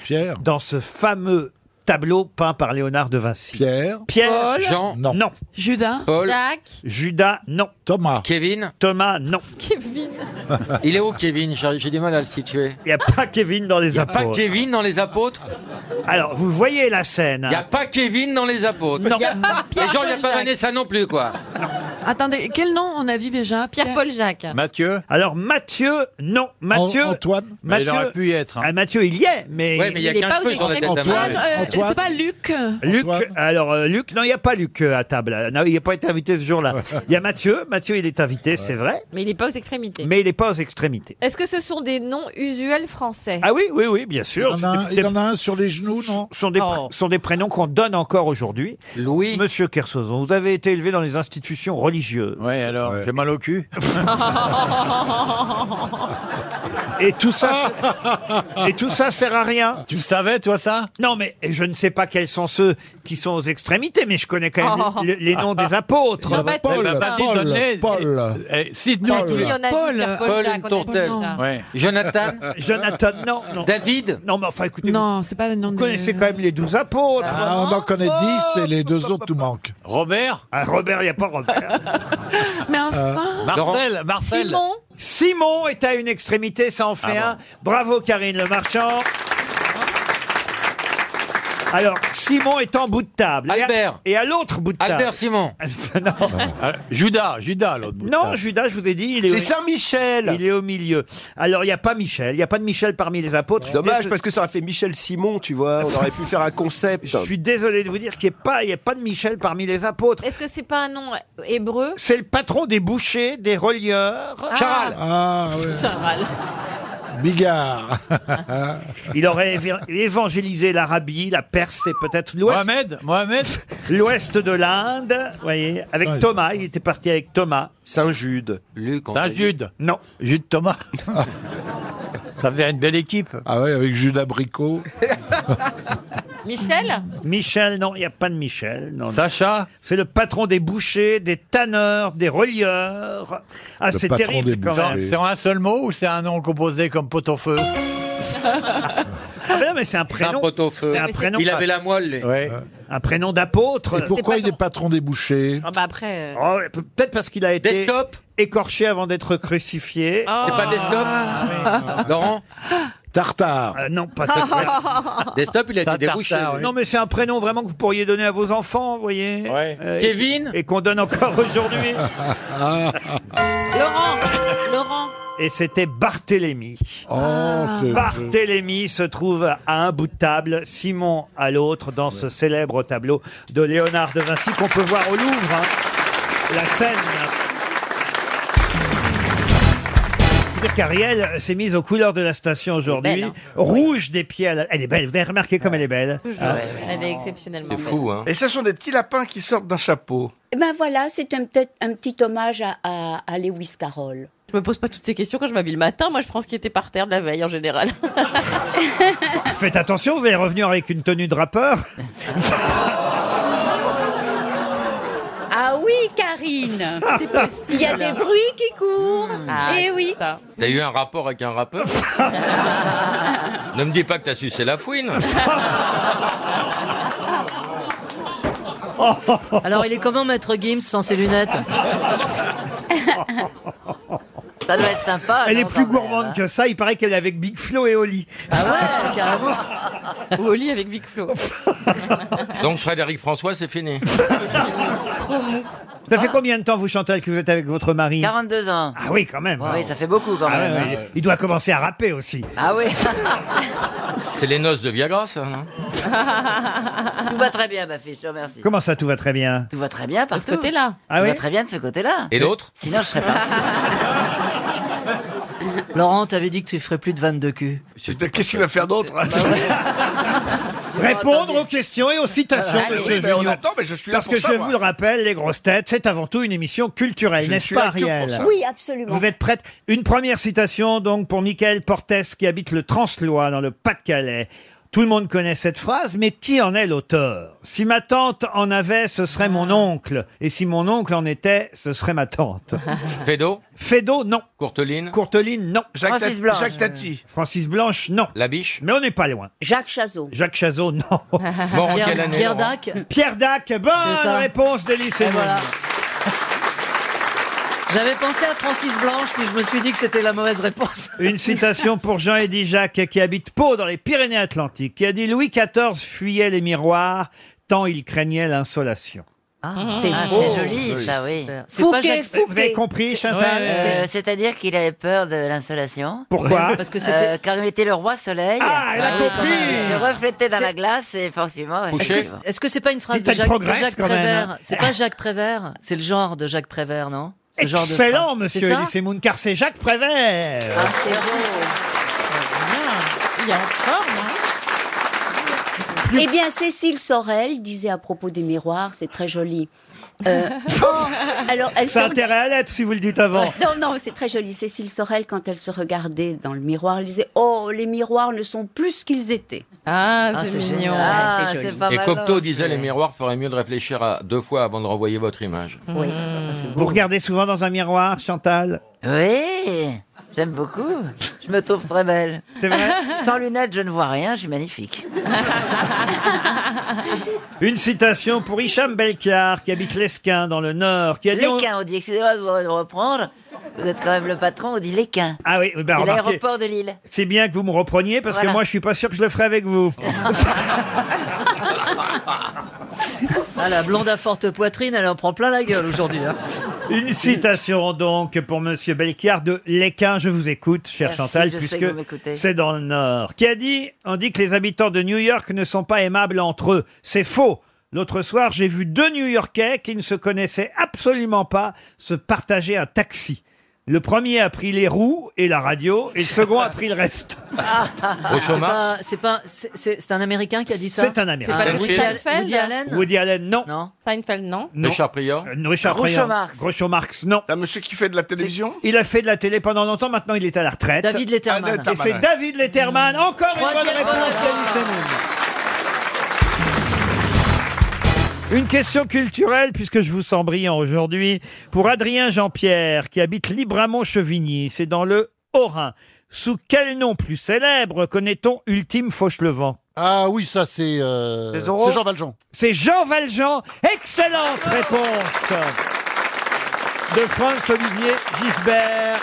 Speaker 1: dans ce fameux tableau peint par Léonard de Vinci. Pierre. Pierre.
Speaker 6: Paul. Jean.
Speaker 1: Non. non.
Speaker 6: Judas. Jacques.
Speaker 1: Judas. Non. Thomas.
Speaker 6: Kevin.
Speaker 1: Thomas. Non.
Speaker 6: Kevin. Il est où Kevin J'ai j'ai du mal à le situer.
Speaker 1: Il n'y a pas Kevin dans les
Speaker 6: Il n'y a pas
Speaker 1: apôtres.
Speaker 6: Kevin dans les apôtres
Speaker 1: Alors, vous voyez la scène.
Speaker 6: Il n'y a pas Kevin dans les apôtres.
Speaker 1: Non. Y a
Speaker 6: pas Pierre Et genre, il n'y a pas Vanessa non plus, quoi.
Speaker 24: Attendez, quel nom on a vu déjà Pierre-Paul Jacques.
Speaker 1: Mathieu. Alors, Mathieu. Non. Mathieu. Antoine.
Speaker 23: Mais il
Speaker 1: Mathieu.
Speaker 23: aurait pu y être. hein.
Speaker 1: Ah, Mathieu, il y est, mais.
Speaker 23: Ouais, mais il y a Il est 15 pas au cheveux sur la tête hein. d'Amel.
Speaker 24: Antoine, euh, c'est pas Luc
Speaker 1: Luc, alors euh, Luc, non, il n'y a pas Luc euh, à table. Euh, Non, il n'a pas été invité ce jour-là. Il y a Mathieu. Mathieu, il est invité, c'est vrai.
Speaker 24: Mais il n'est pas aux extrémités.
Speaker 1: Mais il n'est pas aux extrémités.
Speaker 24: Est-ce que ce sont des noms usuels français
Speaker 1: Ah oui, oui, oui, bien sûr.
Speaker 4: Il y en a
Speaker 21: ben,
Speaker 4: un- il y en
Speaker 1: un sur les genoux, non sont des, pr-
Speaker 24: Oh.
Speaker 1: sont des prénoms qu'on donne encore aujourd'hui.
Speaker 6: Louis.
Speaker 1: Monsieur Kersozon, vous avez été élevé dans les institutions religieuses. Oui, alors, j'ai mal au cul.
Speaker 3: euh,
Speaker 1: Et tout ça, et tout ça sert à rien. Tu savais, toi, ça Non, mais je ne sais pas quels sont ceux qui sont aux extrémités, mais je connais quand même
Speaker 24: Oh.
Speaker 1: les, les noms des apôtres.
Speaker 24: Non, bah, Paul,
Speaker 23: Eh ben, vas-y,
Speaker 24: Paul,
Speaker 23: donne-les.
Speaker 4: Paul.
Speaker 23: Eh, eh, Cite-nous
Speaker 24: Paul.
Speaker 23: tous.
Speaker 24: Oui, on a dit Paul, Pierre-Paul Paul, Jacques, une on a dit tourtelle. ça.
Speaker 23: Ouais.
Speaker 6: Jonathan
Speaker 1: Jonathan, non, non.
Speaker 6: David
Speaker 1: Non, mais enfin, écoutez.
Speaker 24: Non, c'est pas le nom
Speaker 1: Vous connaissez quand même les douze apôtres.
Speaker 4: Ah, on en connaît 10 et les deux autres, tout manque.
Speaker 1: Robert ah, Robert, il n'y a pas Robert.
Speaker 24: [LAUGHS] Mais enfin.
Speaker 1: Euh, Marcel, Ah
Speaker 24: Marcel. Simon
Speaker 1: Simon est à une extrémité, ça en fait un. Bravo Karine Le Marchand. Alors, Simon est en bout de table. Et à-
Speaker 6: Albert.
Speaker 1: Et à, l'autre bout de table.
Speaker 6: Albert
Speaker 23: [LAUGHS]
Speaker 6: Simon.
Speaker 23: Ah, Judas, Judas, l'autre. bout de
Speaker 1: Non,
Speaker 23: table.
Speaker 1: Judas, je vous ai dit, il est.
Speaker 23: C'est
Speaker 1: Saint-Michel. Il est au milieu. Alors, il n'y a pas Michel. Il n'y a pas de Michel parmi les apôtres.
Speaker 12: Dommage, parce que ça aurait fait Michel Simon, tu vois. On aurait pu faire un concept.
Speaker 1: Je suis désolé de vous dire qu'il n'y a, pas- il y a pas de Michel parmi les apôtres.
Speaker 24: Est-ce que c'est pas un nom hébreu
Speaker 1: C'est le patron des bouchers, des relieurs.
Speaker 24: Ah. Charal.
Speaker 1: Ah,
Speaker 24: Charal.
Speaker 1: Bigard. [LAUGHS] Il aurait évi- évangélisé l'Arabie, la Perse et peut-être l'Ouest. Mohamed, [LAUGHS] L'Ouest de l'Inde, voyez, avec
Speaker 12: Ouais.
Speaker 1: Thomas, il était parti avec Thomas.
Speaker 12: Saint-Jude.
Speaker 6: Luc.
Speaker 1: on l'a [LAUGHS]
Speaker 12: Saint-Jude.
Speaker 1: Non.
Speaker 23: Jude Thomas. Ça faisait une belle équipe.
Speaker 4: Ah ouais, avec jus d'abricot.
Speaker 6: Michel
Speaker 1: Michel, non, il n'y a pas de Michel. Sacha C'est le patron des bouchers, des tanneurs, des relieurs. Ah, c'est terrible quand même.
Speaker 23: C'est en un seul mot ou c'est un nom composé comme pot-au-feu
Speaker 1: Ah ben non, mais c'est un
Speaker 23: C'est un
Speaker 1: prénom.
Speaker 23: pot-au-feu.
Speaker 1: C'est un
Speaker 23: Mais c'est-
Speaker 1: prénom. Euh,
Speaker 23: Il avait
Speaker 8: la moelle, lui.
Speaker 1: Un prénom d'apôtre.
Speaker 4: Et pourquoi il est patron des bouchers
Speaker 6: Ah bah après. euh,
Speaker 1: Oh, pe- Peut-être parce qu'il a été écorché avant d'être crucifié.
Speaker 6: Ah. C'est pas Desktop
Speaker 1: Laurent
Speaker 4: Tartare.
Speaker 1: Euh, non, pas
Speaker 3: [LAUGHS]
Speaker 1: Tartare.
Speaker 8: Desktop, il a
Speaker 1: Ça,
Speaker 8: été
Speaker 1: Tartare,
Speaker 8: débouché.
Speaker 1: oui. Non, mais c'est un prénom vraiment que vous pourriez donner à vos enfants, vous voyez. Euh, et-
Speaker 8: Kevin
Speaker 1: Et, qu'on donne encore
Speaker 4: [LAUGHS]
Speaker 1: [LAUGHS] aujourd'hui.
Speaker 6: Laurent
Speaker 24: Oh.
Speaker 6: Laurent
Speaker 1: Et c'était Barthélemy.
Speaker 18: Oh,
Speaker 4: c'est-
Speaker 1: Barthélemy se trouve à un bout de table, Simon à l'autre, dans ce célèbre tableau de Léonard de Vinci qu'on peut voir au Louvre. hein. La scène. dire qu'Ariel s'est mise aux couleurs de la station aujourd'hui.
Speaker 6: belle, hein.
Speaker 1: Rouge des pieds à la... Elle est belle, vous avez remarqué comme elle est belle.
Speaker 6: Toujours.
Speaker 1: Ah.
Speaker 6: Elle est exceptionnellement belle.
Speaker 18: Et ce sont des petits lapins qui sortent d'un chapeau.
Speaker 20: Eh ben voilà, c'est un, peut-être un petit hommage à, à- à Lewis Carroll.
Speaker 24: Je me pose pas toutes ces questions quand je m'habille le matin. Moi, je prends ce qui était par terre de la veille en général.
Speaker 1: Faites attention, vous allez revenir avec une tenue de rappeur.
Speaker 20: Ah oui, Karine
Speaker 1: [LAUGHS]
Speaker 24: C'est possible.
Speaker 20: Il y a des bruits qui courent
Speaker 1: Hmm.
Speaker 24: Ah,
Speaker 20: Eh oui
Speaker 8: T'as eu un rapport avec un rappeur Ne me dis pas que t'as sucé la fouine.
Speaker 1: Oh.
Speaker 21: Alors, il est comment Maître Gims sans
Speaker 24: [LAUGHS]
Speaker 21: ses lunettes
Speaker 16: Ça doit être sympa.
Speaker 1: Elle
Speaker 16: non,
Speaker 1: est plus
Speaker 16: quand même,
Speaker 1: gourmande
Speaker 16: hein. Ah
Speaker 1: que ça, il paraît qu'elle est avec Big Flo et Oli. [LAUGHS]
Speaker 24: ouais, carrément. Ou au lit avec Big Flo.
Speaker 8: Donc Frédéric François, c'est fini.
Speaker 24: Trop mou.
Speaker 1: Ça fait combien de temps, vous, Chantal, que vous êtes avec votre mari
Speaker 16: 42 ans.
Speaker 1: Ah oui, quand même.
Speaker 16: Oui, ça fait beaucoup quand
Speaker 1: Ah
Speaker 16: même.
Speaker 1: ouais,
Speaker 16: hein.
Speaker 1: ouais, Il doit commencer à rapper aussi.
Speaker 16: Ah oui.
Speaker 8: C'est les noces de Viagra, ça, non
Speaker 16: [LAUGHS] Tout va très bien, ma fille, je te remercie.
Speaker 1: Comment ça, tout va très bien
Speaker 16: Tout va très bien parce
Speaker 6: ce côté-là.
Speaker 1: Ah
Speaker 16: Tout
Speaker 1: oui
Speaker 16: va très bien de ce côté-là.
Speaker 8: Et l'autre
Speaker 16: Sinon, je serais pas.
Speaker 21: Laurent, t'avais dit que tu ferais plus de 22 culs.
Speaker 18: Qu'est-ce qu'il va faire d'autre
Speaker 1: [LAUGHS] Répondre aux questions et aux citations,
Speaker 18: Voilà.
Speaker 1: monsieur
Speaker 18: Ah, Oui, mais on
Speaker 1: Junior.
Speaker 18: attend, mais je suis là
Speaker 1: Parce
Speaker 18: pour
Speaker 1: que
Speaker 18: ça,
Speaker 1: je
Speaker 18: moi.
Speaker 1: vous le rappelle, les grosses têtes, c'est avant tout une émission culturelle,
Speaker 18: Je
Speaker 1: n'est-ce
Speaker 18: suis
Speaker 1: pas,
Speaker 18: là que pour
Speaker 1: Ariel
Speaker 18: ça.
Speaker 20: Oui, absolument.
Speaker 1: Vous êtes prête Une première citation donc pour Michael Portes qui habite le Translois dans le Pas-de-Calais. Tout le monde connaît cette phrase, mais qui en est l'auteur Si ma tante en avait, ce serait mon
Speaker 20: Ah.
Speaker 1: oncle. Et si mon oncle en était, ce serait
Speaker 20: [LAUGHS]
Speaker 1: ma tante.
Speaker 8: Fédo
Speaker 1: Fédo, non.
Speaker 8: Courteline
Speaker 1: Courteline, non.
Speaker 18: Jacques Francis Tati- Blanche. Jacques Tati.
Speaker 1: Francis Blanche, non.
Speaker 8: La biche
Speaker 1: Mais on n'est pas loin.
Speaker 20: Jacques Chazot.
Speaker 1: Jacques
Speaker 8: [LAUGHS]
Speaker 1: Chazot, non.
Speaker 8: Mort en Pierre- quelle année, Pierre Laurent Dac
Speaker 1: Pierre Dac, bonne
Speaker 21: C'est ça.
Speaker 1: réponse d'Élise
Speaker 21: Et
Speaker 1: Moon.
Speaker 21: voilà. J'avais pensé à Francis Blanche, mais je me suis dit que c'était la mauvaise réponse.
Speaker 1: Une citation pour Jean-Édie Jacques qui habite Pau dans les Pyrénées-Atlantiques, qui a dit Louis XIV fuyait les miroirs tant il craignait l'insolation.
Speaker 21: Ah,
Speaker 16: C'est
Speaker 21: ah,
Speaker 16: c'est joli, ça, oui.
Speaker 21: C'est pas Jacques-
Speaker 1: Vous avez compris, Chantal
Speaker 16: Euh, C'est-à-dire qu'il avait peur de l'insolation.
Speaker 1: Pourquoi
Speaker 21: Parce que c'était-
Speaker 16: Euh, quand il était le roi soleil. Ah,
Speaker 1: elle a compris.
Speaker 16: Il se reflétait dans
Speaker 21: C'est-
Speaker 16: la glace et forcément.
Speaker 21: Est-ce que- Est-ce que c'est pas une phrase
Speaker 1: Dites,
Speaker 21: de
Speaker 1: elle
Speaker 21: Jacques, de
Speaker 1: progresse
Speaker 21: Jacques
Speaker 1: quand même,
Speaker 21: Prévert
Speaker 1: hein.
Speaker 21: C'est pas Jacques
Speaker 9: Ah,
Speaker 21: Prévert, c'est le genre de Jacques Prévert, non Ce genre de phrase.
Speaker 1: Excellent,
Speaker 21: C'est
Speaker 1: monsieur
Speaker 21: ça
Speaker 1: Elise Moon, car c'est Jacques Prévert.
Speaker 21: Ah,
Speaker 24: Il y a encore,
Speaker 20: hein.
Speaker 24: non
Speaker 20: Eh bien, Cécile Sorel disait à propos des miroirs, c'est très joli. Euh, oh,
Speaker 21: [LAUGHS]
Speaker 20: alors, elle
Speaker 1: Ça a
Speaker 20: se-
Speaker 1: intérêt à l'être si vous le dites avant.
Speaker 20: [LAUGHS] Non, non, c'est très joli. Cécile Sorel, quand elle se regardait dans le miroir, elle disait Oh, les miroirs ne sont plus ce qu'ils étaient.
Speaker 24: Ah,
Speaker 20: Ah,
Speaker 24: c'est
Speaker 20: c'est
Speaker 24: mignon.
Speaker 20: génial. Ah, c'est pas
Speaker 8: Et
Speaker 20: mal,
Speaker 8: Cocteau
Speaker 20: non,
Speaker 8: disait les miroirs feraient mieux de réfléchir à deux fois avant de renvoyer votre image.
Speaker 20: Oui.
Speaker 21: Ah, bah,
Speaker 1: Vous regardez souvent dans un miroir, Chantal
Speaker 16: Oui, j'aime beaucoup. Je me trouve très belle.
Speaker 1: C'est vrai
Speaker 16: Sans lunettes, je ne vois rien, je suis magnifique.
Speaker 1: Une citation pour Hicham Belkiar, qui habite l'Esquin, dans le Nord, qui a dit...
Speaker 16: L'équin, on dit, excusez-moi de vous de reprendre, vous êtes quand même le patron, on dit l'équin.
Speaker 1: Ah oui, ben
Speaker 16: C'est
Speaker 1: remarquez,
Speaker 16: l'aéroport de Lille.
Speaker 1: c'est bien que vous me repreniez, parce que
Speaker 16: Voilà.
Speaker 1: moi, je suis pas sûr que je le ferai
Speaker 16: [LAUGHS]
Speaker 1: avec vous.
Speaker 21: Ah, la blonde à forte poitrine, elle en prend plein la gueule aujourd'hui. hein.
Speaker 1: Une citation donc pour Monsieur Belchiard de L'Équin, je vous écoute, cher
Speaker 16: Merci,
Speaker 1: Chantal,
Speaker 16: je sais que vous
Speaker 1: puisque
Speaker 16: m'écoutez.
Speaker 1: c'est dans le Nord, qui a dit, on dit que les habitants de New York ne sont pas aimables entre eux. C'est faux. L'autre soir, j'ai vu deux New-Yorkais qui ne se connaissaient absolument pas se partager un taxi. Le premier a pris les roues et la radio, et le second a pris le reste.
Speaker 21: Ah, C'est pas, c'est pas, c'est- c'est c'est un Américain qui a dit ça.
Speaker 1: C'est un Américain.
Speaker 21: Ah,
Speaker 1: C'est pas
Speaker 21: Woody
Speaker 1: Christian
Speaker 21: Allen-
Speaker 6: Feld
Speaker 21: Woody Allen.
Speaker 1: Woody Allen, non.
Speaker 24: Seinfeld, non
Speaker 1: Non.
Speaker 8: Richard Prior
Speaker 1: Euh, Richard
Speaker 18: Groucho
Speaker 1: Prior.
Speaker 18: Marx.
Speaker 1: Groucho Marx, non.
Speaker 18: Un monsieur qui fait de la télévision
Speaker 1: Il a fait de la télé pendant longtemps, maintenant il est à la retraite.
Speaker 21: David Letterman.
Speaker 1: Et c'est David Letterman, encore une bonne
Speaker 21: Troisième
Speaker 1: réponse
Speaker 21: bonne
Speaker 1: d'Alice Moon. Une question culturelle, puisque je vous sens brillant aujourd'hui, pour Adrien Jean-Pierre, qui habite Libramont-Chevigny. C'est dans le Haut-Rhin. Sous quel nom plus célèbre connaît-on Ultime Fauchelevent
Speaker 18: Ah oui, ça c'est. euh,
Speaker 1: C'est Zorro
Speaker 18: c'est Jean Valjean.
Speaker 1: C'est Jean Valjean. Excellente réponse de France-Olivier Gisbert.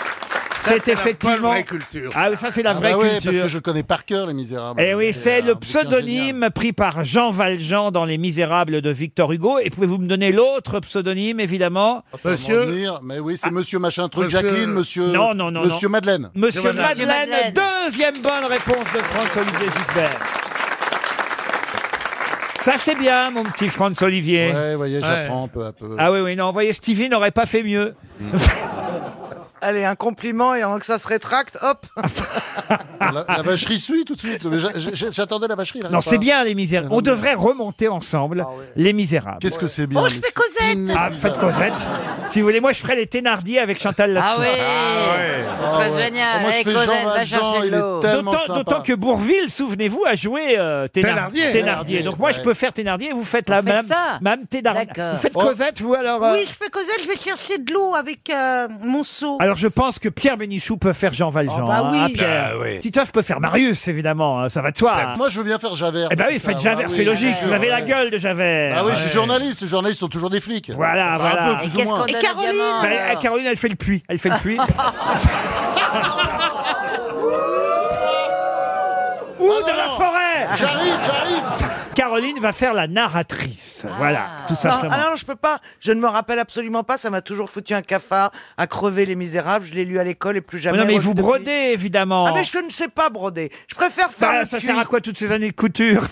Speaker 18: Ça,
Speaker 1: C'est
Speaker 18: c'est la
Speaker 1: effectivement.
Speaker 18: bonne vraie culture,
Speaker 1: Ah oui, ça c'est la
Speaker 18: Ah
Speaker 1: vraie
Speaker 18: bah ouais,
Speaker 1: culture.
Speaker 18: parce que je connais par cœur Les Misérables.
Speaker 1: Eh oui, c'est le
Speaker 18: un bouquin
Speaker 1: pseudonyme pris par Jean Valjean dans Les Misérables de Victor Hugo. Et pouvez-vous me donner l'autre pseudonyme, évidemment
Speaker 17: Ah,
Speaker 18: Ça va Monsieur- m'en venir, mais oui, c'est Monsieur machin truc, Jacqueline, monsieur-
Speaker 1: Ah, Non, non, non.
Speaker 18: Monsieur
Speaker 1: non.
Speaker 18: Madeleine.
Speaker 1: Monsieur
Speaker 18: Monsieur
Speaker 1: Madeleine.
Speaker 18: Madeleine. Madeleine.
Speaker 1: Deuxième bonne réponse de François-Olivier Gisbert. Ça, c'est bien, mon petit François-Olivier.
Speaker 18: Ouais, voyez, j'apprends peu à peu.
Speaker 1: Ah oui, oui, non, vous voyez, Stevie n'aurait pas fait mieux.
Speaker 15: Allez, un compliment et avant que ça se rétracte,
Speaker 18: [LAUGHS]
Speaker 15: hop
Speaker 18: La, la vacherie suit tout de suite. Mais j'a- j'a- J'attendais la vacherie.
Speaker 1: Non, c'est bien, Les Misérables. On devrait remonter ensemble,
Speaker 6: Ah
Speaker 1: Les Misérables. Qu'est-ce
Speaker 18: que c'est bien, Oh, je les- fais
Speaker 1: Cosette Ah, faites Cosette. si vous voulez, moi, je ferai les Thénardier avec Chantal là
Speaker 6: Ah ouais. Ce serait génial.
Speaker 18: Ah Moi, je
Speaker 6: Hey,
Speaker 18: fais Jean
Speaker 6: Cosette, va
Speaker 18: Valjean,
Speaker 6: chercher
Speaker 18: il est
Speaker 6: l'eau.
Speaker 18: tellement
Speaker 1: D'autant
Speaker 18: sympa.
Speaker 1: d'autant que Bourville, souvenez-vous, a joué euh, Thénar-
Speaker 18: Thénardier.
Speaker 1: Thénardier. Donc moi, je
Speaker 18: Ouais.
Speaker 1: peux faire Thénardier et vous faites
Speaker 6: On
Speaker 1: la
Speaker 6: fait
Speaker 1: même.
Speaker 6: ça.
Speaker 1: Même Thénardier.
Speaker 6: D'accord.
Speaker 1: Vous faites
Speaker 6: Oh.
Speaker 1: Cosette, vous alors euh,
Speaker 15: Oui, je fais Cosette, je vais chercher de l'eau avec euh, mon seau.
Speaker 1: Alors je pense que Pierre Bénichou peut faire Jean Valjean.
Speaker 15: Oh, bah
Speaker 1: hein,
Speaker 15: oui.
Speaker 1: hein, Pierre.
Speaker 18: Ah,
Speaker 15: Bah oui.
Speaker 1: Titoff peut faire Marius, évidemment. hein, Ça va de soi. hein.
Speaker 18: Moi, je veux bien faire Javert.
Speaker 1: Eh ben oui, faites Javert, c'est logique. Vous avez la gueule de Javert.
Speaker 18: Ah oui, je suis
Speaker 1: Ouais.
Speaker 18: journaliste. Les journalistes sont toujours des flics.
Speaker 1: Voilà,
Speaker 18: Un
Speaker 1: voilà.
Speaker 18: peu, plus ou moins.
Speaker 15: Et Caroline
Speaker 1: Bah, euh, Caroline, elle fait le puits. Elle fait le puits. Ou dans la forêt
Speaker 18: Ah J'arrive, j'arrive
Speaker 1: Caroline va faire la narratrice. Voilà, tout simplement.
Speaker 15: Non, alors je peux pas, je ne me rappelle absolument pas, ça m'a toujours foutu un cafard à crever les misérables, je l'ai lu à l'école et plus jamais.
Speaker 1: non, mais
Speaker 15: relu
Speaker 1: vous
Speaker 15: depuis.
Speaker 1: brodez, évidemment.
Speaker 15: Ah mais je ne sais pas broder, je préfère faire
Speaker 1: Bah,
Speaker 15: le
Speaker 1: ça
Speaker 15: cuit.
Speaker 1: sert à quoi toutes ces années de [LAUGHS] couture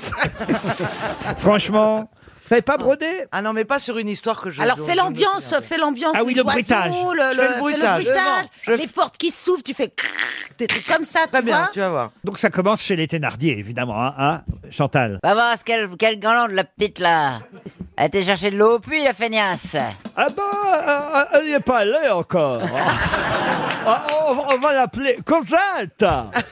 Speaker 15: [LAUGHS]
Speaker 1: Franchement, vous savez pas broder
Speaker 15: Ah non mais pas sur une histoire que je
Speaker 13: Alors
Speaker 15: dont
Speaker 13: fais
Speaker 15: je me
Speaker 13: l'ambiance,
Speaker 15: souviens.
Speaker 13: fais l'ambiance.
Speaker 15: Ah oui,
Speaker 13: des
Speaker 15: le bruitage.
Speaker 13: oiseaux,
Speaker 15: Je
Speaker 13: Le,
Speaker 15: fais
Speaker 13: le-
Speaker 15: le
Speaker 13: fais le
Speaker 15: bruitage.
Speaker 13: bruitage,
Speaker 15: Je-
Speaker 13: les portes qui s'ouvrent, tu fais crrrr, des trucs comme ça, tu vois.
Speaker 15: tu vas voir.
Speaker 1: Donc ça commence chez les Thénardier, évidemment, hein, hein, Chantal.
Speaker 16: Va voir ce qu'elle, quelle galante, la petite, là. Elle était chercher de l'eau au puits, la feignasse.
Speaker 1: Ah bah, elle n'y est pas allée [LAUGHS] encore. Ah, on, va l'appeler [LAUGHS] Cosette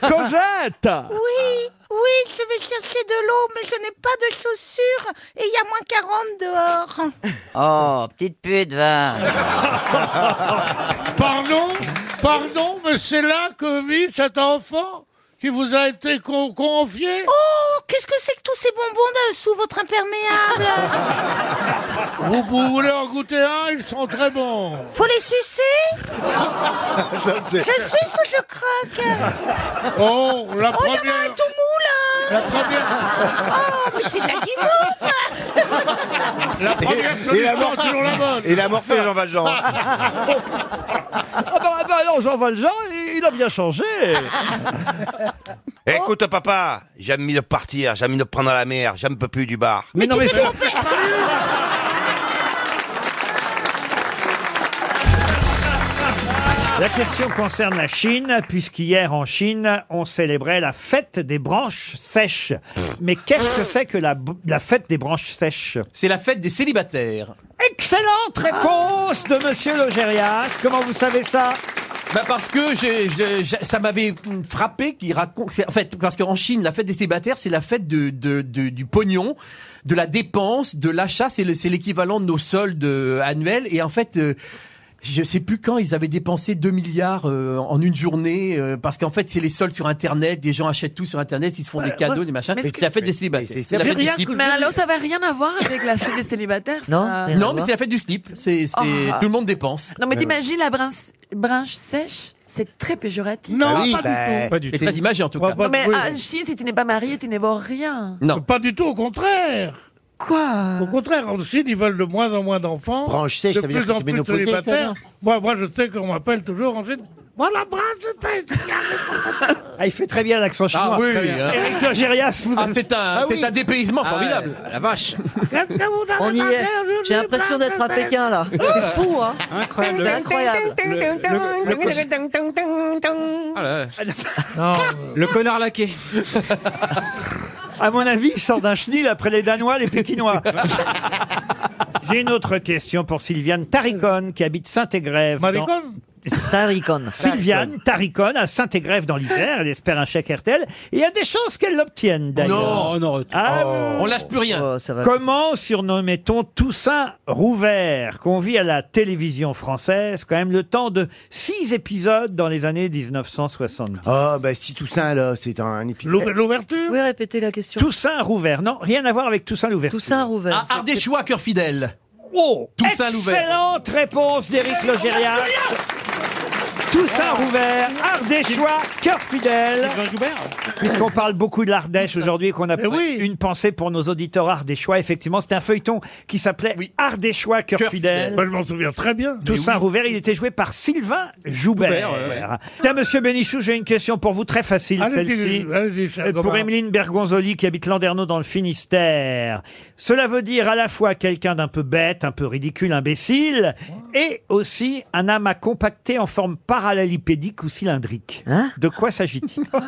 Speaker 1: Cosette
Speaker 15: Ah.
Speaker 13: Oui, oui, je vais chercher de l'eau, mais je n'ai pas de chaussures et il y a moins 40 dehors.
Speaker 16: Oh, petite pute, va.
Speaker 5: [LAUGHS]
Speaker 13: [LAUGHS]
Speaker 5: Pardon Pardon, mais c'est là que vit cet enfant qui vous a été con- confié
Speaker 13: Oh, qu'est-ce que c'est que tous ces bonbons de- sous votre imperméable
Speaker 5: [LAUGHS] vous, vous voulez en goûter un Ils sont très bons.
Speaker 13: Faut les sucer
Speaker 5: Ça,
Speaker 13: Je
Speaker 5: c'est-
Speaker 13: suce ou je croque
Speaker 5: Oh, la
Speaker 13: Oh, il y en a un
Speaker 5: première...
Speaker 13: tout mou, là
Speaker 5: La première...
Speaker 13: Oh, mais c'est de la guimauve
Speaker 5: La première
Speaker 1: Et- et la
Speaker 5: solution
Speaker 1: mort-
Speaker 5: est toujours la bonne.
Speaker 1: et la morphée, Jean Valjean. Ah bah, ah bah non, Jean Valjean, il, il a bien changé.
Speaker 3: Eh, Écoute, papa, j'ai envie de partir, j'ai envie de prendre la mer, j'en peux plus du bar.
Speaker 1: Mais, non, mais c'est... La question concerne la Chine, puisqu'hier en Chine, on célébrait la fête des branches sèches. Mais qu'est-ce que c'est que la, b- la fête des branches sèches
Speaker 17: C'est la fête des célibataires.
Speaker 1: Excellente réponse de Monsieur Logérias. Comment vous savez ça
Speaker 17: Bah parce que j'ai- j'ai- j'ai- ça m'avait mm, frappé qu'il raconte. c'est- En fait, parce qu'en Chine, la fête des célibataires, c'est la fête de, de- de- du pognon, de la dépense, de l'achat. C'est le- c'est l'équivalent de nos soldes euh, annuels. Et en fait. euh, je sais plus quand ils avaient dépensé 2 milliards euh, en une journée euh, parce qu'en fait c'est les soldes sur internet, des gens achètent tout sur internet, ils se font des cadeaux, des machins.
Speaker 24: Mais
Speaker 17: C'est
Speaker 24: ce
Speaker 17: la fête des célibataires. C'est
Speaker 24: Mais
Speaker 17: la fête des
Speaker 24: rien-
Speaker 17: célibataires.
Speaker 24: mais alors, ça va rien à voir avec la fête des célibataires. ça.
Speaker 17: Non, mais c'est la fête du slip. C'est c'est-
Speaker 24: Oh.
Speaker 17: tout le monde dépense.
Speaker 24: Non, mais t'imagines la brinche, brinche sèche, c'est très péjoratif.
Speaker 17: Non, Ah oui, pas du bah, tout. pas du C'est tout. très imagé, en tout
Speaker 7: Bah,
Speaker 17: cas.
Speaker 24: Non, mais
Speaker 17: Oui.
Speaker 7: ah,
Speaker 24: en Chine, si tu n'es pas marié, tu ne vois rien.
Speaker 17: Non.
Speaker 5: Pas du tout, au contraire.
Speaker 24: Quoi
Speaker 5: Au contraire, en Chine, ils veulent de moins en moins d'enfants.
Speaker 11: Branche sèche,
Speaker 5: de
Speaker 11: ça veut
Speaker 5: plus
Speaker 11: dire que
Speaker 5: en
Speaker 11: t'es
Speaker 5: plus
Speaker 11: ménopausée, ça,
Speaker 5: célibataires.
Speaker 11: non
Speaker 5: Moi, moi, je sais qu'on m'appelle toujours en Chine. Voilà, branche sèche.
Speaker 1: Ah, il fait très bien l'accent chinois.
Speaker 17: Ah oui,
Speaker 1: Très bien.
Speaker 17: hein.
Speaker 1: Éric Logérias, vous
Speaker 17: Ah, c'est un, c'est un dépaysement
Speaker 1: Ah
Speaker 17: formidable. la vache.
Speaker 21: On y est. J'ai l'impression d'être à Pékin là. C'est fou, hein
Speaker 17: Incroyable.
Speaker 21: C'est incroyable.
Speaker 3: Ah,
Speaker 17: Le connard laqué.
Speaker 1: À mon avis, il sort d'un chenil après les Danois, les [LAUGHS] Pékinois. J'ai une autre question pour Sylviane Taricone, qui habite Saint-Égrève. dans-
Speaker 5: Maricone
Speaker 1: Taricone. [LAUGHS] Sylviane Taricone à Saint-Égrève dans l'Isère. Elle espère un chèque RTL. Et il y a des chances qu'elle l'obtienne
Speaker 17: Non,
Speaker 1: d'ailleurs.
Speaker 17: non,
Speaker 1: Ah,
Speaker 17: on lâche plus rien.
Speaker 1: Comment surnommait-on Toussaint Rouvert, qu'on vit à la télévision française, quand même le temps de six épisodes dans les années 1970
Speaker 11: Oh, bah si Toussaint, là, c'est un, Eh. un épisode.
Speaker 1: L'ouverture
Speaker 21: Oui, répétez la question.
Speaker 1: Toussaint Rouvert. Non, rien à voir avec Toussaint Rouvert.
Speaker 21: Toussaint Rouvert.
Speaker 17: Ah, Ardéchois, cœur fidèle.
Speaker 1: Oh,
Speaker 17: Toussaint Louvert.
Speaker 1: excellente réponse d'Éric Logérias. Toussaint Rouvert, Ardéchois, cœur fidèle. Puisqu'on parle beaucoup de l'Ardèche aujourd'hui et qu'on a une pensée pour nos auditeurs ardéchois, effectivement, c'était un feuilleton qui s'appelait Ardéchois, cœur
Speaker 5: Cœur fidèle.
Speaker 1: fidèle.
Speaker 5: Moi, Bah, je m'en souviens très bien.
Speaker 1: Toussaint
Speaker 5: Mais oui.
Speaker 1: Rouvert, il était joué par Sylvain Joubert.
Speaker 5: Joubert, ouais, ouais.
Speaker 1: Tiens, monsieur Bénichou, j'ai une question pour vous très facile,
Speaker 5: Allez-y,
Speaker 1: celle-ci.
Speaker 5: allez-y, cher
Speaker 1: Euh, Pour
Speaker 5: Gobard.
Speaker 1: Emeline Bergonzoli qui habite Landerneau dans le Finistère. Cela veut dire à la fois quelqu'un d'un peu bête, un peu ridicule, imbécile, et aussi un amas compacté en forme parallélipédique ou cylindrique. de
Speaker 11: [LAUGHS]
Speaker 1: quoi s'agit-il
Speaker 11: Hein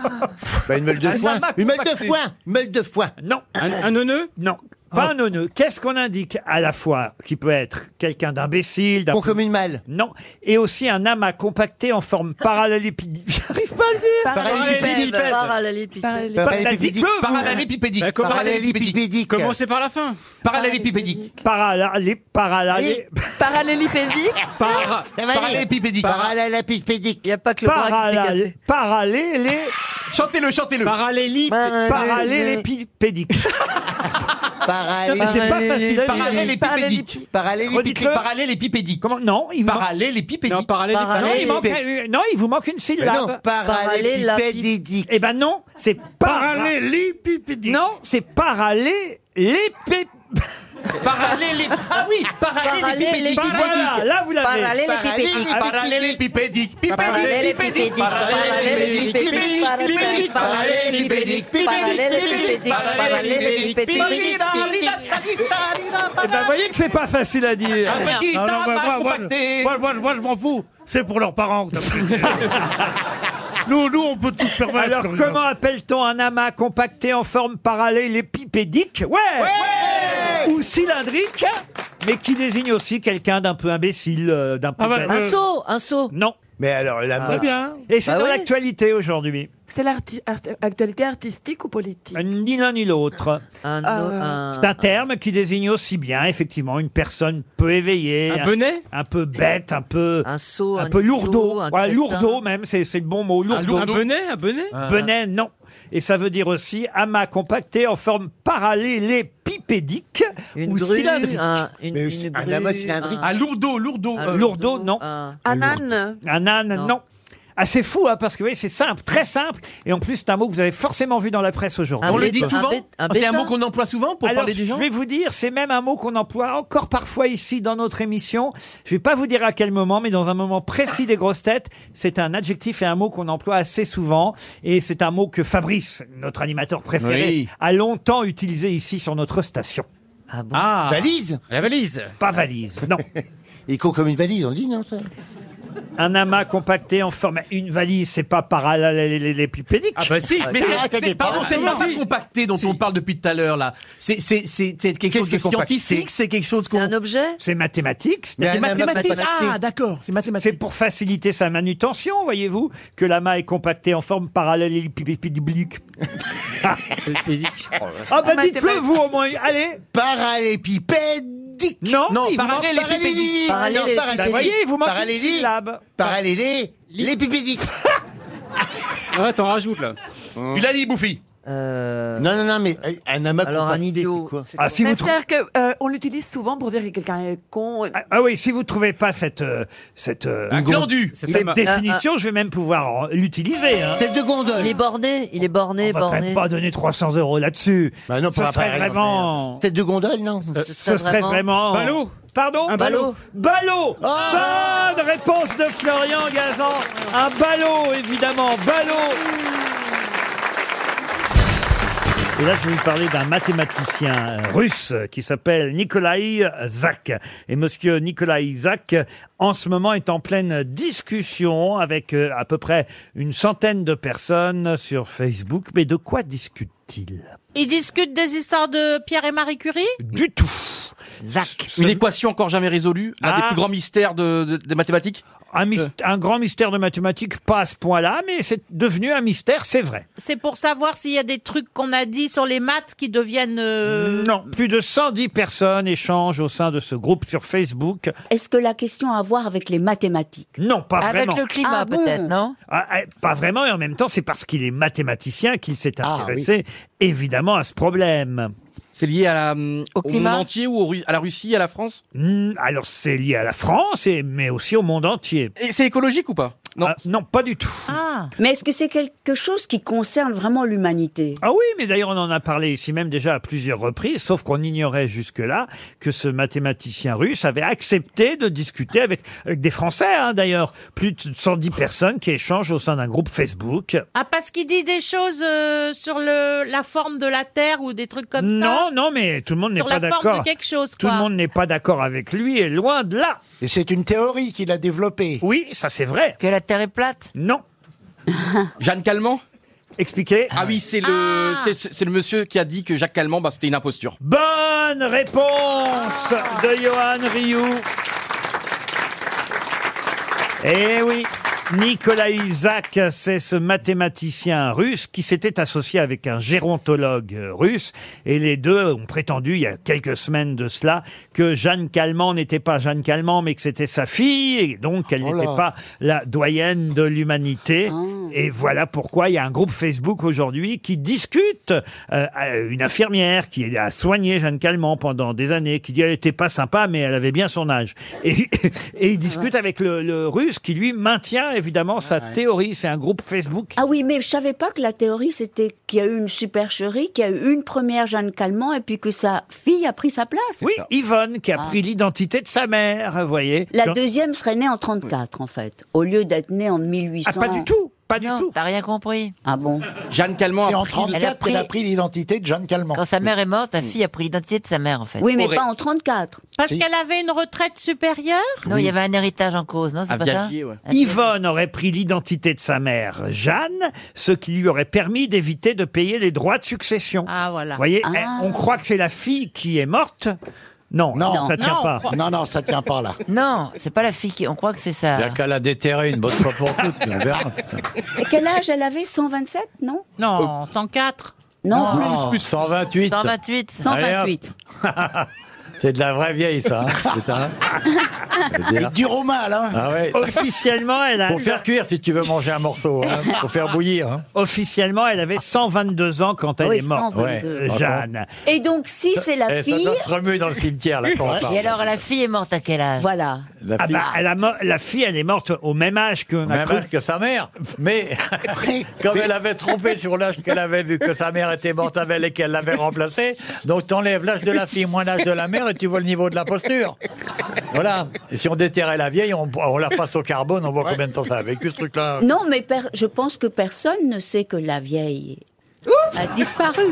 Speaker 11: Bah, Une meule de foin. Une meule de foin. Une meule de foin. Oh.
Speaker 1: Non. Un, nonneux Non. Pas un nonneux. Qu'est-ce qu'on indique à la fois qui peut être quelqu'un d'imbécile, d'un. Bon
Speaker 11: comme une malle.
Speaker 1: Non. Et aussi un amas compacté en forme parallélépédique. [LAUGHS] J'arrive pas à le dire
Speaker 21: Parallélépipède. Parallélépipède.
Speaker 1: Parallélépipédique.
Speaker 17: Parallélépipédique.
Speaker 1: Bah, comment-
Speaker 17: Parallélépipédique.
Speaker 1: Commencez
Speaker 17: par la fin. Parallélépipédique.
Speaker 1: Parallélé, parallélé.
Speaker 17: Et-
Speaker 1: Ah,
Speaker 17: Par-
Speaker 1: bah
Speaker 17: Parallélépipédique.
Speaker 11: Parallélépipédique.
Speaker 21: Il n'y a pas que le bras qui s'est cassé.
Speaker 1: Parallélé. Parallélé.
Speaker 17: Chantez-le, chantez-le.
Speaker 1: Parallélépédique. Parallélépipédique.
Speaker 11: Parallélé-
Speaker 1: Mais c'est pas facile hein, à dire.
Speaker 17: Parallélépipédique.
Speaker 1: Redites-le.
Speaker 17: Parallélépipédique.
Speaker 1: Comment Non, il
Speaker 17: Parallélépipédique.
Speaker 1: Non, Non, il manque- euh, non, il vous manque une syllabe.
Speaker 17: Mais non,
Speaker 11: parallélépipédique.
Speaker 1: Eh ben non, c'est para- Non, c'est parallélépé.
Speaker 17: Parallélé. Ah oui, parallélépipédique.
Speaker 1: Voilà, là vous l'avez.
Speaker 17: Parallélépipédique. Parallélépipédique. Parallélépipédique.
Speaker 1: Parallélépipédique.
Speaker 17: Parallélépipédique.
Speaker 1: Parallélépipédique.
Speaker 17: Parallélépipédique. Parallélépipédique.
Speaker 1: Eh ben, voyez que c'est pas facile à dire.
Speaker 5: Ah, Non, non, moi, moi, moi, je- moi, moi, moi, je m'en fous. C'est pour leurs parents que t'as pris. nous, nous, on peut tout se permettre.
Speaker 1: Alors,
Speaker 5: Florian.
Speaker 1: comment appelle-t-on un amas compacté en forme parallélépipédique Ouais Ou cylindrique, mais qui désigne aussi quelqu'un d'un peu imbécile, euh, d'un peu...
Speaker 21: Ah bah,
Speaker 1: bête.
Speaker 21: Un seau, un seau.
Speaker 1: Non.
Speaker 11: Mais alors, la
Speaker 1: Ah. Et c'est dans l'actualité aujourd'hui.
Speaker 24: C'est l'actualité artistique ou politique
Speaker 1: Ni l'un ni l'autre.
Speaker 24: Ah ouais. un-
Speaker 1: C'est un terme qui désigne aussi bien, effectivement, une personne peu éveillée.
Speaker 24: Un benet
Speaker 1: Un peu bête, un peu. Un
Speaker 24: sot,
Speaker 1: un
Speaker 24: un
Speaker 1: peu lourdeau.
Speaker 24: idiot, un
Speaker 1: Voilà,
Speaker 24: crétin.
Speaker 1: lourdeau même, c'est c'est le bon mot. Lourdeau.
Speaker 24: un bonnet
Speaker 6: Ah.
Speaker 1: Benet, non. Et ça veut dire aussi amas compacté en forme parallélépipédique ou
Speaker 24: grue,
Speaker 1: cylindrique.
Speaker 24: un- une- Mais
Speaker 11: une un grue, amas cylindrique.
Speaker 17: Ah, lourdeau, lourdeau.
Speaker 1: Un lourdeau, non.
Speaker 24: Un âne
Speaker 1: Un âne, non. Ah, c'est fou, hein, parce que vous voyez, c'est simple, très simple. Et en plus, c'est un mot que vous avez forcément vu dans la presse aujourd'hui.
Speaker 17: On le dit souvent. C'est un mot qu'on emploie souvent pour
Speaker 1: Alors,
Speaker 17: parler des gens.
Speaker 1: Je vais vous dire, c'est même un mot qu'on emploie encore parfois ici dans notre émission. Je vais pas vous dire à quel moment, mais dans un moment précis des grosses têtes, c'est un adjectif et un mot qu'on emploie assez souvent. Et c'est un mot que Fabrice, notre animateur préféré,
Speaker 24: Oui.
Speaker 1: a longtemps utilisé ici sur notre station. Ah bon
Speaker 11: Valise
Speaker 1: La valise Pas valise, non.
Speaker 11: [LAUGHS] Il court comme une valise, on le dit, non ça
Speaker 1: Un amas compacté en forme. Une valise, c'est pas parallélépipédique.
Speaker 17: Ah bah si, mais
Speaker 11: Ah,
Speaker 17: c'est-
Speaker 11: t'as des
Speaker 17: c'est pardon,
Speaker 11: paroles.
Speaker 17: c'est
Speaker 11: Ah,
Speaker 17: pas
Speaker 11: si.
Speaker 17: compacté dont on parle depuis tout à l'heure là. C'est c'est c'est c'est quelque chose
Speaker 11: qui
Speaker 17: de
Speaker 11: est compacté
Speaker 17: scientifique, c'est quelque chose qu'on.
Speaker 21: Un objet
Speaker 1: C'est mathématique. c'est-
Speaker 17: Mais un amas mathématique. Ah,
Speaker 1: d'accord, c'est mathématique. C'est pour faciliter sa manutention, voyez-vous, que l'amas est compacté en forme parallélépipédique. Ah bah dites-le vous au moins, allez
Speaker 11: Parallépipédique
Speaker 1: Non,
Speaker 17: Non,
Speaker 1: il vous manque-
Speaker 11: parallélépipédique
Speaker 1: Parallélépipédique. Bah, Vous voyez, il vous manque une syllabe.
Speaker 11: Parallélépipédique
Speaker 7: Ah, t'en rajoutes là.
Speaker 1: Oh.
Speaker 17: Il a dit bouffi.
Speaker 11: Non, non, non, mais euh, un amas
Speaker 7: Alors, un idiot.
Speaker 1: Ah,
Speaker 10: Bah,
Speaker 1: si vous trouvez-
Speaker 24: C'est-à-dire qu'on euh, l'utilise souvent pour dire que quelqu'un est con.
Speaker 1: Ah oui, si vous trouvez pas cette euh, cette euh,
Speaker 17: Un glandu.
Speaker 1: cette
Speaker 24: C'est ma- Ah,
Speaker 1: définition, je vais même pouvoir en- l'utiliser. hein.
Speaker 11: de gondole.
Speaker 21: Il est borné, il est borné,
Speaker 1: On va quand
Speaker 21: borné.
Speaker 1: même pas donner 300 euros là-dessus.
Speaker 11: Bah non,
Speaker 1: ce
Speaker 11: pas
Speaker 1: serait
Speaker 11: pareil.
Speaker 1: vraiment. Euh,
Speaker 11: Tête de gondole, non
Speaker 1: Ce serait vraiment.
Speaker 11: Ballot
Speaker 1: Pardon
Speaker 11: Un ballot.
Speaker 1: Ballot Ah. Bonne réponse de Florian Gazan Un ballot, évidemment Ballot et là, je vais vous parler d'un mathématicien euh, russe euh, qui s'appelle Nikolai Zak. Et monsieur Nikolai Zak, euh, en ce moment, est en pleine discussion avec euh, à peu près une centaine de personnes sur Facebook. Mais de quoi discute-t-il
Speaker 13: Ils discutent des histoires de Pierre et Marie Curie
Speaker 1: Du tout.
Speaker 17: Une équation encore jamais résolue, un des
Speaker 1: Ah.
Speaker 17: plus grands mystères de, de- des mathématiques. Euh.
Speaker 1: Un, myst- un grand mystère de mathématiques, pas à ce point-là, mais c'est devenu un mystère, c'est vrai.
Speaker 9: C'est pour savoir s'il y a des trucs qu'on a dit sur les maths qui deviennent. euh,
Speaker 1: Non, plus de 110 personnes échangent au sein de ce groupe sur Facebook.
Speaker 20: Est-ce que la question a à voir avec les mathématiques
Speaker 1: Non, pas
Speaker 20: Avec
Speaker 1: vraiment.
Speaker 20: le climat, Ah bon peut-être, non
Speaker 1: Ah, ah, Pas vraiment, et en même temps, c'est parce qu'il est mathématicien qu'il s'est intéressé évidemment à ce problème.
Speaker 17: Ah, C'est lié à la, hum, au,
Speaker 1: climat
Speaker 17: monde entier ou au Ru- à la Russie, à la France
Speaker 1: Hmm, alors c'est lié à la France, et, mais aussi au monde entier.
Speaker 17: Et c'est écologique ou pas
Speaker 1: non. non, pas du tout.
Speaker 20: Mais est-ce que c'est quelque chose qui concerne vraiment l'humanité
Speaker 1: Ah oui, mais d'ailleurs on en a parlé ici même déjà à plusieurs reprises, sauf qu'on ignorait jusque-là que ce mathématicien russe avait accepté de discuter avec, avec des Français, hein, d'ailleurs, plus de 110 personnes qui échangent au sein d'un groupe Facebook.
Speaker 9: Ah, parce qu'il dit des choses euh, sur le, la forme de la Terre ou des trucs comme
Speaker 1: Non,
Speaker 9: ça
Speaker 1: non, mais tout le monde n'est
Speaker 9: Sur
Speaker 1: pas
Speaker 9: la forme de
Speaker 1: d'accord.
Speaker 9: quelque chose,
Speaker 1: Tout le
Speaker 9: quoi.
Speaker 1: monde n'est pas d'accord avec lui, et loin de là. Et c'est une théorie qu'il a développée. Oui, ça c'est vrai.
Speaker 16: Que la Terre est plate
Speaker 1: Non.
Speaker 17: Jeanne Calment
Speaker 1: Expliquez.
Speaker 17: Ah oui, c'est le, c'est- c'est- c'est le monsieur qui a dit que Jacques Calment, bah, c'était une imposture.
Speaker 1: Bonne réponse de Johan Rioux. Eh oui. Nicolas Isaac, c'est ce mathématicien russe qui s'était associé avec un gérontologue euh, russe. Et les deux ont prétendu, il y a quelques semaines de cela, que Jeanne Calment n'était pas Jeanne Calment, mais que c'était sa fille. Et donc, elle
Speaker 19: Oh là.
Speaker 1: n'était pas la doyenne de l'humanité. Et voilà pourquoi il y a un groupe Facebook aujourd'hui qui discute. euh, à une infirmière qui a soigné Jeanne Calment pendant des années, qui dit elle était pas sympa, mais elle avait bien son âge. Et, [LAUGHS] et il discute avec le, le russe qui lui maintient évidemment sa théorie. C'est un groupe Facebook.
Speaker 20: Ah oui, mais je savais pas que la théorie c'était qu'il y a eu une supercherie, qu'il y a eu une première Jeanne Calment et puis que sa fille a pris sa place.
Speaker 1: Oui, Yvonne qui a
Speaker 20: Ah.
Speaker 1: pris l'identité de sa mère, vous voyez.
Speaker 20: La
Speaker 1: Quand-
Speaker 20: deuxième serait née en 34 en fait, au lieu d'être née en 1800.
Speaker 1: Ah, pas du tout, pas
Speaker 20: du tout.
Speaker 16: T'as rien compris.
Speaker 20: Ah bon
Speaker 17: Jeanne Calment
Speaker 20: C'est
Speaker 17: a
Speaker 20: en
Speaker 17: pris-
Speaker 20: 34
Speaker 17: elle a pris-
Speaker 20: qu'elle a
Speaker 16: pris l'identité de Jeanne Calment. Quand sa mère est morte, ta fille a pris l'identité de sa mère, en fait.
Speaker 20: Oui, mais pas en 34.
Speaker 9: Parce qu'elle avait une retraite supérieure
Speaker 16: Non, il y avait un héritage en cause, non C'est pas ça
Speaker 1: Yvonne aurait pris l'identité de sa mère, Jeanne, ce qui lui aurait permis d'éviter de payer les droits de succession.
Speaker 9: Ah voilà.
Speaker 1: Vous voyez,
Speaker 9: Ah.
Speaker 1: eh, on croit que c'est la fille qui est morte. Non, non, ça tient pas.
Speaker 16: ça tient pas là. [LAUGHS] Non, c'est pas la fille qui. On croit que c'est
Speaker 20: Ah.
Speaker 16: ça.
Speaker 23: Bien qu'à la déterrer une bonne fois pour toutes, on verra.
Speaker 20: Et quel âge elle avait 127, non
Speaker 9: Non,
Speaker 1: Euh.
Speaker 9: 104.
Speaker 20: Non,
Speaker 23: Plus,
Speaker 20: plus.
Speaker 23: plus 128.
Speaker 9: 128.
Speaker 23: Allez, hop. [LAUGHS] C'est de la vraie vieille, ça. hein, putain.
Speaker 1: Et du
Speaker 23: roman, là. Ah ouais.
Speaker 21: Oh.
Speaker 1: Officiellement, elle a. Ah.
Speaker 23: Pour faire cuire, si tu veux manger un morceau. Hein. Pour faire bouillir. Hein.
Speaker 1: Officiellement, elle avait 122 ans quand elle
Speaker 23: Oui,
Speaker 1: est morte,
Speaker 23: 122.
Speaker 1: euh, Jeanne.
Speaker 20: Et donc si c'est la
Speaker 23: Eh, ça
Speaker 20: fille,
Speaker 23: doit se remuer dans le cimetière, là, quand on parle.
Speaker 16: Et alors, la fille est morte à quel âge
Speaker 20: Voilà.
Speaker 1: Ah bah, elle a mo- la fille, elle est morte au même âge que ma
Speaker 23: Même
Speaker 1: cru-
Speaker 23: âge que sa mère, mais [LAUGHS] comme elle avait trompé sur l'âge qu'elle avait vu que sa mère était morte avec elle et qu'elle l'avait remplacée, donc t'enlèves l'âge de la fille moins l'âge de la mère et tu vois le niveau de la posture. Voilà. Et si on déterrait la vieille, on, on la passe au carbone, on voit combien de temps ça a vécu ce truc-là.
Speaker 20: non, mais per- je pense que personne ne sait que la vieille a disparu.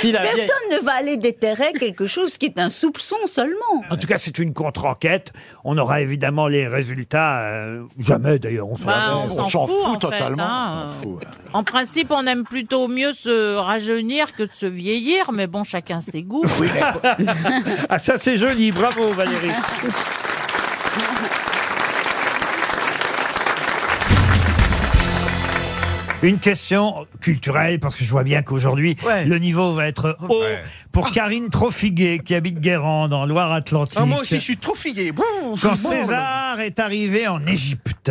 Speaker 23: Si la vieille-
Speaker 20: Personne ne va aller déterrer quelque chose qui est un soupçon seulement.
Speaker 1: En tout cas, c'est une contre-enquête. On aura évidemment les résultats. euh, jamais d'ailleurs, on s'en
Speaker 9: Bah, on s'en fout, en fait, hein. En principe, on aime plutôt mieux se rajeunir que de se vieillir, mais bon, chacun ses goûts.
Speaker 1: [LAUGHS]
Speaker 9: [LAUGHS]
Speaker 1: ah, ça, c'est joli. Bravo, Valérie. Une question culturelle, parce que je vois bien qu'aujourd'hui, le niveau va être haut. Pour Karine Trofiguet, qui habite Guérande, en Loire-Atlantique.
Speaker 9: Ah,
Speaker 17: trop figué.
Speaker 1: Quand César est arrivé en Égypte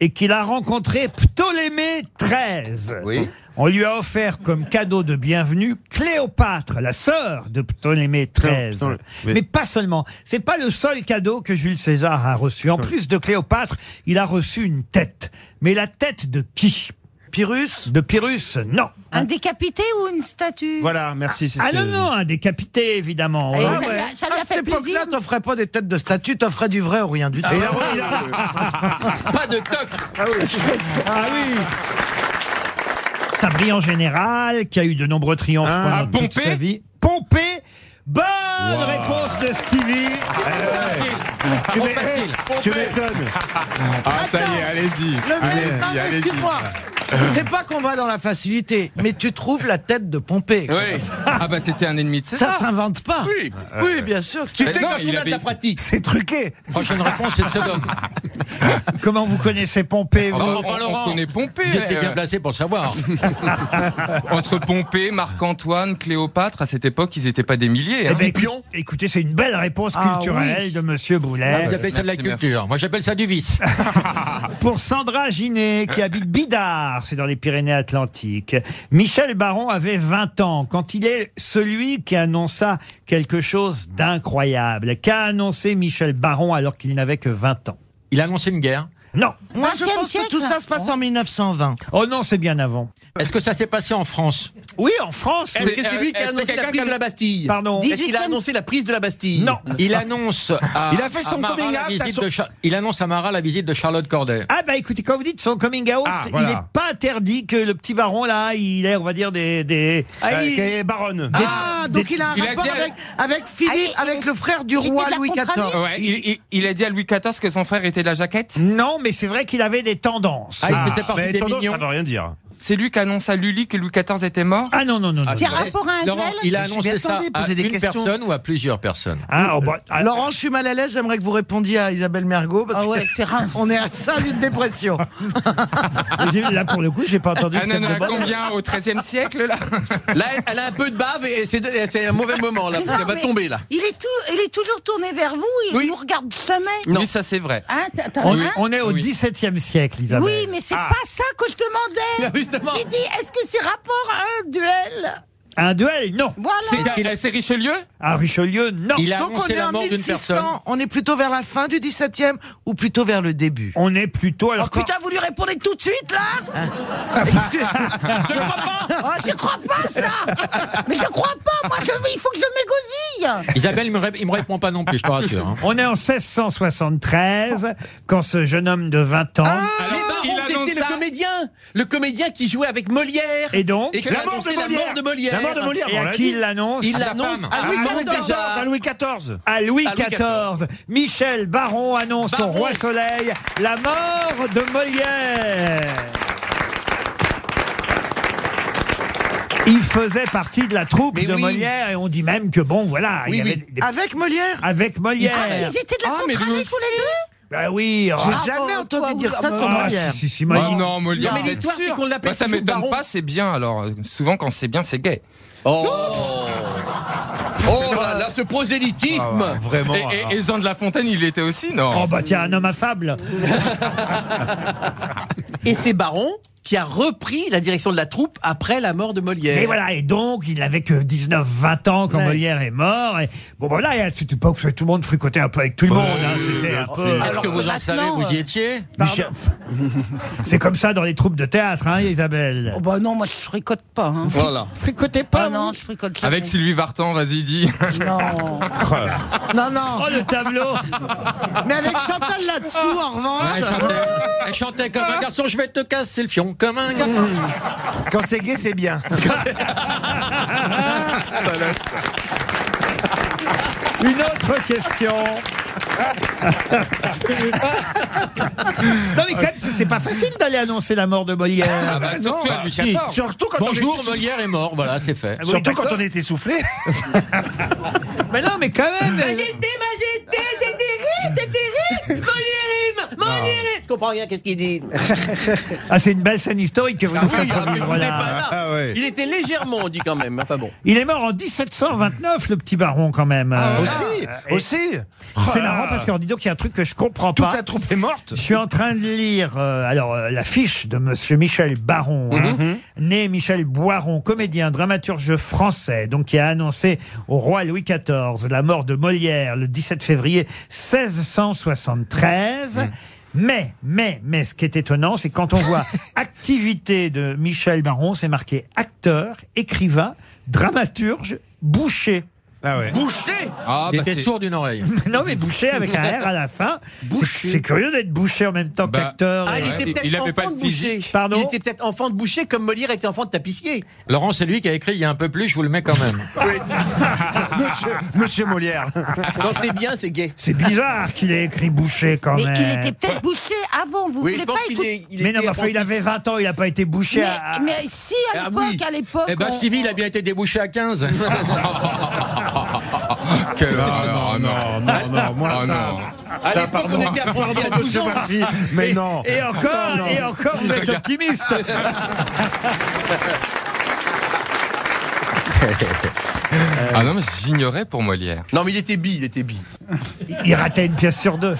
Speaker 1: et qu'il a rencontré Ptolémée XIII, on lui a offert comme cadeau de bienvenue Cléopâtre, la sœur de Ptolémée XIII.
Speaker 19: Cléo-
Speaker 1: Mais,
Speaker 19: oui.
Speaker 1: pas seulement. C'est pas le seul cadeau que Jules César a reçu. En plus de Cléopâtre, il a reçu une tête. Mais la tête de qui Pyrrhus De Pyrrhus, non.
Speaker 25: Un décapité ou une statue
Speaker 1: Ah non, non, un décapité, évidemment.
Speaker 25: Et
Speaker 1: On-
Speaker 25: Ah, ça, lui a- ça lui a fait plaisir.
Speaker 15: t'offrais pas des têtes de statue, t'offrais du vrai ou rien
Speaker 1: Ah,
Speaker 15: du tout.
Speaker 1: bah
Speaker 17: Pas de toc
Speaker 15: Ah oui.
Speaker 1: Ah oui. C'est un brillant général qui a eu de nombreux triomphes
Speaker 17: Ah,
Speaker 19: Hein,
Speaker 10: Ah,
Speaker 1: pendant
Speaker 19: à
Speaker 1: toute
Speaker 19: Pompée
Speaker 1: sa vie. Pompée Bonne réponse de Stevie
Speaker 17: Ah,
Speaker 1: Eh Tu m'é- tu m'étonnes
Speaker 17: [LAUGHS]
Speaker 19: Ah, ça y est, allez-y.
Speaker 1: Le
Speaker 19: Allez-y,
Speaker 1: même,
Speaker 19: allez-y. Euh.
Speaker 1: excuse-moi.
Speaker 14: C'est pas qu'on va dans la facilité, mais tu trouves la tête de Pompée.
Speaker 10: Oui. Ah bah c'était un ennemi de
Speaker 14: Ça
Speaker 10: César.
Speaker 14: s'invente pas.
Speaker 10: Oui.
Speaker 14: Oui, bien sûr.
Speaker 10: Tu
Speaker 15: Euh,
Speaker 10: sais, quand il a de la
Speaker 14: pratique, c'est truqué.
Speaker 10: Prochaine réponse, c'est Sodome.
Speaker 1: Comment vous connaissez Pompée
Speaker 10: Ah
Speaker 1: vous
Speaker 10: bah, on, on connaît Pompée.
Speaker 1: Vous étiez
Speaker 10: euh,
Speaker 1: bien
Speaker 8: placé pour savoir.
Speaker 10: [LAUGHS] Entre Pompée, Marc-Antoine, Cléopâtre, à cette époque, ils n'étaient pas des milliers.
Speaker 1: Eh
Speaker 10: hein.
Speaker 1: ben, écoute- écoutez, c'est une belle réponse
Speaker 10: Ah,
Speaker 1: culturelle
Speaker 10: oui.
Speaker 1: de Monsieur Boulet.
Speaker 10: Ah, vous appelez ça de la Merci, merci. culture.
Speaker 8: Moi, j'appelle ça du vice.
Speaker 1: Pour Sandra Ginet,
Speaker 10: Euh.
Speaker 1: qui habite Bidart, c'est dans les Pyrénées-Atlantiques. Michel Baron avait 20 ans quand il est celui qui annonça quelque chose d'incroyable. Qu'a annoncé Michel Baron alors qu'il n'avait que 20 ans
Speaker 8: Il a annoncé une guerre
Speaker 1: Non.
Speaker 15: Moi, je pense que tout ça se passe en 1920.
Speaker 1: Oh non, c'est bien avant.
Speaker 8: Est-ce que ça s'est passé en France
Speaker 1: Oui, en France.
Speaker 17: Est-ce que
Speaker 6: Euh,
Speaker 17: c'est lui qui a annoncé la prise de la Bastille
Speaker 1: Pardon.
Speaker 17: Est-ce qu'il a annoncé la prise de la Bastille
Speaker 8: Non. Il annonce à,
Speaker 17: Il a fait son
Speaker 8: Ah. à Marat
Speaker 17: coming
Speaker 8: la
Speaker 17: out à
Speaker 8: visite
Speaker 17: son-
Speaker 8: de Char- Il annonce à Marat la visite de Charlotte Corday.
Speaker 1: Ah bah écoutez, quand vous dites son coming out,
Speaker 8: voilà.
Speaker 1: il n'est pas interdit que le petit baron là, il ait, on va dire, des... des
Speaker 15: Ah, il-
Speaker 1: des baronnes.
Speaker 15: Ah, donc il a un
Speaker 1: Il a
Speaker 15: rapport
Speaker 1: dit à-
Speaker 15: avec, avec
Speaker 1: Ah,
Speaker 15: Philippe, avec le frère du roi Louis XIV.
Speaker 10: Ouais, il, il- il a dit à Louis XIV que son frère était de la jaquette
Speaker 1: Non, mais c'est vrai qu'il avait des tendances.
Speaker 10: Ah, il faisait partie des mignons.
Speaker 1: rien dire.
Speaker 10: C'est lui qui annonce à Lully que Louis XIV était mort
Speaker 1: Ah non, non, non.
Speaker 8: Ah,
Speaker 1: C'est
Speaker 8: vrai.
Speaker 1: rapport à un
Speaker 8: Laurent,
Speaker 1: duel
Speaker 8: il a
Speaker 1: Je suis
Speaker 8: annoncé ça
Speaker 1: attendu,
Speaker 8: à
Speaker 1: poser
Speaker 8: une
Speaker 1: des questions. Ah, oh, bah,
Speaker 8: personne ou à plusieurs personnes
Speaker 15: Laurent, je suis mal à l'aise, j'aimerais que vous répondiez à Isabelle Mergot. Parce que [LAUGHS] On est à ça d'une dépression.
Speaker 1: [LAUGHS] Là, pour le coup, j'ai pas entendu
Speaker 8: ce
Speaker 15: qu'elle
Speaker 8: qu'elle
Speaker 15: demandait.
Speaker 10: Combien au XIIIe siècle, là
Speaker 17: Là, elle- elle a un peu de bave et c'est et c'est un mauvais moment là.
Speaker 25: Mais non,
Speaker 17: Elle va
Speaker 25: mais
Speaker 17: tomber là.
Speaker 25: Il est, tout, il est toujours tourné vers vous, il nous regarde jamais.
Speaker 8: Oui, ça c'est vrai.
Speaker 15: Ah,
Speaker 25: Hein, t'as- t'as-
Speaker 1: On,
Speaker 25: hein
Speaker 1: on est au XVIIe siècle, Isabelle. Ah.
Speaker 25: Oui, mais c'est pas ça que je
Speaker 1: [LAUGHS]
Speaker 25: demandais. J'ai dit, est-ce que c'est rapport à un duel
Speaker 1: Un duel, non.
Speaker 10: C'est c'est Richelieu
Speaker 1: À Richelieu, non.
Speaker 15: Donc on est en 1600, on est plutôt vers la fin du 17e ou plutôt vers le début
Speaker 1: On est plutôt...
Speaker 15: Alors putain, vous lui répondez tout de suite, là [LAUGHS]
Speaker 1: Ah.
Speaker 25: Je crois
Speaker 2: [LAUGHS]
Speaker 25: pas
Speaker 2: Oh,
Speaker 25: Je crois pas, ça Mais je crois pas, moi, je- il faut que je m'égosille
Speaker 8: Isabelle, il me, ré- il me répond pas non plus, je te rassure. hein.
Speaker 1: On est en 1673, quand ce jeune homme de 20 ans...
Speaker 15: Ah,
Speaker 17: Il
Speaker 8: annonce
Speaker 17: c'était
Speaker 8: ça.
Speaker 17: le comédien, le comédien qui jouait avec Molière.
Speaker 1: Et donc
Speaker 17: et qui
Speaker 1: La
Speaker 17: a
Speaker 1: mort
Speaker 17: annoncé
Speaker 1: de
Speaker 17: la
Speaker 1: Molière.
Speaker 17: mort de Molière.
Speaker 1: La mort de Molière, Et on à l'a qui dit. il l'annonce
Speaker 17: Il
Speaker 1: À sa
Speaker 17: l'annonce
Speaker 1: femme.
Speaker 17: à Louis XIV.
Speaker 1: À
Speaker 17: Louis
Speaker 1: XIV. À Louis XIV, Michel Baron annonce au roi Soleil la mort de Molière. Il faisait partie de la troupe de
Speaker 15: oui.
Speaker 1: Molière et on dit même que bon voilà, il y avait des-
Speaker 15: Avec Molière
Speaker 1: avec Molière.
Speaker 2: Ah,
Speaker 25: Ils étaient de la contramée tous les deux
Speaker 1: Bah oui.
Speaker 15: J'ai
Speaker 1: ah.
Speaker 15: jamais
Speaker 25: bon,
Speaker 15: entendu
Speaker 25: toi,
Speaker 15: dire
Speaker 25: vous-
Speaker 15: ça
Speaker 25: ah,
Speaker 15: sur
Speaker 1: bah,
Speaker 15: Molière.
Speaker 1: si, si, si,
Speaker 10: Bah,
Speaker 1: Molière.
Speaker 10: non, Molière.
Speaker 17: Non, mais l'histoire, c'est qu'on l'appelle
Speaker 10: Bah, ça
Speaker 17: toujours
Speaker 10: m'étonne
Speaker 17: baron.
Speaker 10: pas, c'est bien. Alors, euh, souvent, quand c'est bien, c'est gay. [LAUGHS] Oh
Speaker 17: Oh là là, ce prosélytisme
Speaker 10: Vraiment. Et, et, et Jean de La Fontaine, il était aussi, non
Speaker 1: Ah, hein. Oh bah tiens, un homme affable.
Speaker 17: Et c'est Baron qui a repris la direction de la troupe après la mort de
Speaker 25: Euh,
Speaker 17: Molière.
Speaker 1: Et voilà, et donc, il n'avait que 19-20 ans quand
Speaker 17: Ouais.
Speaker 1: Molière est mort. Et bon, voilà, là, c'était pas que tout le monde fricotait un peu avec tout le monde. hein,
Speaker 25: [LAUGHS]
Speaker 1: c'était un peu.
Speaker 8: Est-ce que vous en savez, vous
Speaker 17: euh,
Speaker 8: y étiez
Speaker 1: Michel- [LAUGHS] C'est comme ça dans les troupes de théâtre, hein, Isabelle.
Speaker 25: Oh bah non, moi je fricote pas. Hein.
Speaker 10: Voilà.
Speaker 1: Fricotez pas
Speaker 25: Ah non, je fricote jamais.
Speaker 10: Avec Sylvie Vartan, vas-y, dis.
Speaker 25: Non. Non, non.
Speaker 1: Oh, le tableau
Speaker 15: Mais avec Chantal là-dessous, en revanche.
Speaker 8: Elle chantait, elle chantait comme un garçon, je vais te casser le fion comme un
Speaker 10: [LAUGHS]
Speaker 8: garçon.
Speaker 19: Quand c'est gay, c'est bien.
Speaker 1: [LAUGHS] Une autre question.
Speaker 25: [LAUGHS]
Speaker 1: non, mais quand même, c'est pas facile d'aller annoncer la mort de Molière.
Speaker 8: Ah bah, surtout à Louis XIV. Bonjour, Molière est mort, voilà, c'est fait.
Speaker 1: Surtout quand on
Speaker 19: était soufflé.
Speaker 1: mais non, mais quand même. euh,
Speaker 17: Majesté, c'était c'était Molière Molière Je comprends rien, qu'est-ce qu'il
Speaker 1: [LAUGHS]
Speaker 17: dit
Speaker 1: Ah, c'est une belle scène historique que vous
Speaker 17: Ah
Speaker 1: nous faites revivre là. Ah
Speaker 19: Ah
Speaker 17: Il était légèrement, on dit quand même. Enfin bon.
Speaker 1: Il est mort en 1729, le petit baron, quand même. Euh,
Speaker 19: aussi,
Speaker 1: et-
Speaker 19: aussi.
Speaker 1: C'est marrant parce qu'on dit donc il y a un truc que je comprends pas.
Speaker 19: Ah. Toute la troupe est morte.
Speaker 1: Je suis en train de lire euh, alors euh, la fiche de Monsieur Michel Baron, hein.
Speaker 19: Mhm.
Speaker 1: né Michel Boiron, comédien, dramaturge français, donc qui a annoncé au roi Louis XIV la mort de Molière le 17 février 1673.
Speaker 19: Mhm.
Speaker 1: Mais, mais, mais, ce qui est étonnant, c'est quand on voit
Speaker 19: [LAUGHS]
Speaker 1: activité de Michel Baron, c'est marqué acteur, écrivain, dramaturge, boucher. Ah ouais.
Speaker 8: Boucher
Speaker 1: Ah,
Speaker 8: Il
Speaker 1: bah,
Speaker 8: était
Speaker 1: c'est-
Speaker 8: sourd d'une oreille.
Speaker 1: [LAUGHS] non, mais bouché avec un R à la fin. Bouché. C'est curieux d'être bouché en même temps
Speaker 8: Bah,
Speaker 1: [LAUGHS] qu'acteur.
Speaker 17: Ah, il était peut-être enfant de boucher.
Speaker 1: Pardon
Speaker 17: Il était peut-être enfant de boucher comme Molière était enfant de tapissier.
Speaker 8: Laurent, c'est lui qui a écrit Il y a un peu plus, je vous le mets quand même.
Speaker 1: Ah,
Speaker 19: Monsieur, Monsieur
Speaker 1: [LAUGHS]
Speaker 19: Molière.
Speaker 17: Quand c'est bien, c'est gay.
Speaker 1: C'est bizarre qu'il ait écrit bouché quand
Speaker 13: Mais
Speaker 1: même.
Speaker 13: il était peut-être bouché avant, vous
Speaker 1: Oui,
Speaker 13: voulez
Speaker 1: je
Speaker 13: pas
Speaker 1: pense qu'il
Speaker 13: écouter
Speaker 1: est- il Mais non, était mais enfin, il apprenti. avait 20 ans, il n'a pas été bouché
Speaker 13: Mais,
Speaker 1: à-
Speaker 13: mais si, à
Speaker 8: Ah
Speaker 13: l'époque,
Speaker 8: oui.
Speaker 13: à l'époque.
Speaker 8: Eh ben,
Speaker 13: on-
Speaker 8: Stevie, il a bien été débouché à
Speaker 17: [LAUGHS]
Speaker 8: Ah, 15. Quelle horreur, non, non, non,
Speaker 17: Ah,
Speaker 8: moi, [LAUGHS]
Speaker 1: À
Speaker 8: Ça,
Speaker 1: l'époque,
Speaker 8: pardon.
Speaker 1: on était à Poirier à
Speaker 8: Pardon,
Speaker 1: 12
Speaker 8: monsieur
Speaker 1: ans.
Speaker 8: Murphy, mais
Speaker 1: Et-
Speaker 8: non.
Speaker 1: Et
Speaker 8: Oh,
Speaker 1: encore,
Speaker 8: non.
Speaker 1: et encore, vous êtes optimiste.
Speaker 10: Ah non, mais j'ignorais pour Molière.
Speaker 17: Non, mais il était bi, il était bi.
Speaker 1: Il ratait une pièce sur deux.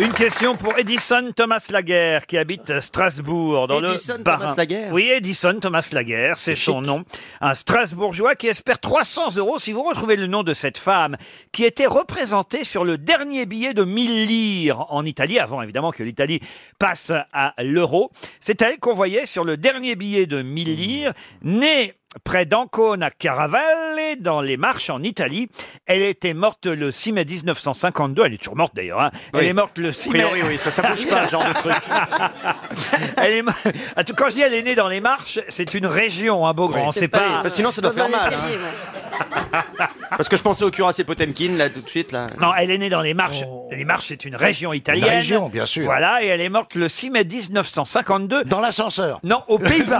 Speaker 1: Une question pour Edison Thomas Laguerre, qui habite Strasbourg, dans
Speaker 6: Edison
Speaker 1: le
Speaker 6: Thomas
Speaker 1: Bas-Rhin.
Speaker 6: Laguerre.
Speaker 1: Oui, Edison Thomas Laguerre, c'est son nom. Un Strasbourgeois qui espère 300 euros si vous retrouvez le nom de cette femme qui était représentée sur le dernier billet de 1000 lire en Italie, avant évidemment que l'Italie passe à l'euro. C'est elle qu'on voyait sur le dernier billet de 1000 lire, née près d'Ancona Caravalle, dans les Marches en Italie. Elle était morte le 6 mai 1952. Elle est toujours morte d'ailleurs. hein. Elle
Speaker 6: Oui.
Speaker 1: est morte le 6
Speaker 6: A
Speaker 1: mai.
Speaker 6: priori, oui, ça, ça bouge pas, ce genre de truc.
Speaker 1: elle est... mo- En tout- Quand je dis elle est née dans les Marches, c'est une région, hein, Beaugrand. C'est
Speaker 6: Ah oui,
Speaker 1: pas.
Speaker 6: parce que sinon, ça doit faire mal, hein. Parce que je pensais au cuirassé Potemkin, là, tout de suite, là.
Speaker 1: Non, elle est née dans les Marches. Les Marches, c'est une région italienne.
Speaker 6: Une région, bien sûr.
Speaker 1: Voilà, et elle est morte le 6 mai 1952. Dans l'ascenseur. Non, aux Pays-Bas.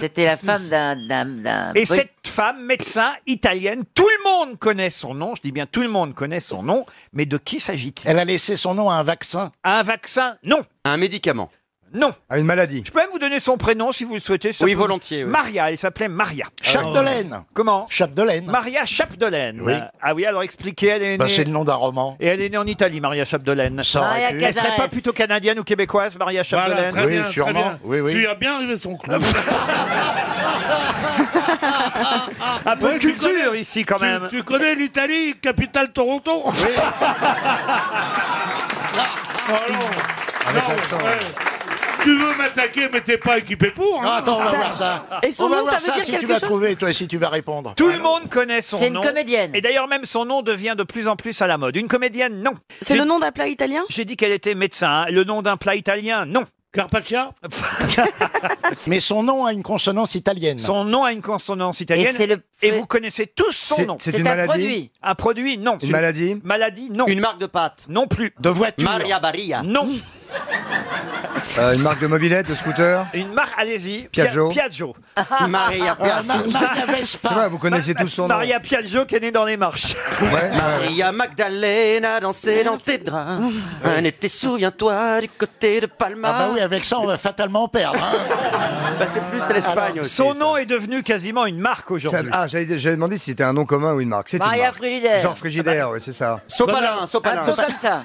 Speaker 16: C'était la femme d'un. d'un- d'un-
Speaker 6: Ah,
Speaker 1: Et
Speaker 6: bah,
Speaker 16: oui.
Speaker 1: cette femme, médecin italienne, tout le monde connaît son nom, je dis bien tout le monde connaît son nom, mais de qui s'agit-il Elle a laissé son nom à un vaccin À un vaccin, non.
Speaker 6: Un médicament.
Speaker 1: Non.
Speaker 6: À une maladie.
Speaker 1: Je peux même vous donner son prénom si vous le souhaitez. ça
Speaker 6: Oui,
Speaker 1: peut-
Speaker 6: volontiers, oui.
Speaker 1: Maria, elle s'appelait Maria. Oh.
Speaker 6: Chapdelaine.
Speaker 1: Comment Ah, Chapdelaine. Maria Chapdelaine.
Speaker 6: Oui.
Speaker 1: Ah oui, alors expliquez, elle est née...
Speaker 6: Bah, c'est le
Speaker 1: nom d'un roman. Et elle est née en Italie, Maria Chapdelaine.
Speaker 6: aurait Maria pu.
Speaker 1: elle serait pas
Speaker 6: Cazares.
Speaker 1: plutôt canadienne ou québécoise, Maria Chapdelaine
Speaker 6: Voilà, très Oui, bien, très sûrement. bien. Oui, oui.
Speaker 5: Tu as bien arrivé son clou.
Speaker 1: Un peu
Speaker 5: Ouais,
Speaker 1: de
Speaker 5: tu
Speaker 1: culture ici quand
Speaker 5: Tu-
Speaker 1: même.
Speaker 5: Tu, connais l'Italie, capitale Toronto [LAUGHS] Ah, Oh non. Non, ouais. Tu veux m'attaquer, mais t'es pas équipé pour. hein.
Speaker 25: attends, on va voir ça. on va voir ça, si tu vas trouver, toi, si tu vas répondre.
Speaker 1: Tout le monde connaît son nom.
Speaker 25: C'est une
Speaker 1: comédienne. Et d'ailleurs, même son nom devient de plus en plus à la mode. Une comédienne, non.
Speaker 23: C'est
Speaker 1: J'ai-
Speaker 23: le nom d'un plat italien
Speaker 1: J'ai dit qu'elle était médecin. hein. Le nom d'un plat italien, non.
Speaker 5: Carpaccia
Speaker 23: Mais son nom a une consonance italienne.
Speaker 1: Son nom a une consonance italienne.
Speaker 23: Et c'est le-
Speaker 1: vous connaissez tous son
Speaker 23: C'est-
Speaker 1: nom.
Speaker 23: c'est C'est une un maladie produit.
Speaker 1: Un produit, non.
Speaker 23: Une maladie
Speaker 1: Maladie, non. Une marque de pâte Non plus.
Speaker 23: De voiture
Speaker 6: Maria Barilla.
Speaker 1: Non.
Speaker 13: Euh,
Speaker 19: une marque de mobilette, de scooter
Speaker 1: Une marque, allez-y.
Speaker 19: Piaggio.
Speaker 1: Pia- Piaggio.
Speaker 6: Maria Piaggio. Maria Vespa.
Speaker 19: Je sais pas, vous connaissez tous son nom.
Speaker 1: Maria Piaggio qui est née dans les marches.
Speaker 6: Maria Magdalena dansait dans tes draps. Un été, souviens-toi, du côté de Palma.
Speaker 25: Ah bah oui, avec ça, on va fatalement perdre.
Speaker 6: Bah, c'est plus l'Espagne aussi.
Speaker 1: Son nom est devenu quasiment une marque
Speaker 19: Ça-
Speaker 1: aujourd'hui.
Speaker 19: Ah, j'allais j'allais demander si c'était un nom commun ou une marque. C'est une
Speaker 16: Maria
Speaker 19: marque.
Speaker 16: Frigidaire.
Speaker 19: Genre Frigidaire, Ah, oui, c'est ça.
Speaker 6: Sopalin,
Speaker 16: Un
Speaker 6: Sopalin.
Speaker 16: truc comme ça.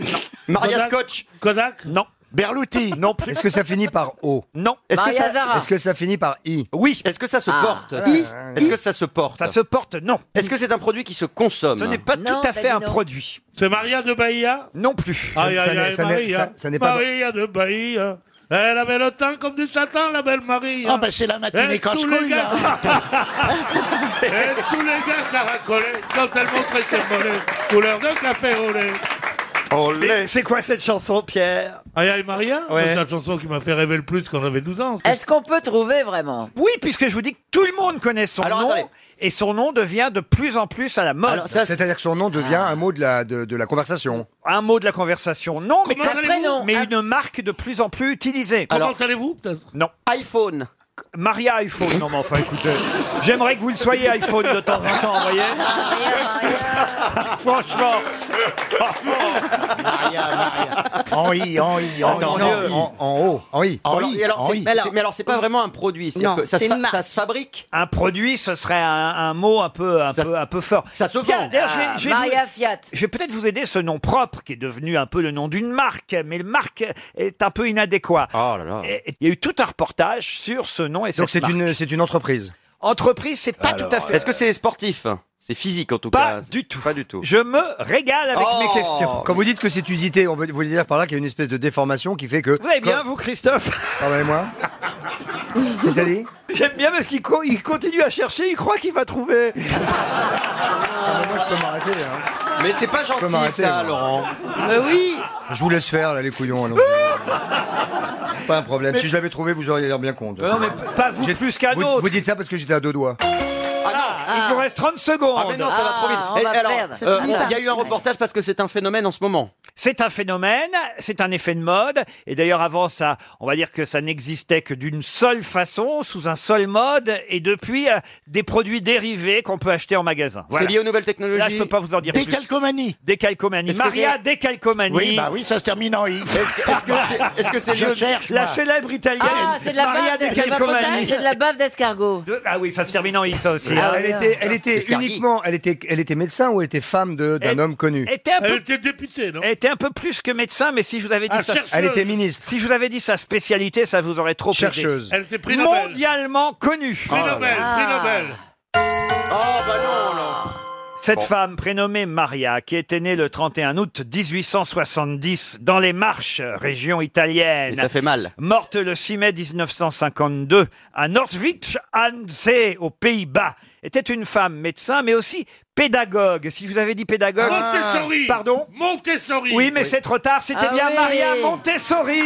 Speaker 6: Maria
Speaker 19: Kodak.
Speaker 6: Scotch.
Speaker 5: Kodak
Speaker 1: Non.
Speaker 19: Berluti
Speaker 1: Non plus.
Speaker 19: Est-ce que ça finit par O
Speaker 1: Non.
Speaker 19: Est-ce que,
Speaker 16: Maria
Speaker 19: ça,
Speaker 16: Zara.
Speaker 19: est-ce que ça finit par I
Speaker 1: Oui.
Speaker 6: Est-ce que ça se
Speaker 16: Ah.
Speaker 6: porte ça
Speaker 19: I.
Speaker 6: Est-ce que ça se porte
Speaker 1: Ça se porte, non.
Speaker 6: Est-ce que c'est un produit qui se consomme
Speaker 1: Ce n'est pas
Speaker 16: Non, bah
Speaker 1: tout à
Speaker 16: t'as
Speaker 1: fait
Speaker 16: dit
Speaker 1: un
Speaker 16: non.
Speaker 1: produit.
Speaker 5: C'est Maria de Bahia
Speaker 1: Non plus.
Speaker 5: Aïe,
Speaker 19: ça
Speaker 5: aïe,
Speaker 19: n'est-
Speaker 5: aïe,
Speaker 19: ça n'est-
Speaker 5: Maria.
Speaker 19: ça- ça n'est pas-
Speaker 5: Maria de Bahia. Elle avait le teint comme du satin, la belle Marie. Ah,
Speaker 25: bah, c'est la matinée
Speaker 5: Et
Speaker 25: casse-couille,
Speaker 5: tous les gars...
Speaker 25: là.
Speaker 5: [LAUGHS] Et tous les gars caracolaient quand elle montrait ses mollets, couleur de café au lait.
Speaker 1: Mais C'est quoi cette chanson, Pierre
Speaker 5: Aïe, aïe, Maria
Speaker 1: Ouais.
Speaker 5: C'est la chanson qui m'a fait rêver le plus quand j'avais 12 ans.
Speaker 16: Est-ce qu'on peut trouver vraiment
Speaker 1: Oui, puisque je vous dis que tout le monde connaît son nom et son nom devient de plus en plus à la mode.
Speaker 19: C'est-à-dire que son nom devient un mot de la, de, de la conversation.
Speaker 1: un mot de la conversation, non, mais,
Speaker 5: Comment
Speaker 1: quand-
Speaker 5: allez-vous
Speaker 1: mais une marque de plus en plus utilisée.
Speaker 5: Comment allez-vous peut-être
Speaker 1: Non.
Speaker 6: iPhone.
Speaker 1: Maria iPhone, non mais enfin écoutez, j'aimerais que vous le soyez iPhone de temps en temps, vous voyez [LAUGHS] Franchement.
Speaker 25: En I, en I, en I.
Speaker 19: Non,
Speaker 25: en I.
Speaker 19: en, en haut, en I.
Speaker 6: Alors,
Speaker 19: I,
Speaker 6: et alors,
Speaker 19: en
Speaker 6: c'est-
Speaker 19: I.
Speaker 6: mais alors- mais alors, c'est pas vraiment un produit. c'est-à-dire
Speaker 19: Non,
Speaker 6: que ça,
Speaker 19: c'est
Speaker 6: se fa-
Speaker 19: une marque.
Speaker 6: ça se fabrique.
Speaker 1: Un produit, ce serait un, un mot un peu, un peu, un peu fort.
Speaker 6: Ça se
Speaker 1: Tiens,
Speaker 6: vend.
Speaker 1: d'ailleurs, je vais-
Speaker 16: Ah,
Speaker 1: je vais vous-
Speaker 16: Maria Fiat.
Speaker 1: Je vais peut-être vous aider, ce nom propre qui est devenu un peu le nom d'une marque, mais le marque est un peu inadéquat.
Speaker 6: Oh là là.
Speaker 1: Et- et Il y a eu tout un reportage sur ce nom et
Speaker 19: Donc
Speaker 1: cette
Speaker 19: c'est
Speaker 1: marque.
Speaker 19: une, c'est une entreprise.
Speaker 1: Entreprise, c'est pas
Speaker 6: Alors,
Speaker 1: tout à fait.
Speaker 6: Est-ce que c'est sportif C'est physique en tout
Speaker 1: Pas
Speaker 6: cas. du tout. Pas du tout. Oh,
Speaker 1: Je me régale avec mes questions.
Speaker 19: Quand vous dites que c'est usité, on veut vous dire par là qu'il y a une espèce de déformation qui fait que.
Speaker 1: Vous allez bien, vous, Christophe [LAUGHS]
Speaker 19: Pardonnez-moi. Qu'est-ce que t'as dit
Speaker 1: J'aime bien parce qu'il co- il continue à chercher, il croit qu'il va [LAUGHS] trouver. Ah,
Speaker 19: Moi, je peux m'arrêter.
Speaker 1: hein.
Speaker 6: Mais c'est pas gentil ça, Laurent.
Speaker 19: Mais oui. Je vous laisse faire, là, les couillons. allons-y. pas un problème. Si je l'avais trouvé, vous auriez l'air bien con.
Speaker 1: Non, mais pas vous plus qu'un
Speaker 19: autre. Vous dites ça parce que j'étais à deux doigts.
Speaker 1: Il vous reste 30 secondes.
Speaker 6: Ah mais non, ça va trop vite.
Speaker 1: Ah,
Speaker 6: Eh,
Speaker 1: on va
Speaker 6: alors,
Speaker 1: perdre.
Speaker 6: euh,
Speaker 1: C'est
Speaker 6: il y a
Speaker 1: fini.
Speaker 6: eu un reportage parce que c'est un phénomène en ce moment.
Speaker 1: C'est un phénomène, c'est un effet de mode. Et d'ailleurs, avant ça, on va dire que ça n'existait que d'une seule façon, sous un seul mode, et depuis, euh, des produits dérivés qu'on peut acheter en magasin. Voilà.
Speaker 6: C'est lié aux nouvelles technologies.
Speaker 1: Là, je peux pas vous en dire plus.
Speaker 6: Décalcomanie.
Speaker 1: Décalcomanie.
Speaker 6: Est-ce que
Speaker 1: Maria
Speaker 6: c'est-
Speaker 1: Décalcomanie.
Speaker 6: Oui, bah oui, ça se
Speaker 1: termine en I.
Speaker 6: Est-ce que- est-ce que c'est- est-ce que c'est
Speaker 1: Je
Speaker 6: le-
Speaker 1: cherche, La
Speaker 6: moi.
Speaker 1: célèbre italienne.
Speaker 16: Ah, c'est de la
Speaker 1: Maria
Speaker 16: bave de-
Speaker 1: Décalcomanie.
Speaker 16: c'est de la bave d'escargot. Ah
Speaker 1: De- Ah oui, ça se termine en I, ça aussi. hein.
Speaker 19: elle, était, elle était uniquement, elle était, elle était médecin ou elle était femme de- d'un homme connu.
Speaker 1: Elle était un peu... députée, non Elle était un peu plus que médecin, mais si je vous avais dit
Speaker 19: Ah,
Speaker 1: ça...
Speaker 19: chercheuse. Elle était ministre.
Speaker 1: Si je vous avais dit sa spécialité, ça vous aurait trop aidé.
Speaker 19: Chercheuse. Elle
Speaker 5: était prix Nobel.
Speaker 1: Mondialement connue.
Speaker 3: Ah,
Speaker 5: Prix Nobel, prix
Speaker 17: Ah.
Speaker 5: Nobel.
Speaker 1: Cette femme prénommée Maria, qui était née le 31 août 1870 dans les Marches, région italienne.
Speaker 6: Et ça fait mal.
Speaker 1: Morte le 6 mai 1952 à Norwich an See, aux Pays-Bas, était une femme médecin, mais aussi pédagogue. Si je vous avais dit pédagogue.
Speaker 5: Montessori.
Speaker 1: Pardon
Speaker 5: Montessori.
Speaker 1: Oui, Ah mais c'est trop tard. C'était
Speaker 5: Ah
Speaker 1: bien
Speaker 5: oui.
Speaker 1: Maria Montessori.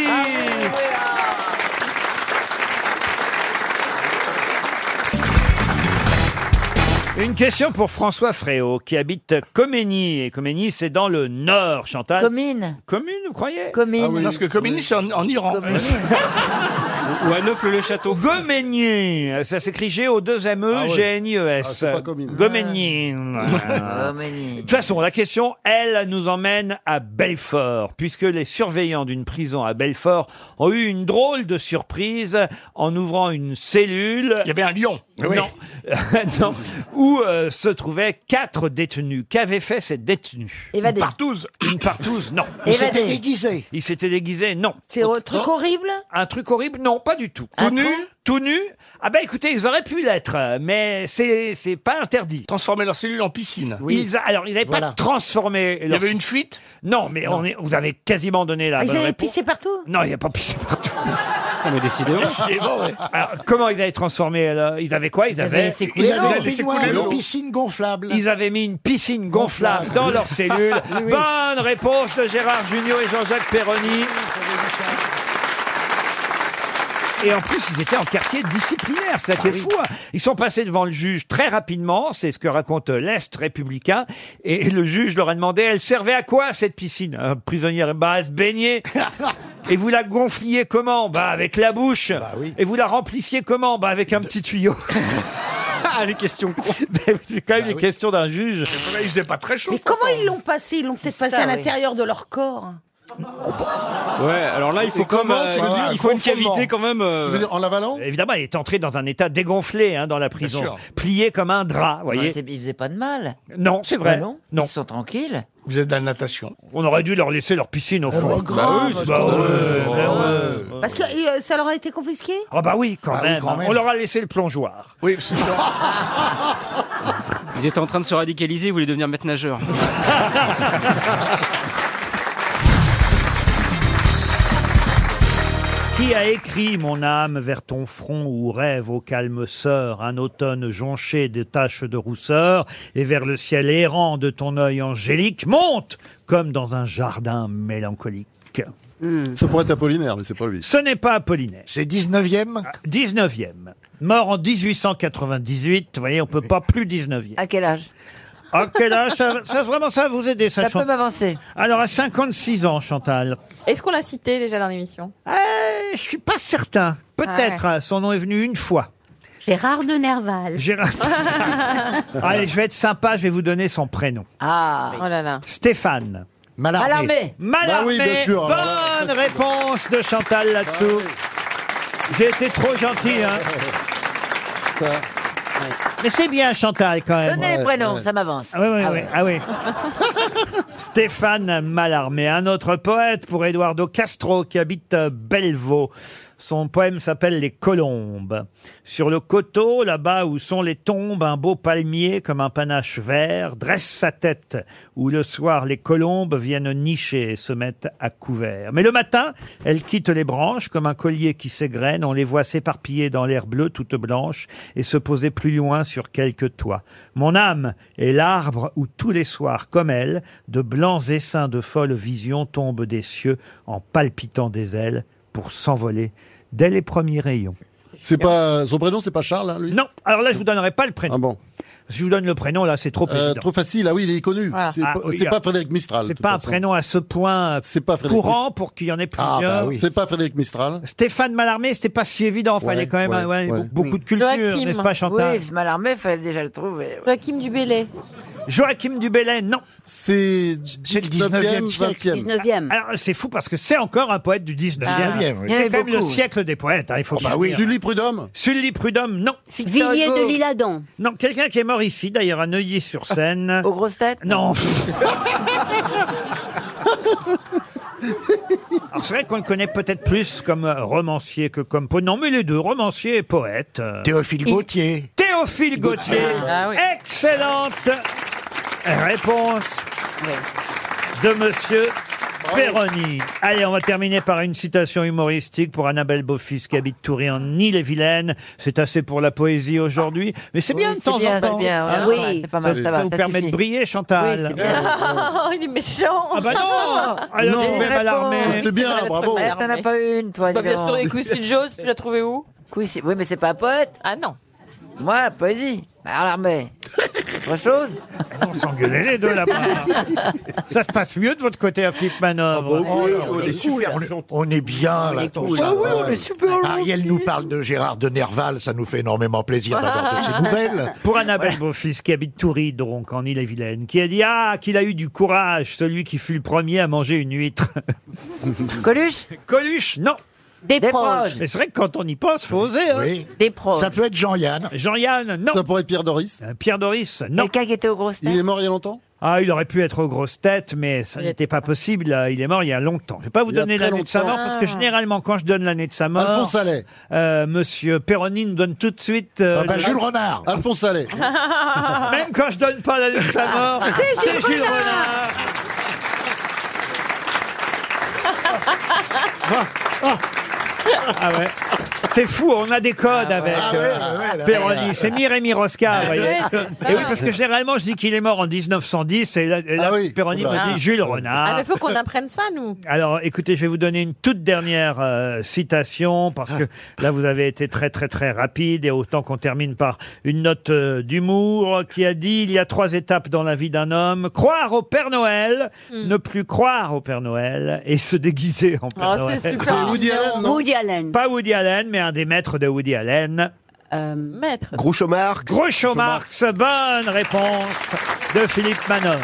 Speaker 1: Une question pour François Fréau, qui habite Coménie. Et Coménie, c'est dans le Nord, Chantal.
Speaker 16: Commune.
Speaker 1: Commune, vous croyez
Speaker 16: Commune. Ah oui. Parce que
Speaker 1: Coménie, c'est en, Iran. Ou à Neuf-le-Château. Goménie. Ça s'écrit E G-O-2-M-E-G-N-I-E-S.
Speaker 11: Ah, c'est pas commune.
Speaker 1: Goménie.
Speaker 4: Ah,
Speaker 1: De toute façon, la question, elle, nous emmène à Belfort, puisque les surveillants d'une prison à Belfort ont eu une drôle de surprise en ouvrant une cellule. Il y avait un lion. Non. [LAUGHS] Non. Où euh, se trouvaient quatre détenus. Qu'avait fait cette détenue
Speaker 4: Évadé.
Speaker 1: Une partouze. Une partouze, non.
Speaker 4: Il s'était Évadé.
Speaker 1: déguisé. Il s'était déguisé, non.
Speaker 4: C'est un truc
Speaker 1: Non.
Speaker 4: horrible
Speaker 1: Un truc horrible, non, pas du tout. Tout nu Tout nu Ah ben écoutez, ils auraient pu l'être, mais c'est c'est pas interdit. Transformer leurs cellules en piscine. Ils a- alors, ils n'avaient pas transformé. Il y avait une fuite Non, mais On est, vous avez quasiment donné la
Speaker 4: Ils
Speaker 1: bonne
Speaker 4: avaient
Speaker 1: réponse.
Speaker 4: pissé partout
Speaker 1: Non, il n'y a pas pissé [LAUGHS] partout. mais décidément.
Speaker 4: Décidément, ouais.
Speaker 1: Alors, comment ils avaient transformé alors Ils avaient quoi Ils avaient...
Speaker 4: Ils avaient
Speaker 1: laissé
Speaker 4: baignoire,
Speaker 1: couler l'eau.
Speaker 4: une piscine gonflable.
Speaker 1: Ils avaient mis une piscine gonflable dans leur cellule.
Speaker 4: Oui, oui.
Speaker 1: Bonne réponse de Gérard Junior et Jean-Jacques Perroni. Et en plus, ils étaient en quartier disciplinaire, ça qui est fou. hein. Ils sont passés devant le juge très rapidement, c'est ce que raconte euh, l'Est républicain. Et le juge leur a demandé, elle servait à quoi cette piscine Un prisonnière, bah à se [LAUGHS] baigner. Et vous la gonfliez comment Bah avec la bouche. Et vous la remplissiez comment Bah avec un petit tuyau. [LAUGHS] Ah, les questions [LAUGHS] Bah C'est quand même les questions d'un juge.
Speaker 5: Il faisait pas très chaud.
Speaker 4: Mais comment ils l'ont passé Ils l'ont peut-être passé
Speaker 5: ça,
Speaker 4: à
Speaker 5: oui.
Speaker 4: l'intérieur de leur corps.
Speaker 1: Ouais, alors là, il
Speaker 5: faut Et quand comment, même, tu veux euh, dire, il faut une confinement. cavité quand euh,
Speaker 1: même.
Speaker 5: Tu veux dire,
Speaker 1: en l'avalant Euh, Évidemment, il est entré dans un état dégonflé hein, dans la prison,
Speaker 16: sûr.
Speaker 1: plié comme un drap, vous voyez.
Speaker 16: c'est- Ils faisaient pas de mal.
Speaker 1: Non, c'est vrai.
Speaker 16: Ah non Ils sont tranquilles.
Speaker 1: Vous êtes dans la natation. On aurait dû leur laisser leur piscine au fond.
Speaker 16: grave,
Speaker 1: Bah
Speaker 16: c'est
Speaker 1: ouais,
Speaker 16: scandaleux.
Speaker 1: mais ouais.
Speaker 4: Parce que euh, ça leur a été confisqué
Speaker 1: Ah bah oui, quand,
Speaker 4: Ah oui,
Speaker 1: même,
Speaker 4: quand
Speaker 1: hein.
Speaker 4: même.
Speaker 1: On leur a laissé le plongeoir.
Speaker 7: Oui, parce que- Ils étaient en train de se radicaliser, ils voulaient devenir maître nageur.
Speaker 1: Qui a écrit Mon âme vers ton front où rêve au calme sœur un automne jonché de taches de rousseur et vers le ciel errant de ton œil angélique monte comme dans un jardin mélancolique.
Speaker 12: Ça pourrait être Apollinaire, mais c'est pas lui.
Speaker 1: Ce n'est pas Apollinaire. C'est 19e 19e. Mort en 1898. Vous voyez, on peut pas plus 19e.
Speaker 16: À quel âge
Speaker 1: À quel âge ça, ça, Vraiment, ça va vous aider, ça,
Speaker 16: Ça
Speaker 1: Chan-
Speaker 16: peut m'avancer.
Speaker 1: Alors, à 56 ans, Chantal.
Speaker 24: Est-ce qu'on l'a cité déjà dans l'émission
Speaker 1: Euh, Je suis pas certain. Peut-être, hein, son nom est venu une fois.
Speaker 20: Gérard de Nerval.
Speaker 1: Gérard. [LAUGHS] Allez, je vais être sympa, je vais vous donner son prénom.
Speaker 16: [LAUGHS] Ah,
Speaker 1: oh là là. Stéphane.
Speaker 16: Mallarmé.
Speaker 1: Mallarmé.
Speaker 16: Bah oui, bien sûr, alors Bah là,
Speaker 1: Bonne réponse de Chantal là-dessous. J'ai été trop gentil,
Speaker 16: [LAUGHS]
Speaker 1: hein. Mais c'est bien, Chantal, quand même.
Speaker 16: Donnez les prénoms, ça m'avance.
Speaker 1: Ah oui, oui,
Speaker 16: Ah
Speaker 1: oui,
Speaker 16: ouais.
Speaker 1: ah oui. Stéphane Mallarmé, un autre poète pour Eduardo Castro qui habite euh, Bellevaux. Son poème s'appelle Les colombes. Sur le coteau, là-bas où sont les tombes, un beau palmier comme un panache vert dresse sa tête, où le soir les colombes viennent nicher et se mettent à couvert. Mais le matin, elles quittent les branches comme un collier qui s'égrène, on les voit s'éparpiller dans l'air bleu toute blanche et se poser plus loin sur quelque toit. Mon âme est l'arbre où tous les soirs, comme elle, de blancs essaims de folles visions tombent des cieux en palpitant des ailes pour s'envoler dès les premiers rayons.
Speaker 12: C'est pas son prénom, c'est pas Charles, hein, lui.
Speaker 1: Non. Alors là, je vous donnerai pas le prénom.
Speaker 12: Ah bon.
Speaker 1: Si je vous donne le prénom, là, c'est trop
Speaker 12: Euh,
Speaker 1: évident.
Speaker 12: trop facile. Ah oui, il est connu.
Speaker 1: Voilà.
Speaker 12: C'est
Speaker 1: Ah,
Speaker 12: pas-
Speaker 1: oui,
Speaker 12: c'est
Speaker 1: euh,
Speaker 12: pas Frédéric Mistral. de
Speaker 1: C'est
Speaker 12: toute
Speaker 1: pas un
Speaker 12: façon.
Speaker 1: prénom à ce point
Speaker 12: C'est pas Frédéric
Speaker 1: courant
Speaker 12: Mist-
Speaker 1: pour qu'il y en ait plusieurs.
Speaker 12: Ah bah oui. C'est pas Frédéric Mistral.
Speaker 1: Stéphane Mallarmé, c'était pas si évident.
Speaker 12: Ouais,
Speaker 1: fallait quand même
Speaker 12: ouais,
Speaker 1: ouais,
Speaker 12: ouais.
Speaker 1: be- beaucoup de culture,
Speaker 16: Joachim.
Speaker 1: n'est-ce pas, Chantal
Speaker 16: Oui, je m'alarmais, fallait déjà le trouver.
Speaker 24: Joachim Dubélé.
Speaker 1: Joachim Dubélé, non.
Speaker 12: C'est
Speaker 1: c'est le
Speaker 12: 19e, 20e.
Speaker 1: 19e. Alors, c'est fou parce que c'est encore un poète du 19e.
Speaker 12: Ah, il y en
Speaker 1: C'est
Speaker 12: avait
Speaker 1: quand même le
Speaker 12: beaucoup.
Speaker 1: siècle des poètes, hein, il faut
Speaker 12: Ah bah
Speaker 1: bien
Speaker 12: oui.
Speaker 1: dire.
Speaker 12: Sully Prudhomme
Speaker 1: Sully Prudhomme, non.
Speaker 20: Villiers de l'Isle-Adam.
Speaker 1: Non, quelqu'un qui est mort ici, d'ailleurs, à Neuilly-sur-Seine. Aux grosses têtes [LAUGHS] Non. Alors, c'est vrai qu'on le connaît peut-être plus comme romancier que comme poète. Non, mais les deux, romancier et poète. euh.
Speaker 11: Théophile
Speaker 1: Il-
Speaker 11: Gautier.
Speaker 1: Théophile Gautier.
Speaker 11: Ah oui.
Speaker 1: Excellente réponse de monsieur Perroni. Allez, on va terminer par une citation humoristique pour Annabelle Beaufils qui habite Toury en Ille-et-Vilaine. C'est assez pour la poésie aujourd'hui, mais c'est bien de
Speaker 16: c'est
Speaker 1: temps
Speaker 16: bien,
Speaker 1: en temps.
Speaker 16: c'est bien, ouais,
Speaker 1: Ah
Speaker 16: ça va, c'est pas mal, ça va,
Speaker 1: vous
Speaker 16: ça
Speaker 1: permet
Speaker 16: suffit.
Speaker 1: de briller, Chantal.
Speaker 16: Oui, c'est bien.
Speaker 24: Oh, il est méchant.
Speaker 1: Ah bah non Alors,
Speaker 16: Non,
Speaker 1: vous pouvez m'alarmer.
Speaker 16: C'était bien,
Speaker 21: Ah,
Speaker 16: bravo. T'en as pas une, toi.
Speaker 24: Bah,
Speaker 16: dis
Speaker 24: bien
Speaker 16: donc.
Speaker 24: sûr, et Quincy Jones, tu l'as trouvé où
Speaker 16: Quincy- Oui, mais c'est pas un poète.
Speaker 24: Ah non.
Speaker 16: Moi, poésie. Bah, Alarmé. Autre chose
Speaker 1: On s'engueulait les deux
Speaker 16: [LAUGHS]
Speaker 1: là-bas.
Speaker 16: Ah,
Speaker 1: Ça se passe mieux de votre côté à Flip Manœuvre.
Speaker 11: Ah bah on, est super on est- on est bien là.
Speaker 1: cool.
Speaker 11: ça
Speaker 1: Ah oui,
Speaker 11: va.
Speaker 1: on est super
Speaker 11: Ariel nous parle de Gérard de Nerval, ça nous fait énormément plaisir d'avoir de ses nouvelles.
Speaker 1: [LAUGHS] Pour Annabelle Beaufils, qui habite Toury, donc, en Ille-et-Vilaine, qui a dit Ah, qu'il a eu du courage, celui qui fut le premier à manger une huître.
Speaker 16: [LAUGHS] Coluche
Speaker 1: Coluche, non. Des,
Speaker 16: proches.
Speaker 1: Mais c'est vrai que quand on y pense, faut oser. hein.
Speaker 16: Des proches.
Speaker 11: Ça peut être Jean-Yann.
Speaker 1: Jean-Yann, non. Ça
Speaker 12: pourrait être Pierre Doris.
Speaker 1: Pierre Doris, non.
Speaker 16: Quelqu'un qui était aux grosses têtes.
Speaker 12: Il est mort il y a longtemps
Speaker 1: Ah, il aurait pu être aux grosses têtes, mais ça n'était pas possible. Euh, Il est mort il y a longtemps. Je ne vais pas vous
Speaker 12: Il y a
Speaker 1: donner
Speaker 12: très
Speaker 1: l'année de sa
Speaker 12: longtemps.
Speaker 1: mort, parce que
Speaker 12: Ah.
Speaker 1: généralement, quand je donne l'année de sa mort,
Speaker 12: Alphonse Allais.
Speaker 1: euh, Monsieur Perroni nous donne tout de suite... euh,
Speaker 12: Ah
Speaker 11: ben,
Speaker 12: bah, Jules Renard. Alphonse Allais.
Speaker 1: Même quand je donne pas l'année de sa mort, c'est Jules Renard. Ah ouais. C'est fou, on a des codes avec
Speaker 11: ah ouais,
Speaker 1: euh,
Speaker 11: ouais, ouais, là,
Speaker 1: Perroni.
Speaker 11: ouais.
Speaker 1: c'est Mireille Rosca, vous voyez.
Speaker 11: Ouais, c'est ça.
Speaker 1: et oui, parce que généralement, je dis qu'il est mort en 1910, et là, et
Speaker 11: Ah
Speaker 1: là, Perroni
Speaker 24: Oula.
Speaker 1: me dit Jules Renard.
Speaker 24: Ah, mais faut qu'on apprenne ça, nous.
Speaker 1: Alors, écoutez, je vais vous donner une toute dernière euh, citation parce que là, vous avez été très, très, très rapide et autant qu'on termine par une note euh, d'humour qui a dit il y a trois étapes dans la vie d'un homme croire au Père Noël,
Speaker 20: Hmm.
Speaker 1: ne plus croire au Père Noël et se déguiser en Père
Speaker 20: Ah,
Speaker 1: Noël.
Speaker 20: c'est super C'est Woody mignon. Allen, non Woody Allen.
Speaker 1: Pas Woody Allen, mais un des maîtres de Woody Allen.
Speaker 20: Euh,
Speaker 24: Maître.
Speaker 1: Groucho Marx. Groucho Marx. Bonne réponse de Philippe Manon.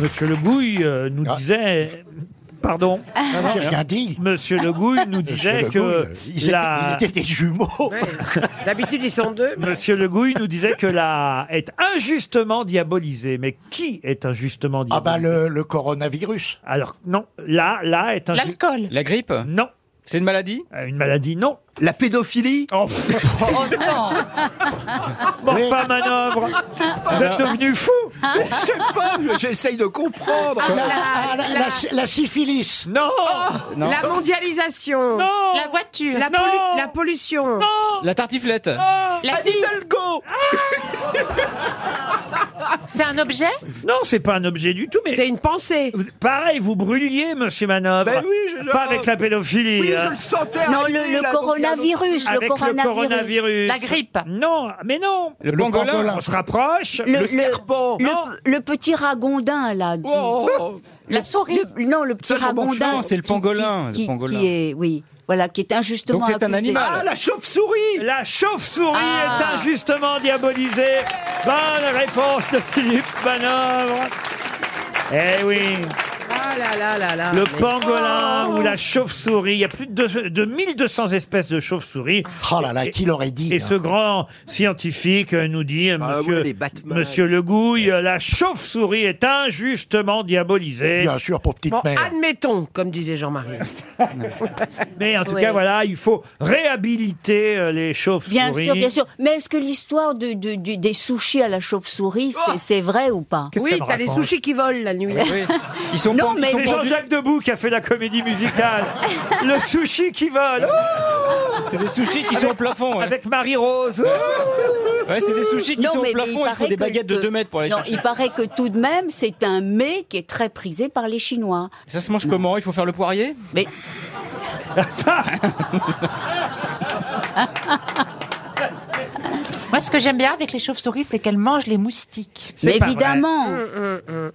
Speaker 1: Monsieur Le Gouille euh, nous disait. Pardon
Speaker 11: Ah.
Speaker 3: Ah
Speaker 15: Ah,
Speaker 11: j'ai rien dit.
Speaker 1: Monsieur Le Gouille nous
Speaker 11: Monsieur
Speaker 1: disait
Speaker 11: Le
Speaker 1: que.
Speaker 11: Gouille, euh, ils étaient- ils étaient des
Speaker 1: jumeaux
Speaker 15: [LAUGHS] D'habitude, ils sont deux.
Speaker 1: Monsieur Le Gouille nous disait que la est injustement diabolisée. Mais qui est injustement
Speaker 11: Ah
Speaker 1: diabolisée
Speaker 11: bah le, le coronavirus.
Speaker 1: Alors non, là, là est un.
Speaker 24: L'alcool.
Speaker 1: La grippe Non. C'est une maladie Une maladie, non. La pédophilie
Speaker 11: [LAUGHS]
Speaker 1: Oh,
Speaker 25: Oh non
Speaker 1: Bon, enfin,
Speaker 6: [LAUGHS]
Speaker 1: manœuvre Vous êtes devenu fou
Speaker 25: Je sais
Speaker 1: pas, j'essaye de comprendre
Speaker 25: Ah, la- la- la-
Speaker 1: syphilis Non Non.
Speaker 3: La mondialisation. La voiture. La, pollu- la pollution.
Speaker 7: La tartiflette.
Speaker 3: La vie. C'est un objet
Speaker 1: Non, c'est pas un objet du tout, mais. C'est
Speaker 3: une pensée.
Speaker 1: Pareil, vous brûliez, monsieur Manœuvre.
Speaker 3: Ben oui, je-
Speaker 1: Pas avec la pédophilie.
Speaker 3: Oui, je
Speaker 1: hein.
Speaker 3: le sentais Non, arriver, le- le là, donc,
Speaker 20: coronavirus, le
Speaker 1: Avec
Speaker 20: coronavirus.
Speaker 1: coronavirus.
Speaker 20: La grippe.
Speaker 1: Non, mais non.
Speaker 20: Le pangolin.
Speaker 1: On se rapproche.
Speaker 20: le-
Speaker 1: Non.
Speaker 20: le petit ragondin, là. la souris. non, le petit
Speaker 7: Ça, j'en mange
Speaker 20: ragondin.
Speaker 7: souvent, c'est le
Speaker 20: qui-
Speaker 7: pangolin,
Speaker 20: Qui,
Speaker 7: le
Speaker 20: qui-
Speaker 7: pangolin.
Speaker 20: qui est, oui, voilà, qui est injustement
Speaker 7: Donc c'est un
Speaker 20: accusé.
Speaker 7: animal.
Speaker 20: Ah,
Speaker 7: Ah,
Speaker 20: la
Speaker 7: la
Speaker 1: chauve-souris La chauve-souris est injustement diabolisée. Bonne réponse de Philippe Manœuvre. Eh oui.
Speaker 21: Ah là là là
Speaker 20: Ah,
Speaker 21: là.
Speaker 1: Le
Speaker 21: Mais-
Speaker 1: pangolin
Speaker 21: Oh.
Speaker 1: ou la chauve-souris. Il y a plus de, deux- de 1200 espèces de chauves-souris. Oh là là, qui l'aurait dit Et ce grand scientifique euh, nous dit, euh, monsieur, monsieur Le Gouille, euh, la chauve-souris est injustement diabolisée.
Speaker 2: Bien sûr, pour petite
Speaker 1: mère.
Speaker 2: admettons, comme disait Jean-Marie.
Speaker 20: ah,
Speaker 1: Mais en tout
Speaker 2: Ouais.
Speaker 1: cas, voilà, il faut réhabiliter euh, les chauves-souris.
Speaker 20: Bien sûr, bien sûr. Mais est-ce que l'histoire de, de- du- des sushis à la chauve-souris, c'est- c'est vrai ou pas
Speaker 1: Qu'est-ce Oui, qu'elle t'as les raconte Ah sushis
Speaker 20: qui volent la nuit.
Speaker 1: non,
Speaker 20: mais-
Speaker 1: c'est Jean-Jacques Debout qui a fait la comédie
Speaker 20: [LAUGHS]
Speaker 1: musicale. le sushi qui vole.
Speaker 3: C'est des sushis qui sont au plafond, ouais.
Speaker 1: Avec Marie-Rose.
Speaker 3: Ouais, c'est des sushis qui
Speaker 20: Mm. Non,
Speaker 3: sont au
Speaker 20: mais- mais
Speaker 3: plafond, il faut
Speaker 20: paraît
Speaker 3: des
Speaker 20: que-
Speaker 3: baguettes de
Speaker 20: que-
Speaker 3: 2 mètres pour aller
Speaker 20: non,
Speaker 3: chercher.
Speaker 20: Il paraît que tout de même, c'est un mets qui est très prisé par les Chinois.
Speaker 3: Ça se mange comment Il faut faire le poirier
Speaker 1: [LAUGHS]
Speaker 20: Mais.
Speaker 3: [LAUGHS]
Speaker 21: Moi, ce que j'aime bien avec les chauves-souris, c'est qu'elles mangent les moustiques.
Speaker 20: Mais évidemment,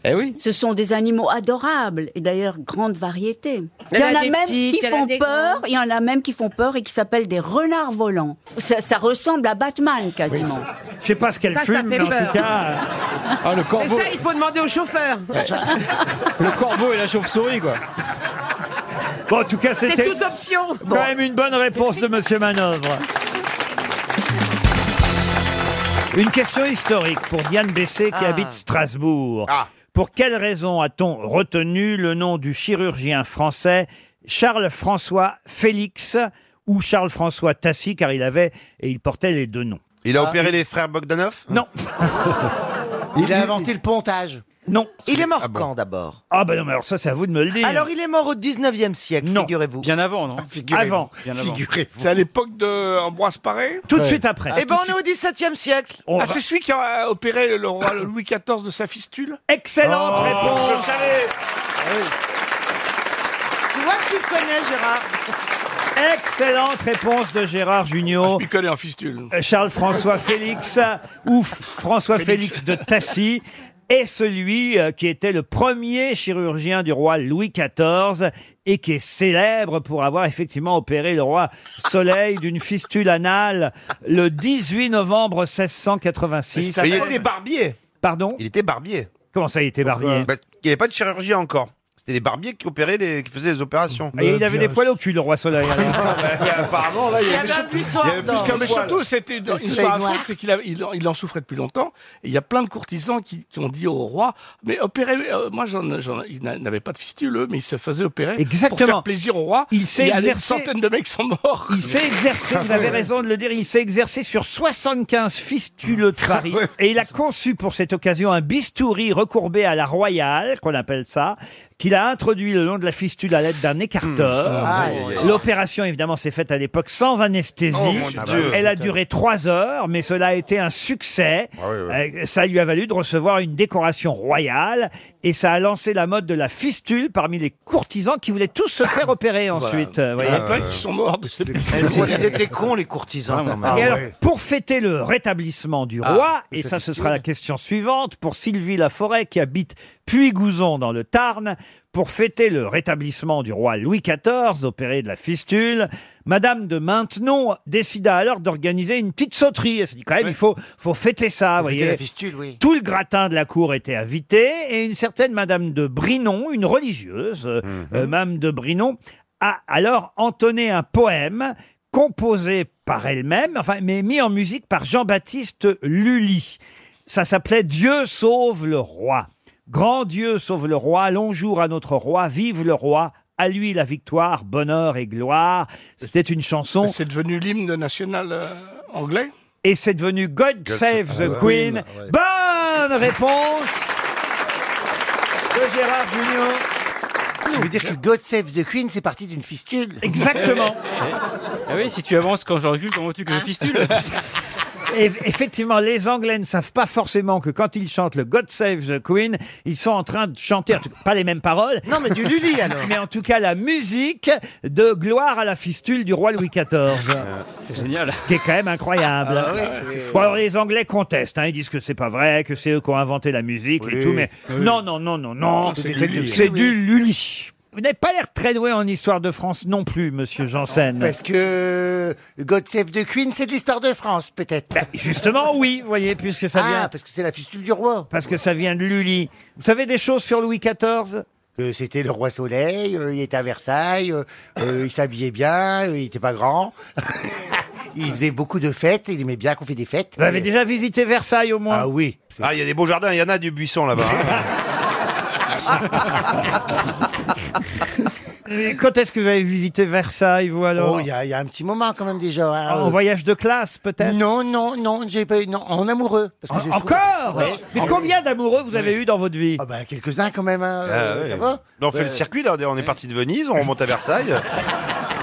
Speaker 3: Eh oui.
Speaker 20: ce sont des animaux adorables et d'ailleurs grande variété. Il
Speaker 15: Elle
Speaker 20: y
Speaker 15: a
Speaker 20: en a
Speaker 15: des
Speaker 20: même
Speaker 15: petites,
Speaker 20: qui
Speaker 15: elle a
Speaker 20: font
Speaker 15: des
Speaker 20: peur. Il y en a même qui font peur et qui s'appellent des renards volants. Ça, ça ressemble à Batman quasiment.
Speaker 1: Je sais pas ce qu'elle
Speaker 20: Ça, ça
Speaker 1: fume,
Speaker 20: fait
Speaker 1: mais en
Speaker 20: peur.
Speaker 1: tout cas.
Speaker 3: Ah, le
Speaker 2: Et
Speaker 3: corbeau.
Speaker 2: ça, il faut demander au chauffeur.
Speaker 3: Le corbeau et la chauve-souris, quoi.
Speaker 1: Bon, en tout cas,
Speaker 2: C'est
Speaker 1: c'était
Speaker 2: toute option.
Speaker 1: quand même une bonne réponse de Monsieur Manœuvre. Une question historique pour Diane Bessé qui
Speaker 2: Ah.
Speaker 1: habite Strasbourg.
Speaker 26: Ah.
Speaker 1: Pour quelle raison a-t-on retenu le nom du chirurgien français Charles-François Félix ou Charles-François Tassi car il avait et il portait les deux noms
Speaker 6: Il a
Speaker 26: Ah.
Speaker 6: opéré les frères Bogdanov
Speaker 11: [LAUGHS]
Speaker 1: Non.
Speaker 6: il a inventé le pontage
Speaker 1: Non.
Speaker 26: Il est mort
Speaker 6: Ah bon.
Speaker 11: euh.
Speaker 26: quand d'abord
Speaker 1: Ah ben non, mais alors ça, c'est à vous de me le dire.
Speaker 26: Alors il est mort au 19e siècle, figurez-vous.
Speaker 3: Bien
Speaker 6: [LAUGHS]
Speaker 3: avant, non
Speaker 1: Avant.
Speaker 5: C'est à l'époque de Ambroise Paré
Speaker 1: Tout de Ouais. suite
Speaker 6: Ah,
Speaker 1: après.
Speaker 26: Eh ben on est au 17e siècle.
Speaker 1: On
Speaker 5: Ah,
Speaker 1: va-
Speaker 5: c'est celui qui a opéré le roi Louis XIV de sa fistule
Speaker 1: Eh, Excellente réponse.
Speaker 5: Je savais
Speaker 26: Tu vois que tu le connais, Gérard.
Speaker 1: Excellente réponse de Gérard Junior.
Speaker 5: Ah,
Speaker 1: Euh,
Speaker 5: Je m'y connais en fistule. [LAUGHS]
Speaker 1: Charles-François Félix euh, ou François-Félix de Tassy est celui euh, qui était le premier chirurgien du roi Louis XIV et qui est célèbre pour avoir effectivement opéré le roi Soleil d'une fistule anale le 18 novembre 1686.
Speaker 6: Mais il était barbier.
Speaker 1: Pardon
Speaker 6: Il était barbier.
Speaker 1: Comment ça, il était barbier
Speaker 6: Bah, Il n'y avait pas de chirurgie encore. C'était les barbiers qui opéraient, les... qui faisaient les opérations.
Speaker 1: Et Ah, il avait des poils au cul, le roi Soleil. alors.
Speaker 6: Ouais, Ah, bah, apparemment, là, il y avait, plus- il y avait plus qu'un Ah,
Speaker 5: Mais
Speaker 6: méchant
Speaker 5: surtout, c'était une,
Speaker 6: Le
Speaker 5: une
Speaker 6: soleil
Speaker 5: histoire
Speaker 6: noir.
Speaker 5: affreuse, c'est qu'il a- il, en- il en souffrait depuis longtemps. Et il y a plein de courtisans qui, qui ont dit au roi, mais opérez, euh, moi, j'en, j'en, ils n'a- n'avaient pas de fistule, eux, mais ils se faisaient opérer pour
Speaker 1: Exactement.
Speaker 5: faire plaisir au roi.
Speaker 1: Il s'est
Speaker 5: Et y a des
Speaker 1: exercé-
Speaker 5: centaines de mecs qui sont morts.
Speaker 1: Il s'est exercé, vous avez raison de le dire, il s'est exercé sur 75 fistules de Paris.
Speaker 6: Ah
Speaker 1: Et il a conçu pour cette occasion un bistouri recourbé à la royale, qu'on appelle ça, qu'il a introduit le long de la fistule à l'aide d'un écarteur.
Speaker 6: Ah, ouais.
Speaker 1: L'opération, évidemment, s'est faite à l'époque sans anesthésie.
Speaker 6: Oh, mon Dieu.
Speaker 1: Elle a duré trois heures, mais cela a été un succès.
Speaker 6: Ah
Speaker 1: Euh, Ça lui a valu de recevoir une décoration royale. Et ça a lancé la mode de la fistule parmi les courtisans qui voulaient tous se faire opérer ensuite. euh,
Speaker 5: Il y en a
Speaker 6: Ah,
Speaker 1: voyez.
Speaker 5: plein qui sont morts de
Speaker 6: Euh.
Speaker 5: cette
Speaker 26: Ils étaient cons, les courtisans, quand même.
Speaker 1: Et alors, pour fêter le rétablissement du
Speaker 26: Ah,
Speaker 1: roi,
Speaker 26: de
Speaker 1: et
Speaker 26: sa
Speaker 1: ça ce
Speaker 26: fistule.
Speaker 1: sera la question suivante, pour Sylvie Laforêt qui habite Puy-Gouzon dans le Tarn, pour fêter le rétablissement du roi Louis XIV, opéré de la fistule, Madame de Maintenon décida alors d'organiser une petite sauterie. Elle se dit quand même, il faut, faut fêter ça, vous voyez.
Speaker 26: la fistule, oui.
Speaker 1: Tout le gratin de la cour était invité et une certaine Madame de Brinon, une religieuse, euh, euh, Madame de Brinon, a alors entonné un poème composé par elle-même, enfin, mais mis en musique par Jean-Baptiste Lully. Ça s'appelait Dieu sauve le roi. Grand Dieu sauve le roi, long jour à notre roi, vive le roi, à lui la victoire, bonheur et gloire. C'était une chanson.
Speaker 5: C'est devenu l'hymne national euh, anglais
Speaker 1: Et c'est devenu God Save the
Speaker 5: ouais.
Speaker 1: Queen.
Speaker 5: Ouais.
Speaker 1: Bonne réponse de Gérard Junior.
Speaker 11: Je veux dire que God Save the Queen, c'est parti d'une fistule. [LAUGHS]
Speaker 1: Exactement.
Speaker 3: Ah oui, si tu avances quand je recule, comment veux-tu que je
Speaker 6: Ah.
Speaker 3: fistule
Speaker 1: Et effectivement, les Anglais ne savent pas forcément que quand ils chantent le God Save the Queen, ils sont en train de chanter, en tout cas, pas les mêmes paroles.
Speaker 26: Non, mais du
Speaker 1: [LAUGHS]
Speaker 26: Lully, alors.
Speaker 1: Mais en tout cas, la musique de gloire à la fistule du roi Louis XIV.
Speaker 3: C'est génial.
Speaker 1: Ce qui est quand même incroyable.
Speaker 3: Ah ouais, c'est fou.
Speaker 1: Bon, alors, les Anglais contestent, hein, ils disent que c'est pas vrai, que c'est eux qui ont inventé la musique et
Speaker 6: Oui.
Speaker 1: tout, mais
Speaker 6: Oui.
Speaker 1: non, non, non, non, non,
Speaker 6: C'est du Lully.
Speaker 1: c'est du Lully. Vous n'avez pas l'air très doué en histoire de France non plus, monsieur Janssen.
Speaker 11: Parce que euh, God Save the Queen, c'est de l'histoire de France, peut-être.
Speaker 1: Bah, Justement, oui, vous voyez, puisque ça
Speaker 11: Ah,
Speaker 1: vient.
Speaker 11: parce que c'est la fistule du roi.
Speaker 1: Parce que ça vient de Lully. Vous savez des choses sur Louis XIV
Speaker 11: que c'était le roi soleil, euh, il était à Versailles, euh, euh, il s'habillait bien, euh, il n'était pas grand. [LAUGHS] il faisait beaucoup de fêtes, il aimait bien qu'on fait des fêtes.
Speaker 1: Vous avez déjà visité Versailles au moins
Speaker 11: Ah oui.
Speaker 21: Ah, il y a des beaux jardins, il y en a du buisson
Speaker 3: [LAUGHS]
Speaker 21: là-bas. hein.
Speaker 1: Et Quand est-ce que vous avez visité Versailles, vous alors
Speaker 11: Oh, il y, a- il y a un petit moment quand même déjà. hein.
Speaker 1: En Ah, voyage de classe, peut-être
Speaker 11: Non, non, non, j'ai pas eu. Non, en amoureux. parce que Ah, je trouve-
Speaker 1: Ah, Encore
Speaker 11: Ouais.
Speaker 1: Mais combien d'amoureux vous avez eu dans votre vie
Speaker 11: Ah bah, Quelques-uns quand même. hein,
Speaker 21: Ah,
Speaker 11: euh,
Speaker 21: ouais.
Speaker 11: Ça va
Speaker 21: Là, on fait le circuit, là, on est parti de Venise, on remonte à Versailles.
Speaker 24: [LAUGHS]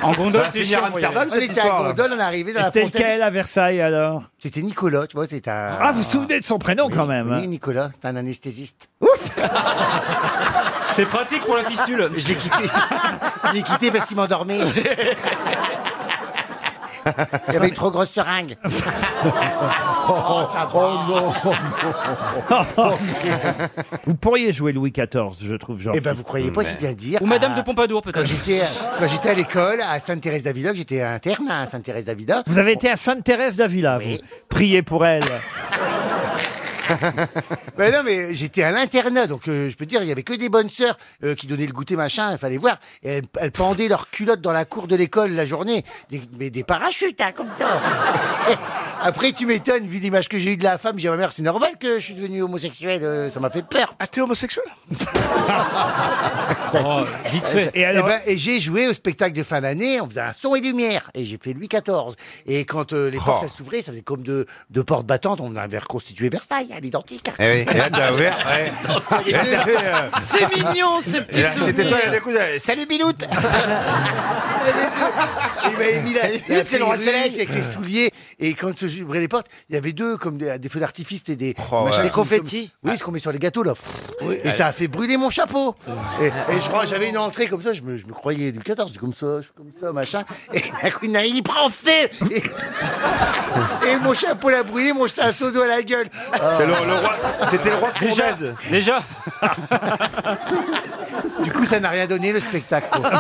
Speaker 11: En
Speaker 21: Ça va finir à Amsterdam cette histoire.
Speaker 11: On
Speaker 21: là.
Speaker 11: était à Gondole, on est arrivé dans
Speaker 1: Et
Speaker 11: la
Speaker 1: c'était
Speaker 11: fontaine.
Speaker 1: lequel à Versailles alors
Speaker 11: C'était Nicolas, tu vois, c'est un.
Speaker 1: Ah, vous vous souvenez de son prénom quand même hein.
Speaker 11: Oui, Nicolas, t'es un anesthésiste.
Speaker 7: C'est pratique pour la fistule.
Speaker 11: Je l'ai quitté. Je l'ai quitté parce qu'il m'endormait. Il avait une trop grosse
Speaker 1: [LAUGHS]
Speaker 11: seringue.
Speaker 25: Oh, non,
Speaker 11: Oh,
Speaker 1: Vous pourriez jouer Louis XIV, je trouve, jean
Speaker 11: Eh ben, vous croyez pas si bien dire. Ah.
Speaker 7: Ou Madame
Speaker 11: à-
Speaker 7: de Pompadour,
Speaker 11: Quand
Speaker 7: peut-être.
Speaker 11: j'étais quand j'étais à l'école, à Sainte-Thérèse-d'Avila, j'étais interne à Sainte-Thérèse-d'Avila.
Speaker 1: Vous avez été à Sainte-Thérèse d'Avila, vous. Priez pour elle.
Speaker 11: [LAUGHS] Ben non, mais j'étais à l'internat, donc euh, je peux te dire, il y avait que des bonnes sœurs euh, qui donnaient le goûter, machin, il fallait voir. Et elles, elles pendaient leurs culottes dans la cour de l'école la journée. Des, mais des parachutes, hein, comme ça. [LAUGHS] Après, tu m'étonnes, vu l'image que j'ai eue de la femme, j'ai dit, ma mère, c'est normal que je suis devenu homosexuel, euh, ça m'a fait peur.
Speaker 21: Ah, t'es homosexuel
Speaker 7: vite
Speaker 1: fait.
Speaker 11: Et,
Speaker 1: Et
Speaker 21: Eh
Speaker 1: alors
Speaker 11: Ah, ben, et j'ai joué au spectacle de fin d'année, on faisait un son et lumière, et j'ai fait Louis XIV. Et quand euh, les
Speaker 21: Oh.
Speaker 11: portes elles s'ouvraient, ça faisait comme deux, deux portes battantes, on avait reconstitué Versailles, à l'identique.
Speaker 21: Eh oui, et là,
Speaker 11: [LAUGHS]
Speaker 21: t'as ouvert. ouais. Et là, t'as fait, euh,
Speaker 25: [LAUGHS] C'est mignon,
Speaker 11: ces petits
Speaker 21: et là, C'était toi,
Speaker 11: souvenirs.
Speaker 21: il y a des coups de-
Speaker 24: [LAUGHS]
Speaker 21: Salut Biloute
Speaker 11: Il m'avait mis la,
Speaker 21: Salut,
Speaker 11: la
Speaker 21: c'est Euh. le roi
Speaker 11: perruque
Speaker 21: soleil.
Speaker 11: avec les souliers. Et quand j'ouvrais les portes, il y avait deux, comme des, des feux d'artifice et des,
Speaker 21: Oh, ouais.
Speaker 11: machins
Speaker 21: Des
Speaker 11: comme-
Speaker 21: confettis.
Speaker 11: comme- oui, ce qu'on met sur les gâteaux, là. et
Speaker 21: allez.
Speaker 11: ça a fait brûler mon chapeau. Et, et je crois, j'avais une entrée comme ça, je me, je me croyais du 14, j'étais comme ça, je suis comme ça, machin. Et d'un coup, il y en a un, il prend feu et, et mon chapeau l'a brûlé, mon chapeau d'eau à la gueule.
Speaker 21: C'est le- le roi- C'était le roi
Speaker 7: Déjà,
Speaker 21: Fournaise.
Speaker 7: déjà.
Speaker 11: Du coup, ça n'a rien donné, le spectacle. quoi.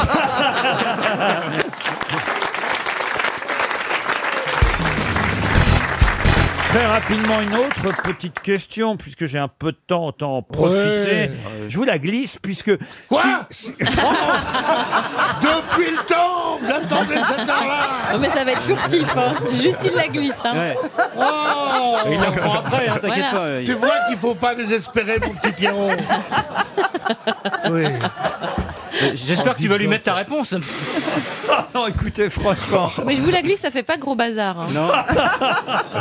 Speaker 1: Très rapidement, une autre petite question, puisque j'ai un peu de temps, autant en profiter.
Speaker 25: Ouais.
Speaker 1: Je vous la glisse, puisque...
Speaker 25: Quoi
Speaker 11: [LAUGHS] Oh,
Speaker 1: Depuis le temps J'attendais cette heure-là
Speaker 24: Non, Oh, mais ça va être furtif, hein. Juste, il la glisse. Hein.
Speaker 7: Ouais.
Speaker 5: Oh
Speaker 7: Il la prend après, hein, t'inquiète Voilà. pas, euh,
Speaker 5: Tu
Speaker 7: il-
Speaker 5: vois qu'il faut pas désespérer, mon petit Pierrot.
Speaker 7: Euh, J'espère que tu vas lui mettre ta
Speaker 1: [LAUGHS]
Speaker 7: réponse.
Speaker 1: Ah non, écoutez, franchement.
Speaker 24: Mais je vous la glisse, ça fait pas gros bazar. hein.
Speaker 1: [LAUGHS]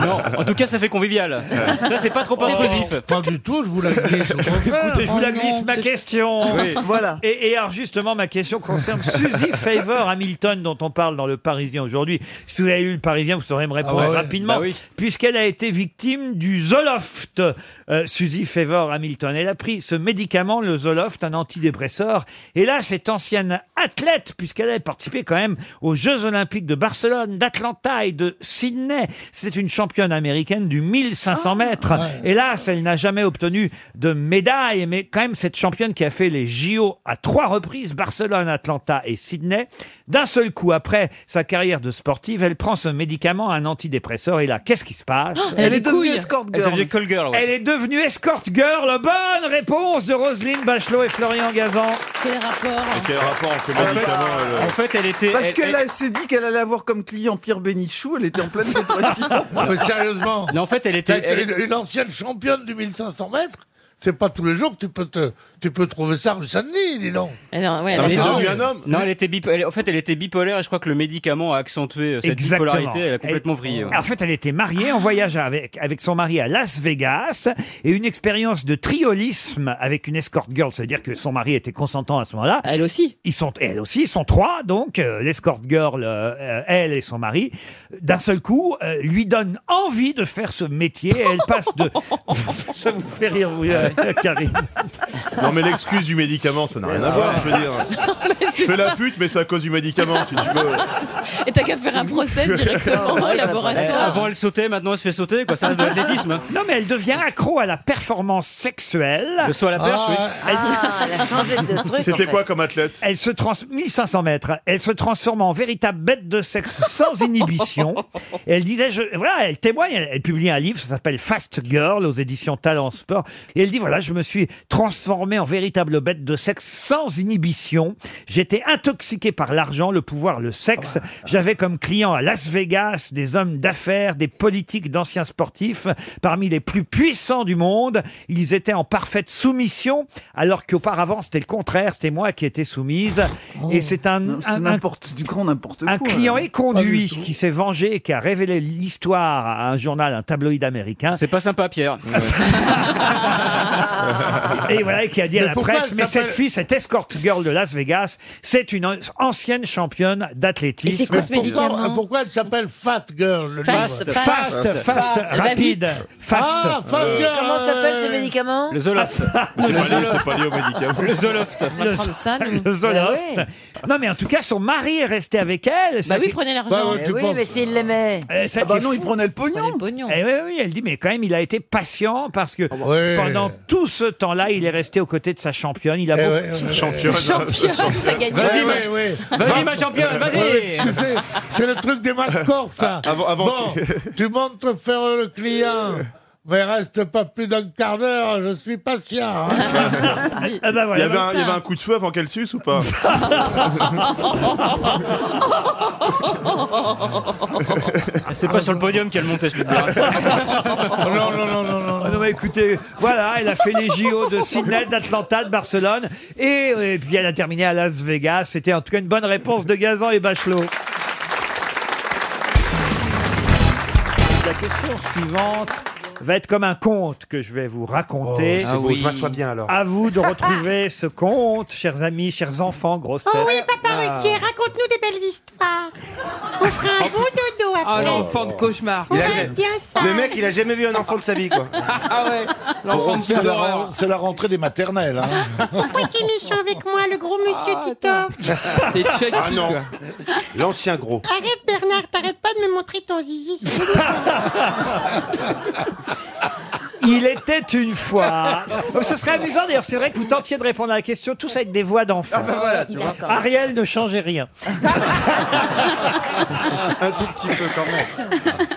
Speaker 7: Non. non. En tout cas, ça fait convivial. Ça, c'est pas trop intrusif.
Speaker 5: Pas du tout, je vous la
Speaker 7: [LAUGHS]
Speaker 5: glisse.
Speaker 1: Écoutez, je vous
Speaker 11: Oh,
Speaker 1: la glisse, ma question.
Speaker 7: Oui.
Speaker 1: Voilà. Et, et alors, justement, ma question concerne
Speaker 11: [LAUGHS]
Speaker 1: Suzy Favor Hamilton, dont on parle dans Le Parisien aujourd'hui. Si vous avez lu Le Parisien, vous saurez me répondre
Speaker 7: Ah ouais,
Speaker 1: rapidement.
Speaker 7: bah oui.
Speaker 1: Puisqu'elle a été victime du Zoloft, euh, Suzy Favor Hamilton. Elle a pris ce médicament, le Zoloft, un antidépresseur. Et là, cette ancienne athlète, puisqu'elle a participé quand même aux Jeux Olympiques de Barcelone, d'Atlanta et de Sydney, c'est une championne américaine du 1500
Speaker 24: Ah,
Speaker 1: mètres. Hélas, elle n'a jamais obtenu de médaille, mais quand même cette championne qui a fait les JO à trois reprises, Barcelone, Atlanta et Sydney, d'un seul coup, après sa carrière de sportive, elle prend ce médicament, un antidépresseur, et là, qu'est-ce qui se passe
Speaker 24: Oh, elle a Elle est des devenue couilles. escort
Speaker 7: Elle girl. devient call girl, ouais.
Speaker 1: Elle est devenue escort girl. Bonne réponse de Roselyne Bachelot et Florian Gazan.
Speaker 24: Quel rapport
Speaker 21: [LAUGHS] Quel rapport entre le médicament et le-
Speaker 7: En fait, elle était.
Speaker 14: Parce
Speaker 7: elle-
Speaker 14: qu'elle
Speaker 7: elle-
Speaker 14: a- s'est dit qu'elle allait avoir comme client Pierre Bénichou, elle était en pleine
Speaker 5: [LAUGHS]
Speaker 14: dépression.
Speaker 5: sérieusement.
Speaker 7: Mais en fait, elle
Speaker 5: T'as
Speaker 7: était.
Speaker 5: été
Speaker 7: elle-
Speaker 5: une, une ancienne championne du 1500 mètres. C'est pas tous les jours que tu peux, te, tu peux trouver ça rue Saint-Denis, dis donc.
Speaker 24: Alors, ouais,
Speaker 7: Non,
Speaker 5: elle
Speaker 7: mais
Speaker 5: est
Speaker 7: c'est-
Speaker 5: devenue un homme.
Speaker 7: Non, elle était bip- elle- en fait, elle était bipolaire et je crois que le médicament a accentué euh, cette
Speaker 1: Exactement.
Speaker 7: bipolarité. Elle a complètement vrillé. ouais.
Speaker 1: En fait, elle était mariée en voyage avec, avec son mari à Las Vegas et une expérience de triolisme avec une escort girl, c'est-à-dire que son mari était consentant à ce moment-là.
Speaker 24: Elle aussi.
Speaker 1: Ils sont, et elle aussi, ils sont trois, donc euh, l'escort girl, euh, euh, elle et son mari, d'un seul coup, euh, lui donne envie de faire ce métier. Et elle passe
Speaker 24: [LAUGHS]
Speaker 1: de. Ça vous fait rire, vous, euh, Karine.
Speaker 13: Non mais l'excuse du médicament, ça n'a rien à voir, Ah je veux
Speaker 18: [LAUGHS]
Speaker 13: dire. Je fais la pute, mais c'est à cause du médicament, si tu veux.
Speaker 24: Et t'as qu'à faire un procès
Speaker 13: [LAUGHS]
Speaker 24: directement au laboratoire.
Speaker 7: Avant, elle sautait, maintenant, elle se fait sauter. Quoi. Ça reste de l'athlétisme. hein.
Speaker 1: Non, mais elle devient accro à la performance sexuelle.
Speaker 7: Le saut à la perche, oui.
Speaker 1: Elle-
Speaker 16: Ah, elle a changé de truc. en
Speaker 13: C'était
Speaker 16: fait.
Speaker 13: quoi comme athlète
Speaker 1: Elle se trans 1500 mètres. Elle se transforme en véritable bête de sexe sans
Speaker 16: [LAUGHS]
Speaker 1: inhibition. Et elle disait, je, voilà, elle témoigne. Elle, elle publie un livre, ça s'appelle Fast Girl aux éditions Talent Sport. Et elle dit, voilà, je me suis transformé en véritable bête de sexe sans inhibition. J'étais intoxiqué par l'argent, le pouvoir, le sexe. J'avais comme clients à Las Vegas des hommes d'affaires, des politiques, d'anciens sportifs, parmi les plus puissants du monde. Ils étaient en parfaite soumission, alors qu'auparavant, c'était le contraire, c'était moi qui étais soumise. Et c'est
Speaker 14: Oh.
Speaker 1: un,
Speaker 14: Non, c'est
Speaker 1: un- un
Speaker 14: n'importe du grand n'importe quoi. hein.
Speaker 1: un client
Speaker 14: là. Ah,
Speaker 1: éconduit qui s'est vengé et qui a révélé l'histoire à un journal, un tabloïd américain. C'est pas sympa, [LAUGHS] Pierre.
Speaker 3: Ah.
Speaker 1: et voilà, et qui a dit à
Speaker 7: Mais
Speaker 1: la
Speaker 7: pourquoi
Speaker 1: presse,
Speaker 7: elle
Speaker 1: mais
Speaker 7: s'appelle-
Speaker 1: cette fille, cette escort girl de Las Vegas, c'est une an- ancienne championne d'athlétisme. Ah,
Speaker 10: pourquoi, pourquoi elle s'appelle Fat Girl le
Speaker 1: Fast,
Speaker 10: livre
Speaker 1: fast, fast,
Speaker 10: Fast.
Speaker 1: rapide, fast.
Speaker 10: Ah, Fast
Speaker 1: Euh,
Speaker 10: Girl
Speaker 16: Comment s'appelle
Speaker 10: euh,
Speaker 16: ce médicament
Speaker 1: Ah, Zoloft.
Speaker 13: C'est pas lié- c'est pas lié au médicament. Le Zoloft. On va
Speaker 1: Le,
Speaker 13: prendre ça, nous.
Speaker 1: le Zoloft.
Speaker 16: Bah
Speaker 1: Non, mais en tout cas, son mari est resté avec elle.
Speaker 16: Bah
Speaker 1: Ça
Speaker 16: oui,
Speaker 1: qui-
Speaker 16: prenez l'argent. Eh oui, mais s'il l'aimait. Ah, bah
Speaker 1: Eh, ça qui est fou.
Speaker 16: Prenez le pognon.
Speaker 1: Eh oui, oui, elle dit, mais quand même, il a été patient parce que pendant tout ce temps-là, il est resté aux côtés de sa championne. Il a
Speaker 10: Eh
Speaker 1: beaucoup-
Speaker 10: ouais, ouais, ouais. [LAUGHS] Championne.
Speaker 1: [LAUGHS]
Speaker 10: Championne, ça gagne. Vas-y, ma- vas-y, ma championne, vas-y. C'est le truc des [LAUGHS] maths ça.
Speaker 13: Ah, Avant- avant
Speaker 10: bon,
Speaker 13: [LAUGHS]
Speaker 10: tu montres faire le client, mais reste pas plus d'un quart d'heure, je suis patient.
Speaker 13: [LAUGHS]
Speaker 10: hein.
Speaker 1: Ah bah
Speaker 13: Il y avait un- il y avait un coup de feu avant qu'elle suce ou pas
Speaker 1: [LAUGHS]
Speaker 10: [LAUGHS]
Speaker 7: C'est pas sur le podium qu'elle montait, je peux te dire.
Speaker 10: non, non, non, non,
Speaker 1: Ah non, mais écoutez, voilà, elle a fait les JO de Sydney, d'Atlanta, de Barcelone. Et, et puis elle a terminé à Las Vegas. C'était en tout cas une bonne réponse de Gazan et Bachelot. La question suivante va être comme un conte que je vais vous raconter.
Speaker 21: Oh, c'est Ah beau, oui. je m'assois bien, alors.
Speaker 1: À vous de retrouver ce conte, chers amis, chers enfants, grosse tête.
Speaker 3: Oh oui, papa
Speaker 1: Ah.
Speaker 3: Ruquier, raconte-nous des belles histoires. On fera un bon dodo
Speaker 1: Ah,
Speaker 3: après.
Speaker 21: de cauchemar.
Speaker 3: On va être bien sage.
Speaker 21: Le mec, il a jamais vu un enfant de sa vie,
Speaker 1: [LAUGHS]
Speaker 21: quoi.
Speaker 3: Ah ouais.
Speaker 12: Oh, C'est la- C'est la rentrée des maternelles. hein.
Speaker 3: Pourquoi qui est méchant avec moi, le gros monsieur
Speaker 1: Ah,
Speaker 3: Tito
Speaker 21: C'est Ah non. L'ancien gros.
Speaker 3: Arrête Bernard, t'arrêtes pas de me montrer ton
Speaker 1: [LAUGHS]
Speaker 3: zizi. c'est tout.
Speaker 1: Il était une fois. Oh, Ce serait amusant d'ailleurs, c'est vrai que vous tentiez de répondre à la question tous avec des voix d'enfants.
Speaker 25: Ah bah voilà, tu vois. D'accord.
Speaker 1: Ariel ne changeait rien.
Speaker 21: Un tout petit peu quand même.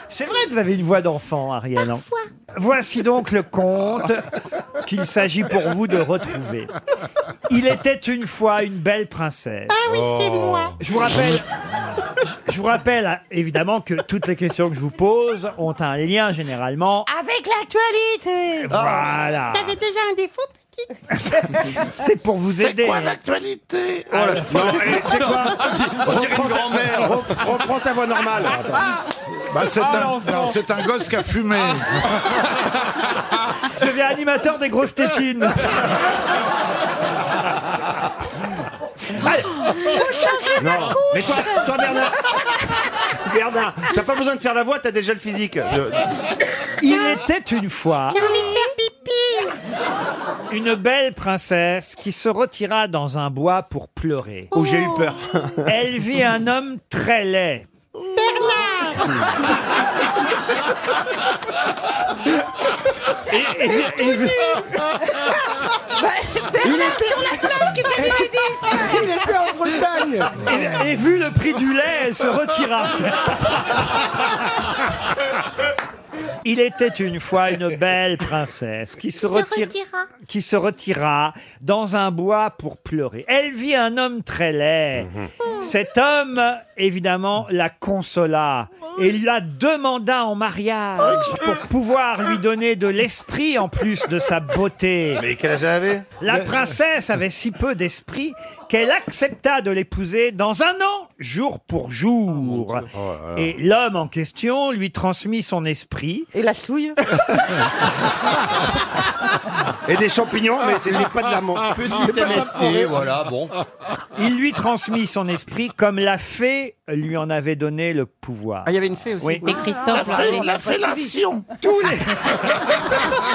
Speaker 1: C'est vrai que vous avez une voix d'enfant, Ariel. hein. Voici donc le conte qu'il s'agit pour vous de retrouver. Il était une fois une belle princesse. Ah
Speaker 3: oui, c'est Oh. moi.
Speaker 1: Je vous rappelle. Je vous rappelle hein, évidemment que toutes les questions que je vous pose ont un lien généralement.
Speaker 3: Avec l'actualité.
Speaker 1: Voilà.
Speaker 3: T'avais déjà un défaut, petit
Speaker 1: [LAUGHS] C'est pour vous aider. Oh
Speaker 3: quoi
Speaker 1: l'actualité [LAUGHS]
Speaker 12: On dirait une grand-mère.
Speaker 21: Reprends ta voix normale.
Speaker 12: Ah, Bah, c'est
Speaker 1: Ah,
Speaker 12: un-
Speaker 1: l'enfant.
Speaker 12: non, c'est un, gosse qui a fumé.
Speaker 1: [LAUGHS] Je deviens animateur des grosses tétines.
Speaker 3: [LAUGHS]
Speaker 21: Non. Mais toi, toi Bernard. Bernard, t'as pas besoin de faire la voix, t'as déjà le physique.
Speaker 1: Il était une fois
Speaker 3: J'ai envie de faire pipi.
Speaker 1: une belle princesse qui se retira dans un bois pour pleurer.
Speaker 21: Oh, j'ai eu peur.
Speaker 1: [LAUGHS] Elle vit un homme très laid.
Speaker 25: et-
Speaker 3: Tout
Speaker 25: et-
Speaker 3: nu. Bernard Bah, sur la plage, que tu me dis
Speaker 25: Il était en Bretagne.
Speaker 1: Et, et vu le prix du lait, elle
Speaker 21: [LAUGHS]
Speaker 1: se retira. Il était une fois une belle princesse qui se,
Speaker 3: Se
Speaker 1: retire-
Speaker 3: retira.
Speaker 1: qui se retira dans un bois pour pleurer. Elle vit un homme très laid.
Speaker 21: Mhm.
Speaker 1: Oh. Cet homme, évidemment, la consola et
Speaker 21: Oh.
Speaker 1: la demanda en mariage pour pouvoir lui donner de l'esprit en plus de sa beauté.
Speaker 21: Mais quel âge elle avait
Speaker 1: La princesse avait si peu d'esprit qu'elle accepta de l'épouser dans un an, jour pour
Speaker 21: Oh,
Speaker 1: jour. Et l'homme en question lui transmit son esprit. Et la [LAUGHS] chouille
Speaker 21: Et des champignons, mais c'est pas de la
Speaker 3: [LAUGHS]
Speaker 21: menthe.
Speaker 1: Petite MST, voilà,
Speaker 21: bon.
Speaker 1: Il lui transmit son esprit comme la fée lui en avait donné le pouvoir. Ah, il y avait une fée aussi.
Speaker 25: C'est Christophe, La là, fée- elle est la pas fellation.
Speaker 1: Tous
Speaker 3: [LAUGHS]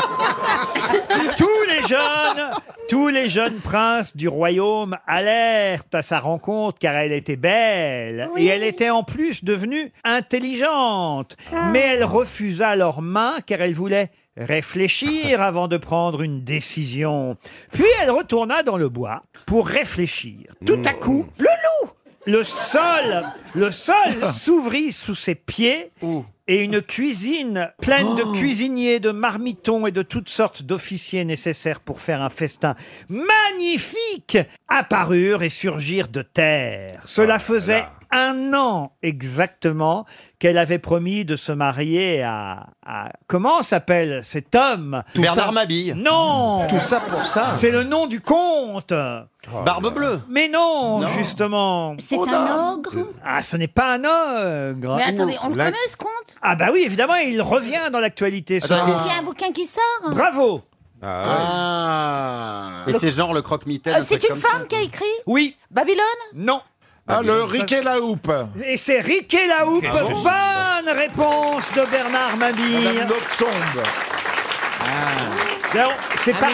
Speaker 1: les... tous les jeunes, tous les jeunes princes du royaume allèrent à sa rencontre car elle était belle et elle était en plus devenue intelligente. Mais elle refusa leurs mains car elle voulait réfléchir avant de prendre une décision. Puis elle retourna dans le bois pour réfléchir. Tout à coup, le loup le sol, le sol s'ouvrit sous ses pieds et une cuisine pleine de cuisiniers, de marmitons et de toutes sortes d'officiers nécessaires pour faire un festin magnifique apparurent et surgirent de
Speaker 6: Ah
Speaker 1: terre. Cela faisait un an exactement qu'elle avait promis de se marier à... à- comment s'appelle cet homme
Speaker 13: Ah
Speaker 6: Bernard
Speaker 1: ça-
Speaker 6: Mabille.
Speaker 1: Non
Speaker 6: Tout ça pour ça.
Speaker 1: C'est le nom du comte
Speaker 6: Barbe bleue.
Speaker 1: Mais non, justement
Speaker 6: C'est un Oda.
Speaker 1: ogre Ah, ce n'est pas un ogre
Speaker 17: Mais attendez, on le connaît ce conte
Speaker 1: Ah bah oui, évidemment, il revient dans l'actualité. ce
Speaker 17: Attendez,
Speaker 1: nom.
Speaker 17: s'il y a un bouquin qui sort
Speaker 1: Bravo
Speaker 6: Et c'est genre le croque-mitaine.
Speaker 13: Ah,
Speaker 17: Euh, C'est une femme qui a écrit
Speaker 1: Oui.
Speaker 17: Babylone
Speaker 1: Non.
Speaker 12: Ah, le Riquet la Houpe.
Speaker 1: Et c'est Riquet la Houppe.
Speaker 12: Ah bon
Speaker 1: Bonne réponse de Bernard Mabille.
Speaker 12: Tombe.
Speaker 1: Non, c'est pas.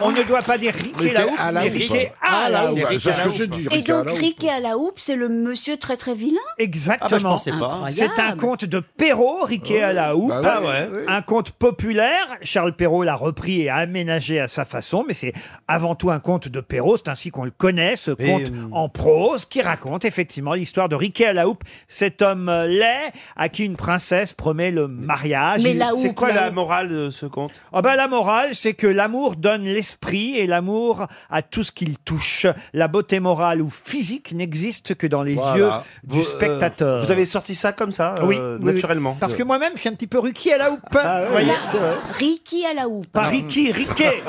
Speaker 1: On ne doit pas dire Riquet la Houppe,
Speaker 12: à la
Speaker 1: mais
Speaker 12: Houppe. Ah,
Speaker 1: Riquet à la Houppe.
Speaker 12: C'est ce que j'ai dit.
Speaker 20: Et donc, Ricky à la houppe, c'est le monsieur très très vilain
Speaker 1: Exactement.
Speaker 20: Ah bah, je pensais pas. Incroyable. Ah
Speaker 1: C'est un conte de Perrault, Riquet à la Houppe.
Speaker 12: Bah ouais, oui.
Speaker 1: Un conte populaire. Charles Perrault l'a repris et a aménagé à sa façon, mais c'est avant tout un conte de Perrault. C'est ainsi qu'on le connaît, ce
Speaker 6: Et,
Speaker 1: conte
Speaker 6: euh,
Speaker 1: en prose qui raconte effectivement l'histoire de Riquet à la Houppe, cet homme euh, laid à qui une princesse promet le mariage.
Speaker 20: Mais la
Speaker 13: Ah, C'est
Speaker 20: houppe,
Speaker 13: quoi
Speaker 20: la
Speaker 13: la
Speaker 20: houppe.
Speaker 13: morale de ce conte
Speaker 1: Ah bah, la morale, c'est que l'amour donne l'esprit et l'amour à tout ce qu'il touche. La beauté morale ou physique n'existe que dans les
Speaker 13: Voilà.
Speaker 1: yeux
Speaker 13: Vous,
Speaker 1: du
Speaker 13: euh,
Speaker 1: spectateur.
Speaker 13: vous avez sorti ça comme ça, euh,
Speaker 1: Oui, oui, oui.
Speaker 13: naturellement. Euh. Ah
Speaker 1: Parce que moi-même, je suis un petit peu Ricky à la houppe. Vous voyez
Speaker 20: Ricky à la houppe. Ah
Speaker 1: Pas Ricky, Riquet.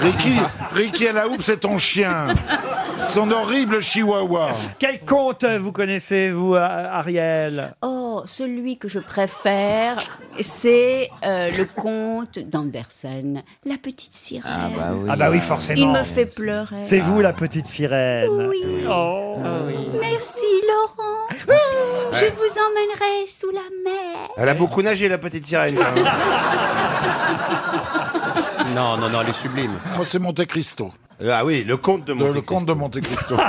Speaker 12: Ricky, Ricky à la Houpe, c'est ton chien. Son horrible chihuahua.
Speaker 1: Quel conte vous connaissez, vous, A- Ariel
Speaker 20: Oh, celui que je préfère, c'est euh, le conte d'Andersen, La Petite Sirène. Ah bah
Speaker 1: oui. Ah bah oui, forcément.
Speaker 20: Il me fait pleurer.
Speaker 1: C'est vous, la petite sirène.
Speaker 20: Oui.
Speaker 1: Oh.
Speaker 20: Merci Laurent. Je vous emmènerai sous la mer.
Speaker 21: Elle a beaucoup nagé, la petite
Speaker 13: [LAUGHS]
Speaker 21: sirène.
Speaker 13: Non, non, non, elle est sublime.
Speaker 12: Moi, Oh, c'est Monte Cristo.
Speaker 21: Ah oui, le conte de
Speaker 12: Le,
Speaker 21: mon.
Speaker 12: le comte de Monte Cristo. [LAUGHS]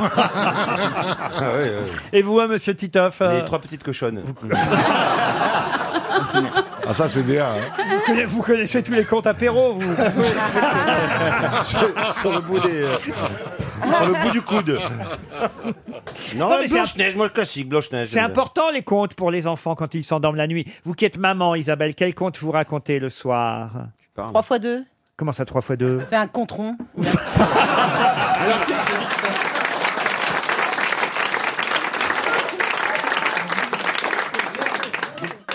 Speaker 1: Et vous, hein, monsieur Titoff euh,
Speaker 13: Ah Les trois petites cochonnes.
Speaker 12: ah, ça, c'est bien. hein.
Speaker 1: vous, conna- vous connaissez tous les contes à Perrault, vous
Speaker 13: [LAUGHS] sur le bout des. sur le bout du coude. Non,
Speaker 1: Non, mais
Speaker 13: mais
Speaker 1: c'est
Speaker 13: Blanche-Neige, moi le classique, Blanche-Neige.
Speaker 1: C'est important les contes pour les enfants quand ils s'endorment la nuit. Vous qui êtes maman, Isabelle, quel conte vous racontez le soir
Speaker 4: 3 fois 2
Speaker 1: Comment ça, 3 fois 2
Speaker 4: C'est un contron.
Speaker 25: Alors, c'est